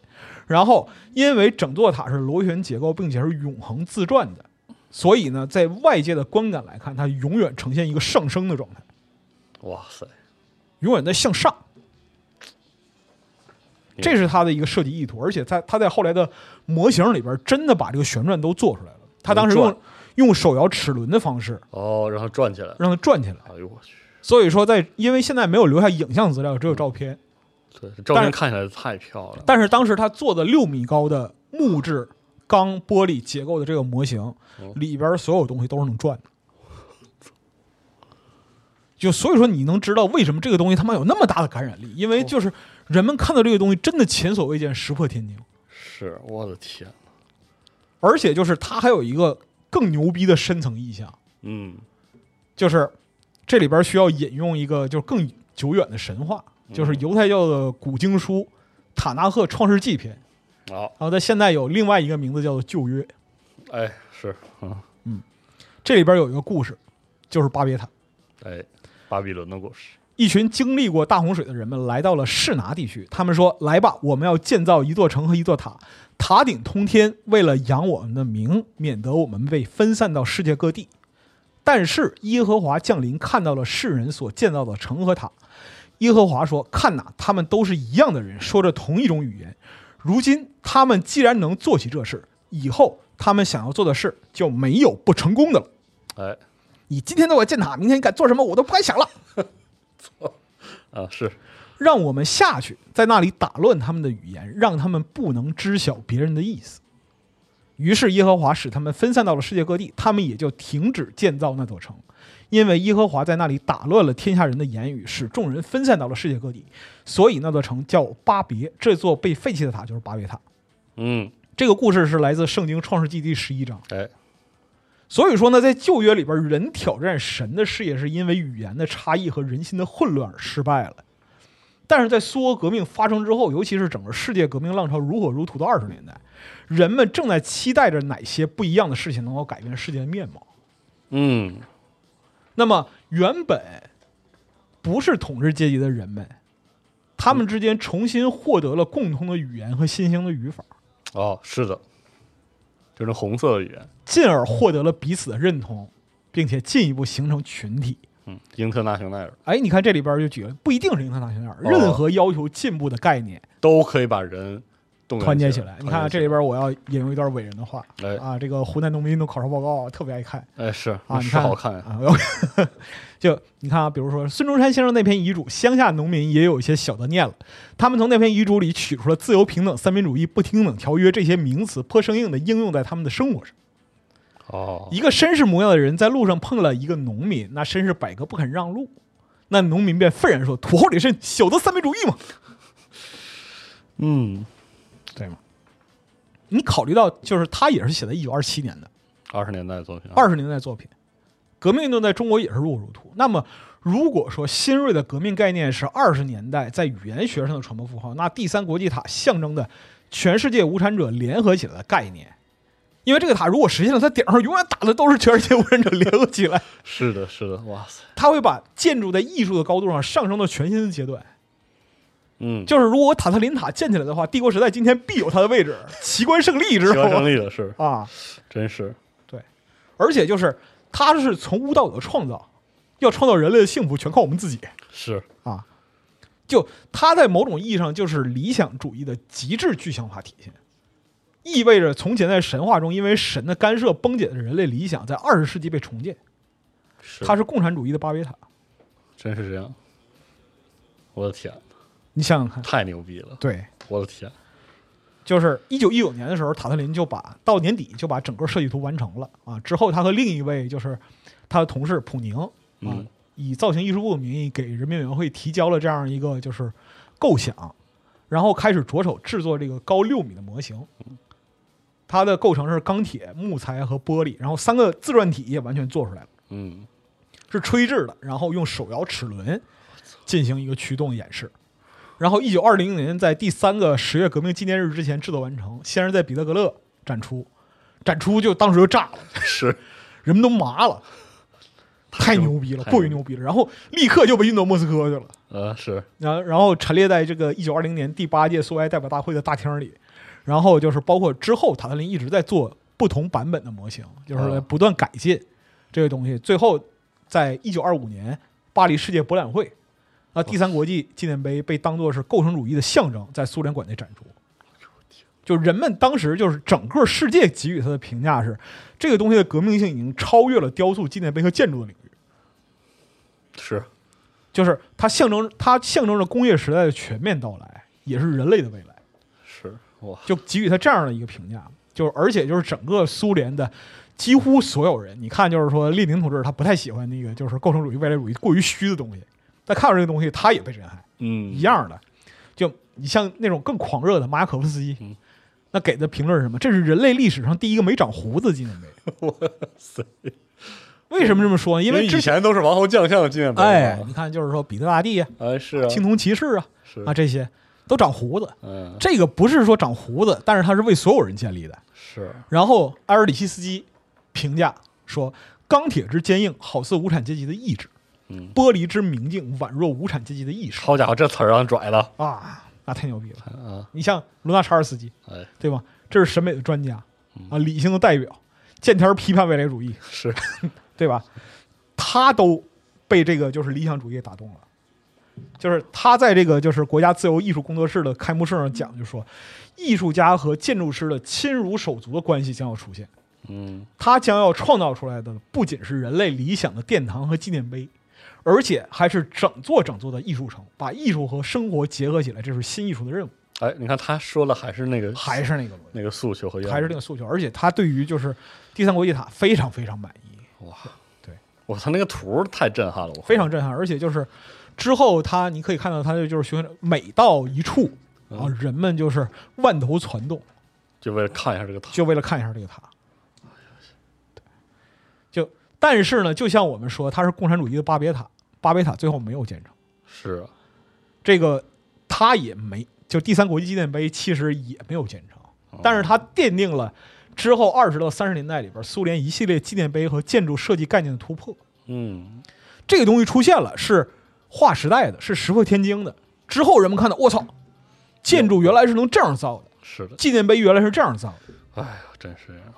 [SPEAKER 3] 然后，因为整座塔是螺旋结构，并且是永恒自转的，所以呢，在外界的观感来看，它永远呈现一个上升的状态，
[SPEAKER 2] 哇塞，
[SPEAKER 3] 永远在向上。
[SPEAKER 2] 明白
[SPEAKER 3] 这是它的一个设计意图，而且在它在后来的模型里边，真的把这个旋转都做出来了。他当时
[SPEAKER 2] 能
[SPEAKER 3] 用
[SPEAKER 2] 转
[SPEAKER 3] 用手摇齿轮的方式
[SPEAKER 2] 哦，让它转起来。
[SPEAKER 3] 让它转起来。
[SPEAKER 2] 哎呦我去，
[SPEAKER 3] 所以说在，因为现在没有留下影像资料，
[SPEAKER 2] 嗯
[SPEAKER 3] 只有照片。
[SPEAKER 2] 对，这照
[SPEAKER 3] 但
[SPEAKER 2] 片
[SPEAKER 3] 是
[SPEAKER 2] 看起来太漂亮了。
[SPEAKER 3] 但是当时他做的六米高的木质钢玻璃结构的这个模型里边，所有东西都是能转的。就所以说，你能知道为什么这个东西他妈有那么大的感染力，因为就是人们看到这个东西真的前所未见，石破天惊。
[SPEAKER 2] 是我的天，
[SPEAKER 3] 而且就是它还有一个更牛逼的深层意象，
[SPEAKER 2] 嗯，
[SPEAKER 3] 就是这里边需要引用一个就是更久远的神话，就是犹太教的古经书《塔纳赫创世纪篇》，
[SPEAKER 2] 好，
[SPEAKER 3] 然后在现代有另外一个名字叫做《旧约》。
[SPEAKER 2] 哎，是，嗯，
[SPEAKER 3] 这里边有一个故事，就是巴别塔。
[SPEAKER 2] 哎，巴比伦的故事，
[SPEAKER 3] 一群经历过大洪水的人们来到了士拿地区，他们说：“来吧，我们要建造一座城和一座塔，塔顶通天，为了扬我们的名，免得我们被分散到世界各地。”但是耶和华降临，看到了世人所建造的城和塔。耶和华说：“看哪，他们都是一样的人，说着同一种语言。如今他们既然能做起这事，以后他们想要做的事就没有不成功的了。
[SPEAKER 2] 哎，
[SPEAKER 3] 你今天对我建塔，明天你敢做什么，我都不敢想了。”
[SPEAKER 2] 啊，是，
[SPEAKER 3] 让我们下去，在那里打乱他们的语言，让他们不能知晓别人的意思。于是耶和华使他们分散到了世界各地，他们也就停止建造那座城，因为耶和华在那里打乱了天下人的言语，使众人分散到了世界各地，所以那座城叫巴别。这座被废弃的塔就是巴别塔。
[SPEAKER 2] 嗯，
[SPEAKER 3] 这个故事是来自圣经创世纪第十一章。
[SPEAKER 2] 哎，
[SPEAKER 3] 所以说呢，在旧约里边，人挑战神的事业是因为语言的差异和人心的混乱而失败了。但是在苏俄革命发生之后，尤其是整个世界革命浪潮如火如荼的二十年代，人们正在期待着哪些不一样的事情能够改变世界的面貌。
[SPEAKER 2] 嗯，
[SPEAKER 3] 那么，原本不是统治阶级的人们，他们之间重新获得了共同的语言和新兴的语法，
[SPEAKER 2] 哦，是的，就是那红色的语言，
[SPEAKER 3] 进而获得了彼此的认同，并且进一步形成群体。
[SPEAKER 2] 嗯，英特纳雄奈尔
[SPEAKER 3] 哎，你看这里边儿就举了，不一定是英特纳雄尔，
[SPEAKER 2] 哦
[SPEAKER 3] 任何要求进步的概念，
[SPEAKER 2] 都可以把人动
[SPEAKER 3] 团结
[SPEAKER 2] 起
[SPEAKER 3] 起来。你看啊这里，边，我要引用一段伟人的话
[SPEAKER 2] 哎
[SPEAKER 3] 啊，这个湖南农民运动考察报告特别爱看
[SPEAKER 2] 团结起来哎，是
[SPEAKER 3] 啊，你
[SPEAKER 2] 是
[SPEAKER 3] 看
[SPEAKER 2] 好看呀，
[SPEAKER 3] 啊，我要就你看啊，比如说孙中山先生那篇遗嘱，乡下农民也有一些小的念了，他们从那篇遗嘱里取出了自由、平等、三民主义、不平等条约这些名词，颇生硬的应用在他们的生活上。
[SPEAKER 2] 哦，
[SPEAKER 3] 一个绅士模样的人在路上碰了一个农民，那绅士百个不肯让路，那农民便愤然说：“土豪劣绅，小的三民主义嘛，
[SPEAKER 2] 嗯，
[SPEAKER 3] 对吗？”你考虑到，就是他也是写在一九二七年的
[SPEAKER 2] 二十年代的作品啊，
[SPEAKER 3] 二十年代作品，革命运动在中国也是如火如荼。那么，如果说新锐的革命概念是二十年代在语言学上的传播符号，那第三国际塔象征的全世界无产者联合起来的概念，因为这个塔如果实现了，它顶上永远打的都是全世界无产者联合 起来。
[SPEAKER 2] 是的，是的，哇塞，
[SPEAKER 3] 它会把建筑在艺术的高度上上升到全新的阶段。
[SPEAKER 2] 嗯，
[SPEAKER 3] 就是如果塔特林塔建起来的话，帝国时代今天必有它的位置，奇观胜利，知
[SPEAKER 2] 奇
[SPEAKER 3] 道
[SPEAKER 2] 观胜
[SPEAKER 3] 吗？
[SPEAKER 2] 利的是，
[SPEAKER 3] 啊，
[SPEAKER 2] 真是，
[SPEAKER 3] 而且就是它是从无到有的创造，要创造人类的幸福，全靠我们自己
[SPEAKER 2] 是，
[SPEAKER 3] 啊。就它在某种意义上就是理想主义的极致具象化体现，意味着从前在神话中因为神的干涉崩解的人类理想，在二十世纪被重建。
[SPEAKER 2] 是，
[SPEAKER 3] 它是共产主义的巴别塔，
[SPEAKER 2] 真是这样，我的天，
[SPEAKER 3] 你想想看，
[SPEAKER 2] 太牛逼了，
[SPEAKER 3] 对，
[SPEAKER 2] 我的天，
[SPEAKER 3] 就是一九一九年的时候，塔特林就把到年底就把整个设计图完成了啊。之后，他和另一位就是他的同事普宁啊，
[SPEAKER 2] 嗯
[SPEAKER 3] 以造型艺术部的名义给人民委员会提交了这样一个就是构想，然后开始着手制作这个高六米的模型。它的构成是钢铁、木材和玻璃，然后三个自转体也完全做出来了，
[SPEAKER 2] 嗯，
[SPEAKER 3] 是吹制的，然后用手摇齿轮进行一个驱动演示。然后，一九二零年在第三个十月革命纪念日之前制作完成，先是在彼得格勒展出，展出就当时就炸了，
[SPEAKER 2] 是，
[SPEAKER 3] 人们都麻了，太牛逼了，
[SPEAKER 2] 太
[SPEAKER 3] 过于牛逼了。然后立刻就被运到莫斯科去了，
[SPEAKER 2] 呃，是，
[SPEAKER 3] 然后然后陈列在这个一九二零年第八届苏维埃代表大会的大厅里。然后就是包括之后塔特林一直在做不同版本的模型，就是来
[SPEAKER 2] 嗯
[SPEAKER 3] 不断改进这个东西。最后在一九二五年巴黎世界博览会。啊，第三国际纪念碑被当作是构成主义的象征，在苏联馆内展出。就人们当时就是整个世界给予它的评价是，这个东西的革命性已经超越了雕塑、纪念碑和建筑的领域，
[SPEAKER 2] 是，
[SPEAKER 3] 就是它象征它象征着工业时代的全面到来，也是人类的未来。
[SPEAKER 2] 是，哇，
[SPEAKER 3] 就给予他这样的一个评价，就是而且就是整个苏联的几乎所有人，你看就是说列宁同志他不太喜欢那个就是构成主义、未来主义过于虚的东西，他看到这个东西他也被震撼，
[SPEAKER 2] 嗯，
[SPEAKER 3] 一，样的。就你像那种更狂热的马可夫斯基
[SPEAKER 2] 嗯，
[SPEAKER 3] 那给的评论是什么？这是人类历史上第一个没长胡子的纪念碑。为什么这么说呢？因
[SPEAKER 2] 因为
[SPEAKER 3] 为之
[SPEAKER 2] 以
[SPEAKER 3] 前
[SPEAKER 2] 前都是王侯将相的纪念碑嘛，
[SPEAKER 3] 哎，你看就是说彼得大帝啊、
[SPEAKER 2] 哎，是啊，
[SPEAKER 3] 青铜骑士啊
[SPEAKER 2] 是
[SPEAKER 3] 啊，这些都长胡子。
[SPEAKER 2] 嗯，
[SPEAKER 3] 这个不是说长胡子，但是它是为所有人建立的。
[SPEAKER 2] 是，
[SPEAKER 3] 然后埃尔里希斯基评价说：“钢铁之坚硬，好似无产阶级的意志；
[SPEAKER 2] 嗯，
[SPEAKER 3] 玻璃之明净，宛若无产阶级的意识。
[SPEAKER 2] 好家伙，这词儿让拽了，”
[SPEAKER 3] 啊，那太牛逼了！
[SPEAKER 2] 啊，
[SPEAKER 3] 你像卢纳查尔斯基，
[SPEAKER 2] 哎，
[SPEAKER 3] 对吧？这是审美的专家
[SPEAKER 2] 嗯
[SPEAKER 3] 啊，理性的代表，见天儿批判未来主义，
[SPEAKER 2] 是，
[SPEAKER 3] 对吧？他都被这个就是理想主义打动了。就是他在这个就是国家自由艺术工作室的开幕式上讲，就说艺术家和建筑师的亲如手足的关系将要出现。
[SPEAKER 2] 嗯，
[SPEAKER 3] 他将要创造出来的不仅是人类理想的殿堂和纪念碑，而且还是整座整座的艺术城，把艺术和生活结合起来，这是新艺术的任务，
[SPEAKER 2] 哎，你看他说的还是那个，
[SPEAKER 3] 还是那个逻
[SPEAKER 2] 那个诉求和
[SPEAKER 3] 辑，
[SPEAKER 2] 要
[SPEAKER 3] 还是那个诉求。而且他对于就是第三国际塔非常非常满意，
[SPEAKER 2] 求，哇，
[SPEAKER 3] 对，
[SPEAKER 2] 我操，那个图儿太震撼了，我
[SPEAKER 3] 非常震撼。而且就是之后他你可以看到，他就是循环每到一处啊，人们就是万头攒动，
[SPEAKER 2] 就为了看一下这个塔，
[SPEAKER 3] 就为了看一下这个塔。对，就但是呢，就像我们说，它是共产主义的巴别塔，巴别塔最后没有建成。
[SPEAKER 2] 是啊，
[SPEAKER 3] 这个他也没，就第三国际纪念碑其实也没有建成，但是它奠定了之后二十到三十年代里边苏联一系列纪念碑和建筑设计概念的突破。
[SPEAKER 2] 嗯，
[SPEAKER 3] 这个东西出现了，是划时代的，是石破天惊的。之后人们看到，我操，建筑原来是能这样造的，
[SPEAKER 2] 是的，
[SPEAKER 3] 纪念碑原来是这样造的。
[SPEAKER 2] 啊哎呀，真是这样，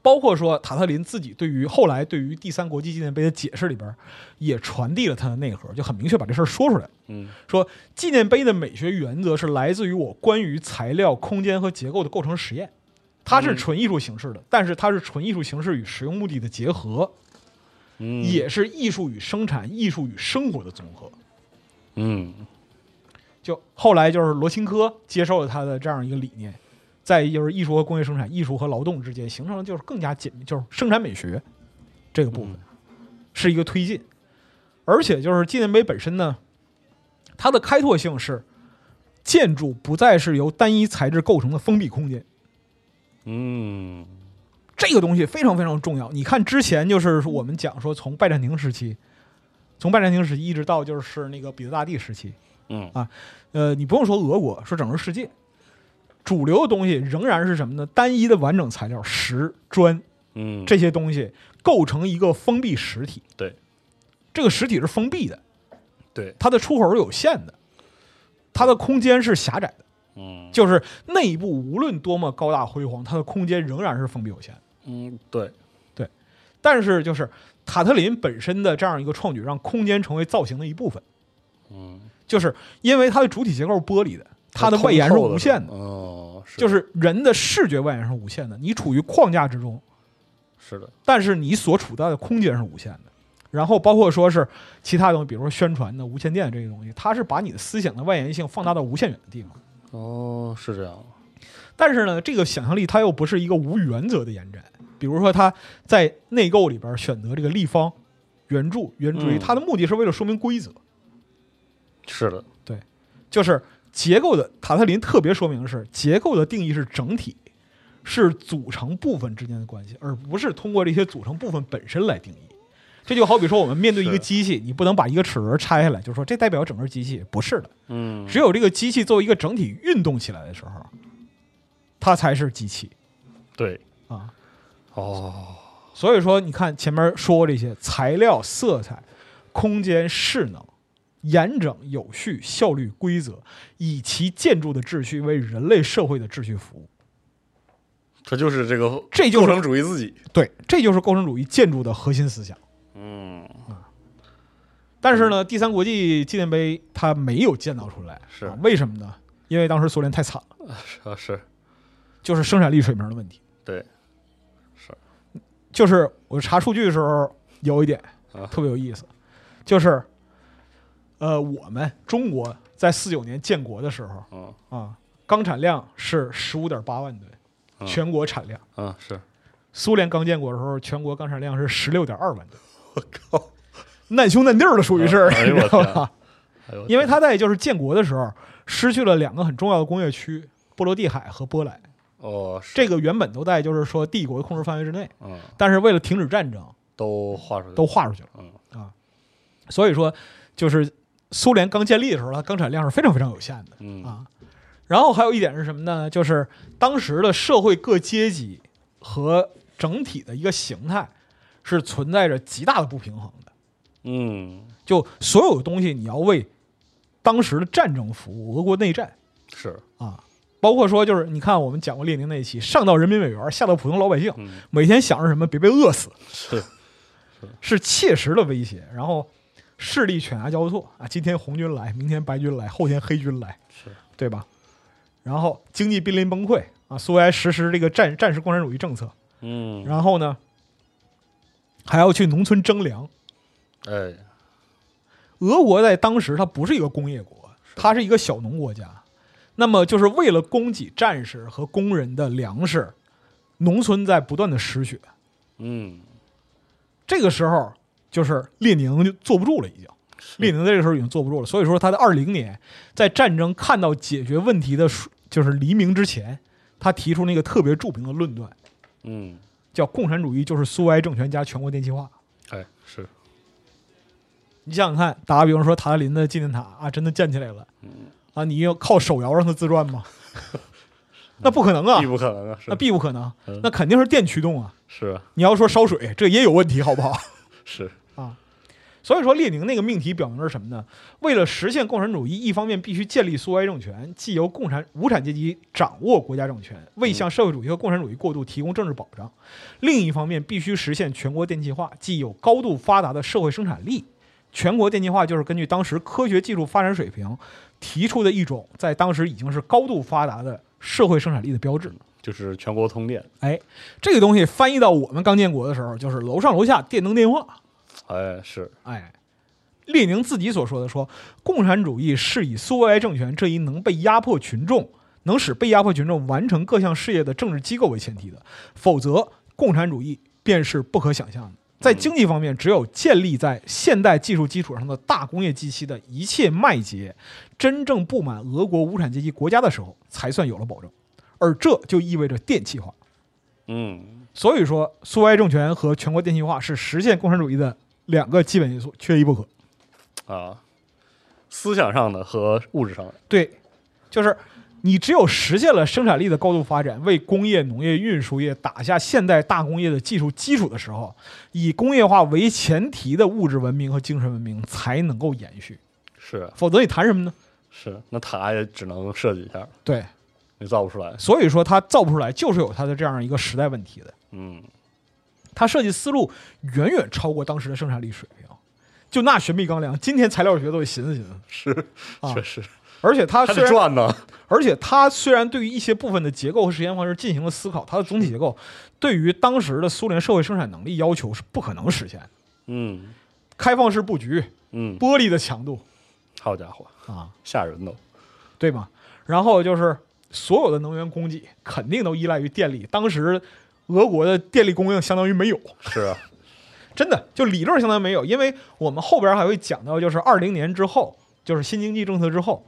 [SPEAKER 3] 包括说塔特林自己对于后来对于第三国际纪念碑的解释里边，也传递了他的内核，就很明确把这事儿说出来了。
[SPEAKER 2] 嗯，
[SPEAKER 3] 说纪念碑的美学原则是来自于我关于材料、空间和结构的构成实验，它
[SPEAKER 2] 嗯
[SPEAKER 3] 是纯艺术形式的，但是它是纯艺术形式与实用目的的结合，
[SPEAKER 2] 嗯
[SPEAKER 3] 也是艺术与生产、艺术与生活的综合。
[SPEAKER 2] 嗯
[SPEAKER 3] 就后来就是罗钦科接受了他的这样一个理念，再一就是艺术和工业生产、艺术和劳动之间形成了就是更加紧密，就是生产美学这个部分、是一个推进，而且就是纪念碑本身呢，它的开拓性是建筑不再是由单一材质构成的封闭空间，
[SPEAKER 2] 嗯
[SPEAKER 3] 这个东西非常非常重要。你看之前就是我们讲说从拜占庭时期，从拜占庭时期一直到就是那个彼得大帝时期，
[SPEAKER 2] 嗯
[SPEAKER 3] 呃，你不用说俄国，说整个世界，主流的东西仍然是什么呢？单一的完整材料，石、砖
[SPEAKER 2] 嗯，
[SPEAKER 3] 这些东西构成一个封闭实体。
[SPEAKER 2] 对，
[SPEAKER 3] 这个实体是封闭的，
[SPEAKER 2] 对，
[SPEAKER 3] 它的出口是有限的，它的空间是狭窄的，
[SPEAKER 2] 嗯
[SPEAKER 3] 就是内部无论多么高大辉煌，它的空间仍然是封闭有限的。
[SPEAKER 2] 嗯对，
[SPEAKER 3] 但是就是塔特林本身的这样一个创举，让空间成为造型的一部分。
[SPEAKER 2] 嗯，
[SPEAKER 3] 就是因为它的主体结构是玻璃的，它的外延是
[SPEAKER 2] 通透
[SPEAKER 3] 无限的。
[SPEAKER 2] 哦，是
[SPEAKER 3] 就是人的视觉外延是无限的，你处于框架之中，
[SPEAKER 2] 是的，
[SPEAKER 3] 但是你所处在的空间是无限的。然后包括说是其他东西，比如说宣传的无线电这些东西，它是把你的思想的外延性放大到无限远的地方。
[SPEAKER 2] 哦，是这样，
[SPEAKER 3] 但是呢，这个想象力它又不是一个无原则的延展。比如说，它在内购里边选择这个立方、圆柱、圆锥，
[SPEAKER 2] 嗯
[SPEAKER 3] 它的目的是为了说明规则，
[SPEAKER 2] 是的，
[SPEAKER 3] 就是结构的。塔特林特别说明的是，结构的定义是整体，是组成部分之间的关系，而不是通过这些组成部分本身来定义。这就好比说，我们面对一个
[SPEAKER 2] 是
[SPEAKER 3] 机器，你不能把一个齿轮拆下来，就说这代表整个机器，不是的。
[SPEAKER 2] 嗯，
[SPEAKER 3] 只有这个机器作为一个整体运动起来的时候，它才是机器
[SPEAKER 2] 对，
[SPEAKER 3] 啊。
[SPEAKER 2] 哦，
[SPEAKER 3] 所以说，你看前面说过这些材料、色彩、空间、势能、严整、有序、效率、规则，以其建筑的秩序为人类社会的秩序服务。
[SPEAKER 2] 这就是 这个
[SPEAKER 3] 这就是
[SPEAKER 2] 构成主义自己，
[SPEAKER 3] 对，这就是构成主义建筑的核心思想。
[SPEAKER 2] 嗯，
[SPEAKER 3] 但是呢，第三国际纪念碑它没有建造出来，
[SPEAKER 2] 是
[SPEAKER 3] 啊为什么呢？因为当时苏联太惨了，
[SPEAKER 2] 是啊是，
[SPEAKER 3] 就是生产力水平的问题。
[SPEAKER 2] 对，
[SPEAKER 3] 就是我查数据的时候有一点
[SPEAKER 2] 啊
[SPEAKER 3] 特别有意思，就是呃，我们中国在四九年建国的时候
[SPEAKER 2] 嗯
[SPEAKER 3] 啊，钢产量是十五点八万吨，
[SPEAKER 2] 嗯
[SPEAKER 3] 全国产量。
[SPEAKER 2] 嗯是，
[SPEAKER 3] 苏联刚建国的时候，全国钢产量是十六点二万吨，
[SPEAKER 2] 我靠，
[SPEAKER 3] 难兄难弟儿的属于是，
[SPEAKER 2] 哎呦
[SPEAKER 3] 你知道
[SPEAKER 2] 我天
[SPEAKER 3] 吧？
[SPEAKER 2] 哎呦
[SPEAKER 3] 因为它在就是建国的时候失去了两个很重要的工业区。波罗的海和波兰，
[SPEAKER 2] 哦是
[SPEAKER 3] 这个原本都在就是说帝国的控制范围之内，
[SPEAKER 2] 嗯
[SPEAKER 3] 但是为了停止战争，
[SPEAKER 2] 都画出来
[SPEAKER 3] 都划出去了。啊
[SPEAKER 2] 嗯
[SPEAKER 3] 所以说，就是苏联刚建立的时候，它钢产量是非常非常有限的
[SPEAKER 2] 嗯
[SPEAKER 3] 啊。然后还有一点是什么呢？就是当时的社会各阶级和整体的一个形态是存在着极大的不平衡的。
[SPEAKER 2] 嗯
[SPEAKER 3] 就所有东西你要为当时的战争服务，俄国内战
[SPEAKER 2] 是
[SPEAKER 3] 啊，包括说就是你看我们讲过列宁那一期，上到人民委员，下到普通老百姓，
[SPEAKER 2] 嗯
[SPEAKER 3] 每天想着什么别被饿死，
[SPEAKER 2] 是
[SPEAKER 3] 是切实的威胁，然后势力犬牙交错啊，今天红军来，明天白军来，后天黑军来，
[SPEAKER 2] 是
[SPEAKER 3] 对吧？然后经济濒临崩溃啊，苏维埃实施这个战战时共产主义政策，
[SPEAKER 2] 嗯
[SPEAKER 3] 然后呢，还要去农村征粮。
[SPEAKER 2] 哎
[SPEAKER 3] 俄国在当时它不是一个工业国，它是一个小农国家，那么就是为了供给战士和工人的粮食，农村在不断的失血。
[SPEAKER 2] 嗯
[SPEAKER 3] 这个时候就是列宁就坐不住了，已经。列宁在这个时候已经坐不住了，所以说他在二零年在战争看到解决问题的曙就是黎明之前，他提出那个特别著名的论断，
[SPEAKER 2] 嗯
[SPEAKER 3] 叫共产主义就是苏维埃政权加全国电气化。
[SPEAKER 2] 哎是
[SPEAKER 3] 你想想看，打个比方说塔特林的纪念塔啊，真的建起来了，啊，你要靠手摇让它自转吗？那不可能啊
[SPEAKER 2] 必，不可能啊是
[SPEAKER 3] 那必不可能
[SPEAKER 2] 嗯，
[SPEAKER 3] 那肯定是电驱动啊。
[SPEAKER 2] 是啊
[SPEAKER 3] 你要说烧水，这也有问题，好不好？
[SPEAKER 2] 是
[SPEAKER 3] 所以说，列宁那个命题表明的是什么呢？为了实现共产主义，一方面必须建立苏维埃政权，即由共产无产阶级掌握国家政权，为向社会主义和共产主义过渡提供政治保障；另一方面，必须实现全国电气化，即有高度发达的社会生产力。全国电气化就是根据当时科学技术发展水平提出的一种在当时已经是高度发达的社会生产力的标志。
[SPEAKER 2] 就是全国通电，
[SPEAKER 3] 哎，这个东西翻译到我们刚建国的时候，就是楼上楼下电灯电话。
[SPEAKER 2] 哎，是
[SPEAKER 3] 哎，列宁自己所说的说，共产主义是以苏维埃政权这一能被压迫群众、能使被压迫群众完成各项事业的政治机构为前提的，否则共产主义便是不可想象的。在经济方面，只有建立在现代技术基础上的大工业机器的一切麦秸，真正布满俄国无产阶级国家的时候，才算有了保证。而这就意味着电气化。
[SPEAKER 2] 嗯，
[SPEAKER 3] 所以说，苏维埃政权和全国电气化是实现共产主义的两个基本因素，缺一不可。
[SPEAKER 2] 啊，思想上的和物质上的，
[SPEAKER 3] 对，就是你只有实现了生产力的高度发展，为工业、农业、运输业打下现代大工业的技术基础的时候，以工业化为前提的物质文明和精神文明才能够延续，
[SPEAKER 2] 是啊
[SPEAKER 3] 否则你谈什么呢？
[SPEAKER 2] 是，那塔也只能设计一下，
[SPEAKER 3] 对，
[SPEAKER 2] 你造不出来，
[SPEAKER 3] 所以说它造不出来，就是有它的这样一个时代问题的。
[SPEAKER 2] 嗯，
[SPEAKER 3] 它设计思路远远超过当时的生产力水平。就拿玄秘钢梁，今天材料学都得寻思寻思。
[SPEAKER 2] 是，
[SPEAKER 3] 啊
[SPEAKER 2] 确实
[SPEAKER 3] 而且它
[SPEAKER 2] 还
[SPEAKER 3] 虽
[SPEAKER 2] 得
[SPEAKER 3] 然
[SPEAKER 2] 转呢，
[SPEAKER 3] 而且它虽然对于一些部分的结构和实验方式进行了思考，它的总体结构对于当时的苏联社会生产能力要求是不可能实现的。
[SPEAKER 2] 嗯
[SPEAKER 3] 开放式布局，
[SPEAKER 2] 嗯，
[SPEAKER 3] 玻璃的强度
[SPEAKER 2] 好家伙，
[SPEAKER 3] 啊，
[SPEAKER 2] 吓人都，
[SPEAKER 3] 对吗？然后就是所有的能源供给肯定都依赖于电力。当时俄国的电力供应相当于没有，
[SPEAKER 2] 是 啊，
[SPEAKER 3] 真的就理论上相当于没有，因为我们后边还会讲到，就是二零年之后，就是新经济政策之后，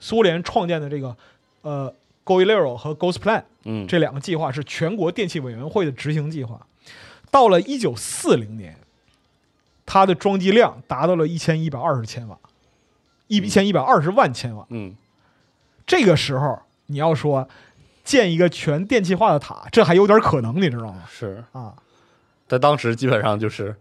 [SPEAKER 3] 苏联创建的这个呃 Go Ilero 和 Goes Plan。
[SPEAKER 2] 嗯，
[SPEAKER 3] 这两个计划是全国电气委员会的执行计划。到了一九四零年，它的装机量达到了一千一百二十千瓦，一千一百二十万千瓦。
[SPEAKER 2] 嗯
[SPEAKER 3] 这个时候，你要说建一个全电气化的塔，这还有点可能，你知道吗？
[SPEAKER 2] 是，
[SPEAKER 3] 啊
[SPEAKER 2] 在当时基本上就是，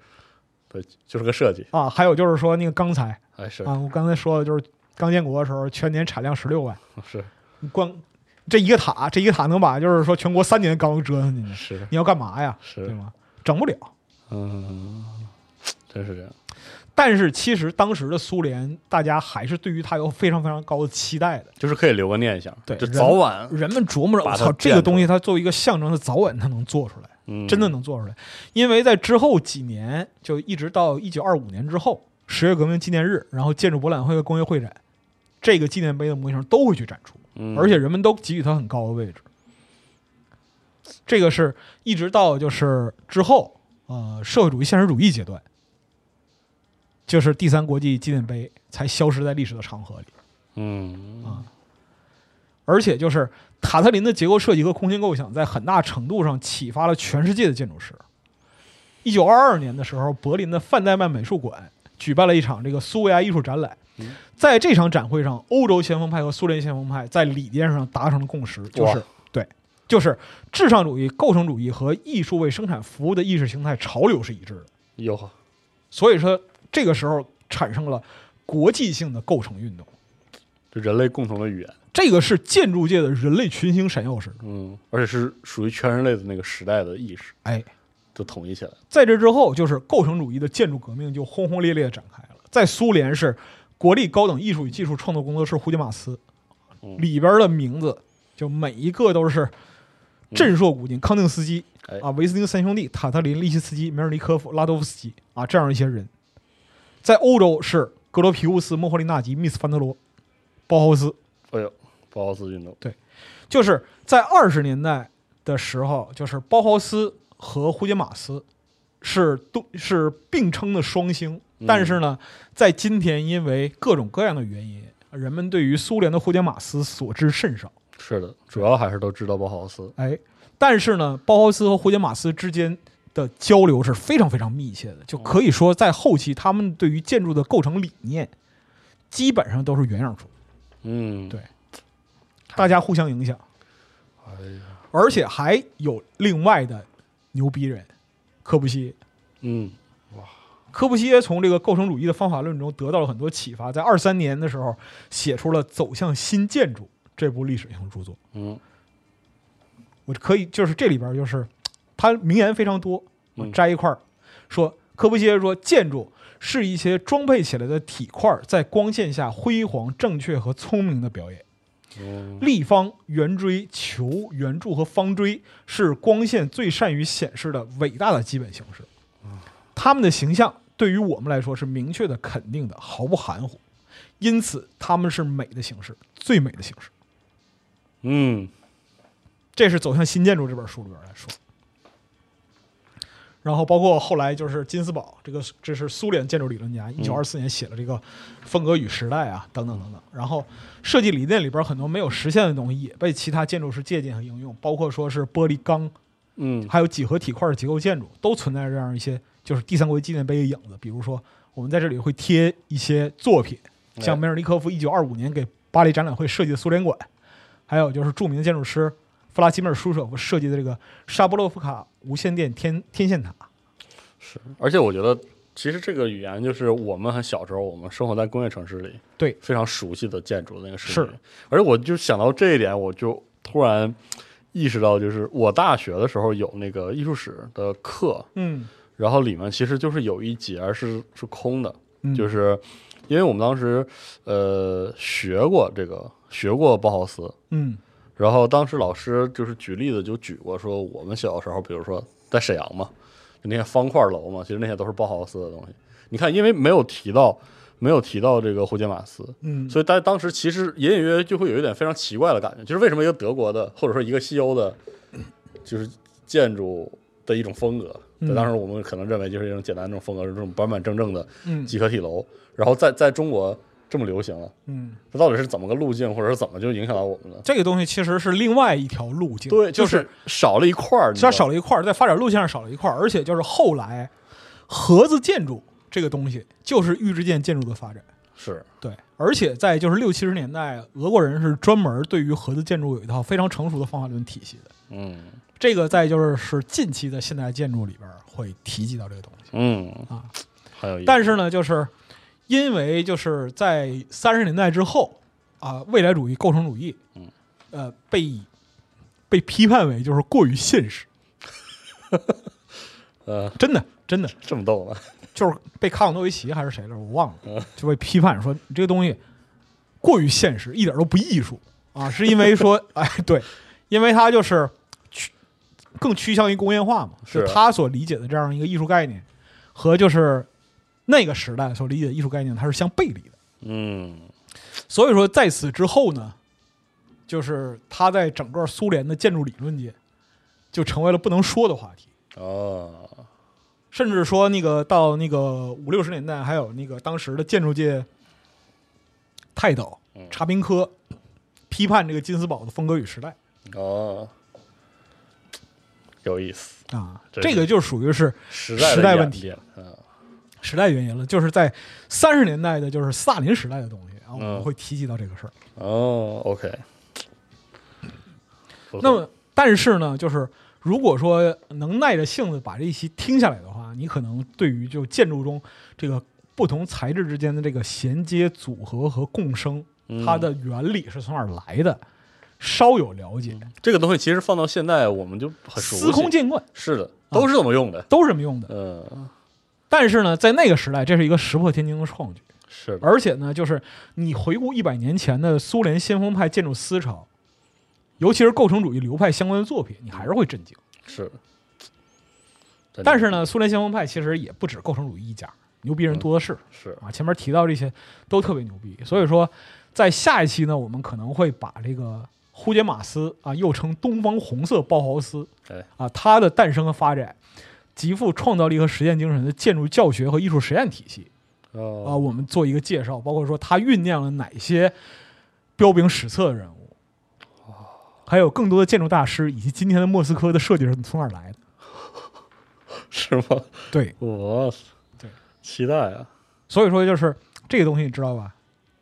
[SPEAKER 2] 对，就是个设计，
[SPEAKER 3] 啊，还有就是说那个钢材
[SPEAKER 2] 哎是
[SPEAKER 3] 啊，我刚才说的就是刚建国的时候，全年产量十六万，
[SPEAKER 2] 是
[SPEAKER 3] 你光这一个塔，这一个塔能把就是说全国三年的钢折腾进去，
[SPEAKER 2] 是
[SPEAKER 3] 你要干嘛呀？对
[SPEAKER 2] 是，
[SPEAKER 3] 吗？整不了。
[SPEAKER 2] 嗯，真是这样，
[SPEAKER 3] 但是其实当时的苏联，大家还是对于它有非常非常高的期待的。
[SPEAKER 2] 就是可以留个念想，
[SPEAKER 3] 对
[SPEAKER 2] 就
[SPEAKER 3] 人
[SPEAKER 2] 早晚，
[SPEAKER 3] 人们琢磨着，
[SPEAKER 2] 把
[SPEAKER 3] 我
[SPEAKER 2] 它
[SPEAKER 3] 操，这个
[SPEAKER 2] 变
[SPEAKER 3] 东西它作为一个象征，它早晚它能做出来，
[SPEAKER 2] 嗯，
[SPEAKER 3] 真的能做出来。因为在之后几年，就一直到一九二五年之后，十月革命纪念日，然后建筑博览会和工业会展，这个纪念碑的模型都会去展出，
[SPEAKER 2] 嗯，
[SPEAKER 3] 而且人们都给予它很高的位置。这个是一直到就是之后，呃，社会主义现实主义阶段，就是第三国际纪念碑才消失在历史的长河里。
[SPEAKER 2] 嗯
[SPEAKER 3] 啊而且就是塔特林的结构设计和空间构想，在很大程度上启发了全世界的建筑师。一九二二年的时候，柏林的范代曼美术馆举办了一场这个苏维埃艺术展览
[SPEAKER 2] 嗯。
[SPEAKER 3] 在这场展会上，欧洲先锋派和苏联先锋派在理念上达成了共识，就是
[SPEAKER 2] 哇
[SPEAKER 3] 对，就是至上主义、构成主义和艺术为生产服务的意识形态潮流是一致的。
[SPEAKER 2] 有
[SPEAKER 3] 所以说，这个时候产生了国际性的构成运动，
[SPEAKER 2] 就人类共同的语言，
[SPEAKER 3] 这个是建筑界的人类群星闪耀时。
[SPEAKER 2] 嗯，而且是属于全人类的那个时代的意识
[SPEAKER 3] 哎，
[SPEAKER 2] 都统一起来，
[SPEAKER 3] 在这之后，就是构成主义的建筑革命就轰轰烈烈地展开了。在苏联是国立高等艺术与技术创作工作室胡杰马斯，
[SPEAKER 2] 嗯
[SPEAKER 3] 里边的名字就每一个都是震烁古今，康定斯基
[SPEAKER 2] 嗯哎
[SPEAKER 3] 啊、维斯汀三兄弟、塔特林、利希斯基、梅尔尼科夫、拉多夫斯基啊这样一些人，在欧洲是格罗皮乌斯、莫霍利纳吉、密斯凡德罗、包豪斯，
[SPEAKER 2] 哎呦，包豪斯运动，
[SPEAKER 3] 就是在二十年代的时候，就是包豪斯和胡杰马斯是都是并称的双星，
[SPEAKER 2] 嗯
[SPEAKER 3] 但是呢，在今天因为各种各样的原因，人们对于苏联的胡杰马斯所知甚少。
[SPEAKER 2] 是的，主要还是都知道包豪斯，
[SPEAKER 3] 哎，但是呢，包豪斯和胡杰马斯之间的交流是非常非常密切的，就可以说在后期他们对于建筑的构成理念，基本上都是原样出，
[SPEAKER 2] 嗯，
[SPEAKER 3] 对大家互相影响。
[SPEAKER 2] 哎呀，
[SPEAKER 3] 而且还有另外的牛逼人，柯布西耶。
[SPEAKER 2] 嗯，
[SPEAKER 3] 科布西耶从这个构成主义的方法论中得到了很多启发，在二三年的时候写出了《走向新建筑》这部历史性著作。
[SPEAKER 2] 嗯，
[SPEAKER 3] 我可以就是这里边就是他名言非常多，我
[SPEAKER 2] 嗯
[SPEAKER 3] 摘一块儿说，科布西耶说建筑是一些装配起来的体块儿在光线下辉煌、正确和聪明的表演。
[SPEAKER 2] 嗯
[SPEAKER 3] 立方、圆锥、球、圆柱和方锥是光线最善于显示的伟大的基本形式。它们的形象对于我们来说是明确的、肯定的，毫不含糊。因此，它们是美的形式，最美的形式。
[SPEAKER 2] 嗯，
[SPEAKER 3] 这是走向新建筑这本书里边来说。然后包括后来就是金斯堡，这个这是苏联建筑理论家，一九二四年写了这个《风格与时代》啊，等等等等。然后设计理念里边很多没有实现的东西也被其他建筑师借鉴和应用，包括说是玻璃钢，
[SPEAKER 2] 嗯，
[SPEAKER 3] 还有几何体块的结构建筑，都存在着这样一些就是第三国纪念碑的影子。比如说，我们在这里会贴一些作品，像梅尔尼科夫一九二五年给巴黎展览会设计的苏联馆，还有就是著名的建筑师弗拉基米尔舒舍夫设计的这个沙波洛夫卡无线电天天线塔。
[SPEAKER 2] 是，而且我觉得。其实这个语言就是我们很小时候，我们生活在工业城市里，
[SPEAKER 3] 对
[SPEAKER 2] 非常熟悉的建筑那个视
[SPEAKER 3] 是
[SPEAKER 2] 觉。而且我就想到这一点，我就突然意识到，就是我大学的时候有那个艺术史的课，
[SPEAKER 3] 嗯
[SPEAKER 2] 然后里面其实就是有一节是是空的，
[SPEAKER 3] 嗯
[SPEAKER 2] 就是因为我们当时呃学过这个学过包豪斯，
[SPEAKER 3] 嗯
[SPEAKER 2] 然后当时老师就是举例子就举过说我们小时候，比如说在沈阳嘛，就那些方块楼嘛，其实那些都是包豪斯的东西。你看，因为没有提到 没有提到这个胡杰马斯，
[SPEAKER 3] 嗯，
[SPEAKER 2] 所以大家当时其实隐隐约约就会有一点非常奇怪的感觉，就是为什么一个德国的或者说一个西欧的，就是建筑的一种风格，
[SPEAKER 3] 嗯
[SPEAKER 2] 在当时我们可能认为就是一种简单这种风格，是这种板板正正的
[SPEAKER 3] 嗯
[SPEAKER 2] 几何体楼，然后在在中国这么流行了，
[SPEAKER 3] 嗯，
[SPEAKER 2] 这到底是怎么个路径，或者是怎么就影响到我们的？
[SPEAKER 3] 这个东西其实是另外一条路径，
[SPEAKER 2] 对，
[SPEAKER 3] 就
[SPEAKER 2] 就是少了一块儿，你知
[SPEAKER 3] 它
[SPEAKER 2] 道吗
[SPEAKER 3] 少了一块儿，在发展路线上少了一块儿，而且就是后来盒子建筑这个东西就是预制件建筑的发展。
[SPEAKER 2] 是，
[SPEAKER 3] 对，而且在就是六七十年代，俄国人是专门对于盒子建筑有一套非常成熟的方法论体系的。
[SPEAKER 2] 嗯
[SPEAKER 3] 这个在就是是近期的现代建筑里边会提及到这个东西。
[SPEAKER 2] 嗯
[SPEAKER 3] 啊，
[SPEAKER 2] 还有一，
[SPEAKER 3] 但是呢，就是因为就是在三十年代之后啊，未来主义、构成主义，
[SPEAKER 2] 嗯，
[SPEAKER 3] 呃，被被批判为就是过于现实，
[SPEAKER 2] 呃，
[SPEAKER 3] 真的真的
[SPEAKER 2] 这么逗呢，
[SPEAKER 3] 就是被卡朗诺维奇还是谁了，我忘了，就被批判说你这个东西过于现实，一点都不艺术啊，是因为说，哎，对，因为它就是趋更趋向于工业化嘛，
[SPEAKER 2] 是
[SPEAKER 3] 就他所理解的这样一个艺术概念和就是那个时代所理解的艺术概念，它是相背离的。
[SPEAKER 2] 嗯
[SPEAKER 3] 所以说，在此之后呢，就是他在整个苏联的建筑理论界就成为了不能说的话题。
[SPEAKER 2] 哦，
[SPEAKER 3] 甚至说那个到那个五六十年代，还有那个当时的建筑界泰斗
[SPEAKER 2] 嗯
[SPEAKER 3] 查宾科批判这个金斯堡的《风格与时代
[SPEAKER 2] 哦，有意思，》
[SPEAKER 3] 啊，
[SPEAKER 2] 真是
[SPEAKER 3] 这个就属于是
[SPEAKER 2] 时代
[SPEAKER 3] 时
[SPEAKER 2] 时
[SPEAKER 3] 代问题，
[SPEAKER 2] 嗯
[SPEAKER 3] 时代原因了，就是在三十年代的，就是萨林时代的东西啊，我们
[SPEAKER 2] 嗯
[SPEAKER 3] 会提及到这个事儿。
[SPEAKER 2] 哦，OK，不错
[SPEAKER 3] 那么，但是呢，就是如果说能耐着性子把这一期听下来的话，你可能对于就建筑中这个不同材质之间的这个衔接、组合和共生，
[SPEAKER 2] 嗯
[SPEAKER 3] 它的原理是从哪儿来的，稍有了解，
[SPEAKER 2] 这个东司空见惯是的都是这么用的嗯西其实放到现在我们就很熟悉，
[SPEAKER 3] 司空见惯，啊
[SPEAKER 2] 是的，都是这么用的，
[SPEAKER 3] 都是没用的。
[SPEAKER 2] 嗯，
[SPEAKER 3] 但是呢，在那个时代，这是一个石破天惊的创举，
[SPEAKER 2] 是的，
[SPEAKER 3] 而且呢，就是你回顾一百年前的苏联先锋派建筑思潮。尤其是构成主义流派相关的作品，你还是会震惊。
[SPEAKER 2] 是的。真的嗯
[SPEAKER 3] 但是呢，苏联先锋派其实也不止构成主义一家，牛逼人多的是、
[SPEAKER 2] 是
[SPEAKER 3] 啊。前面提到这些都特别牛逼，所以说在下一期呢，我们可能会把这个胡杰马斯啊，又称东方红色包豪斯
[SPEAKER 2] 哎，
[SPEAKER 3] 啊，它的诞生和发展，极富创造力和实践精神的建筑教学和艺术实验体系啊，
[SPEAKER 2] 哦，
[SPEAKER 3] 我们做一个介绍，包括说它酝酿了哪些彪炳史册的人物。
[SPEAKER 2] 哦
[SPEAKER 3] 还有更多的建筑大师，以及今天的莫斯科的设计是从哪儿来的？
[SPEAKER 2] 是吗？
[SPEAKER 3] 对，
[SPEAKER 2] 我塞
[SPEAKER 3] 对，
[SPEAKER 2] 期待啊，
[SPEAKER 3] 所以说就是这个东西，你知道吧？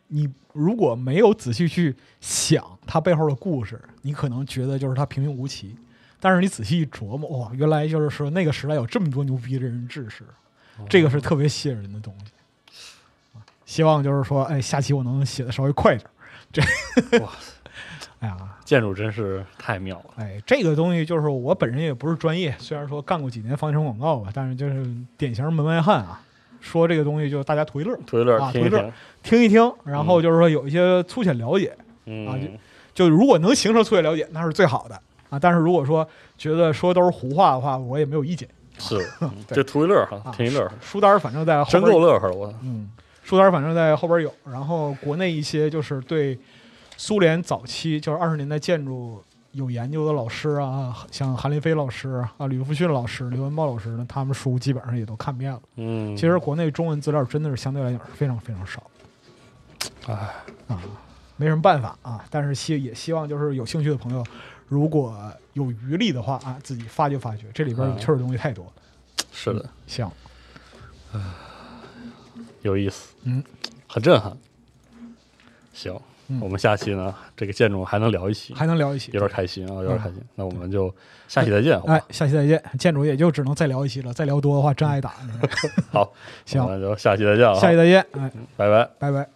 [SPEAKER 3] 你如果没有仔细去想它背后的故事，你可能觉得就是它平平无奇。但是你仔细一琢磨，哇，原来就是说那个时代有这么多牛逼的人志士，这个是特别吸引人的东西。希望就是说，哎，下期我能写的稍微快一点。这，
[SPEAKER 2] 哇
[SPEAKER 3] 哎呀，
[SPEAKER 2] 建筑真是太妙了。
[SPEAKER 3] 哎，这个东西就是我本人也不是专业，虽然说干过几年房地产广告吧，但是就是典型门外汉啊。说这个东西就大家图一乐，
[SPEAKER 2] 图一乐
[SPEAKER 3] 啊，
[SPEAKER 2] 听一
[SPEAKER 3] 图一
[SPEAKER 2] 听，
[SPEAKER 3] 听一听，然后就是说有一些粗浅了解，啊
[SPEAKER 2] 嗯，
[SPEAKER 3] 就如果能形成粗浅了解，那是最好的啊。但是如果说觉得说都是胡话的话，我也没有意见。
[SPEAKER 2] 是，嗯
[SPEAKER 3] 对
[SPEAKER 2] 就图一乐哈
[SPEAKER 3] 啊，
[SPEAKER 2] 听一乐，
[SPEAKER 3] 书单儿反正在后
[SPEAKER 2] 真
[SPEAKER 3] 边
[SPEAKER 2] 够乐呵的，我
[SPEAKER 3] 嗯，书单儿反正在后边有，然后国内一些就是对苏联早期就是二十年代建筑有研究的老师啊，像韩林飞老师啊、吕福训老师、刘文茂老师呢，他们书基本上也都看遍了。
[SPEAKER 2] 嗯，
[SPEAKER 3] 其实国内中文资料真的是相对来讲是非常非常少
[SPEAKER 2] 唉，
[SPEAKER 3] 啊，没什么办法啊。但是希也希望就是有兴趣的朋友，如果有余力的话啊，自己发掘发掘，这里边
[SPEAKER 2] 嗯
[SPEAKER 3] 有趣的东西太多了。
[SPEAKER 2] 是的，
[SPEAKER 3] 行，
[SPEAKER 2] 有意思，
[SPEAKER 3] 嗯，
[SPEAKER 2] 很震撼。行，
[SPEAKER 3] 嗯
[SPEAKER 2] 我们下期呢，这个建筑还能聊一期，
[SPEAKER 3] 还能聊一起
[SPEAKER 2] 有。点开心啊，有点开心。那我们就下期再见，好
[SPEAKER 3] 哎
[SPEAKER 2] 吧？，
[SPEAKER 3] 下期再见。建筑也就只能再聊一期了，
[SPEAKER 2] 嗯
[SPEAKER 3] 再聊多的话真挨打。你知道吗
[SPEAKER 2] 好，
[SPEAKER 3] 行
[SPEAKER 2] 我们就下期再见啊，
[SPEAKER 3] 下期再见，哎，
[SPEAKER 2] 拜拜。
[SPEAKER 3] 拜拜。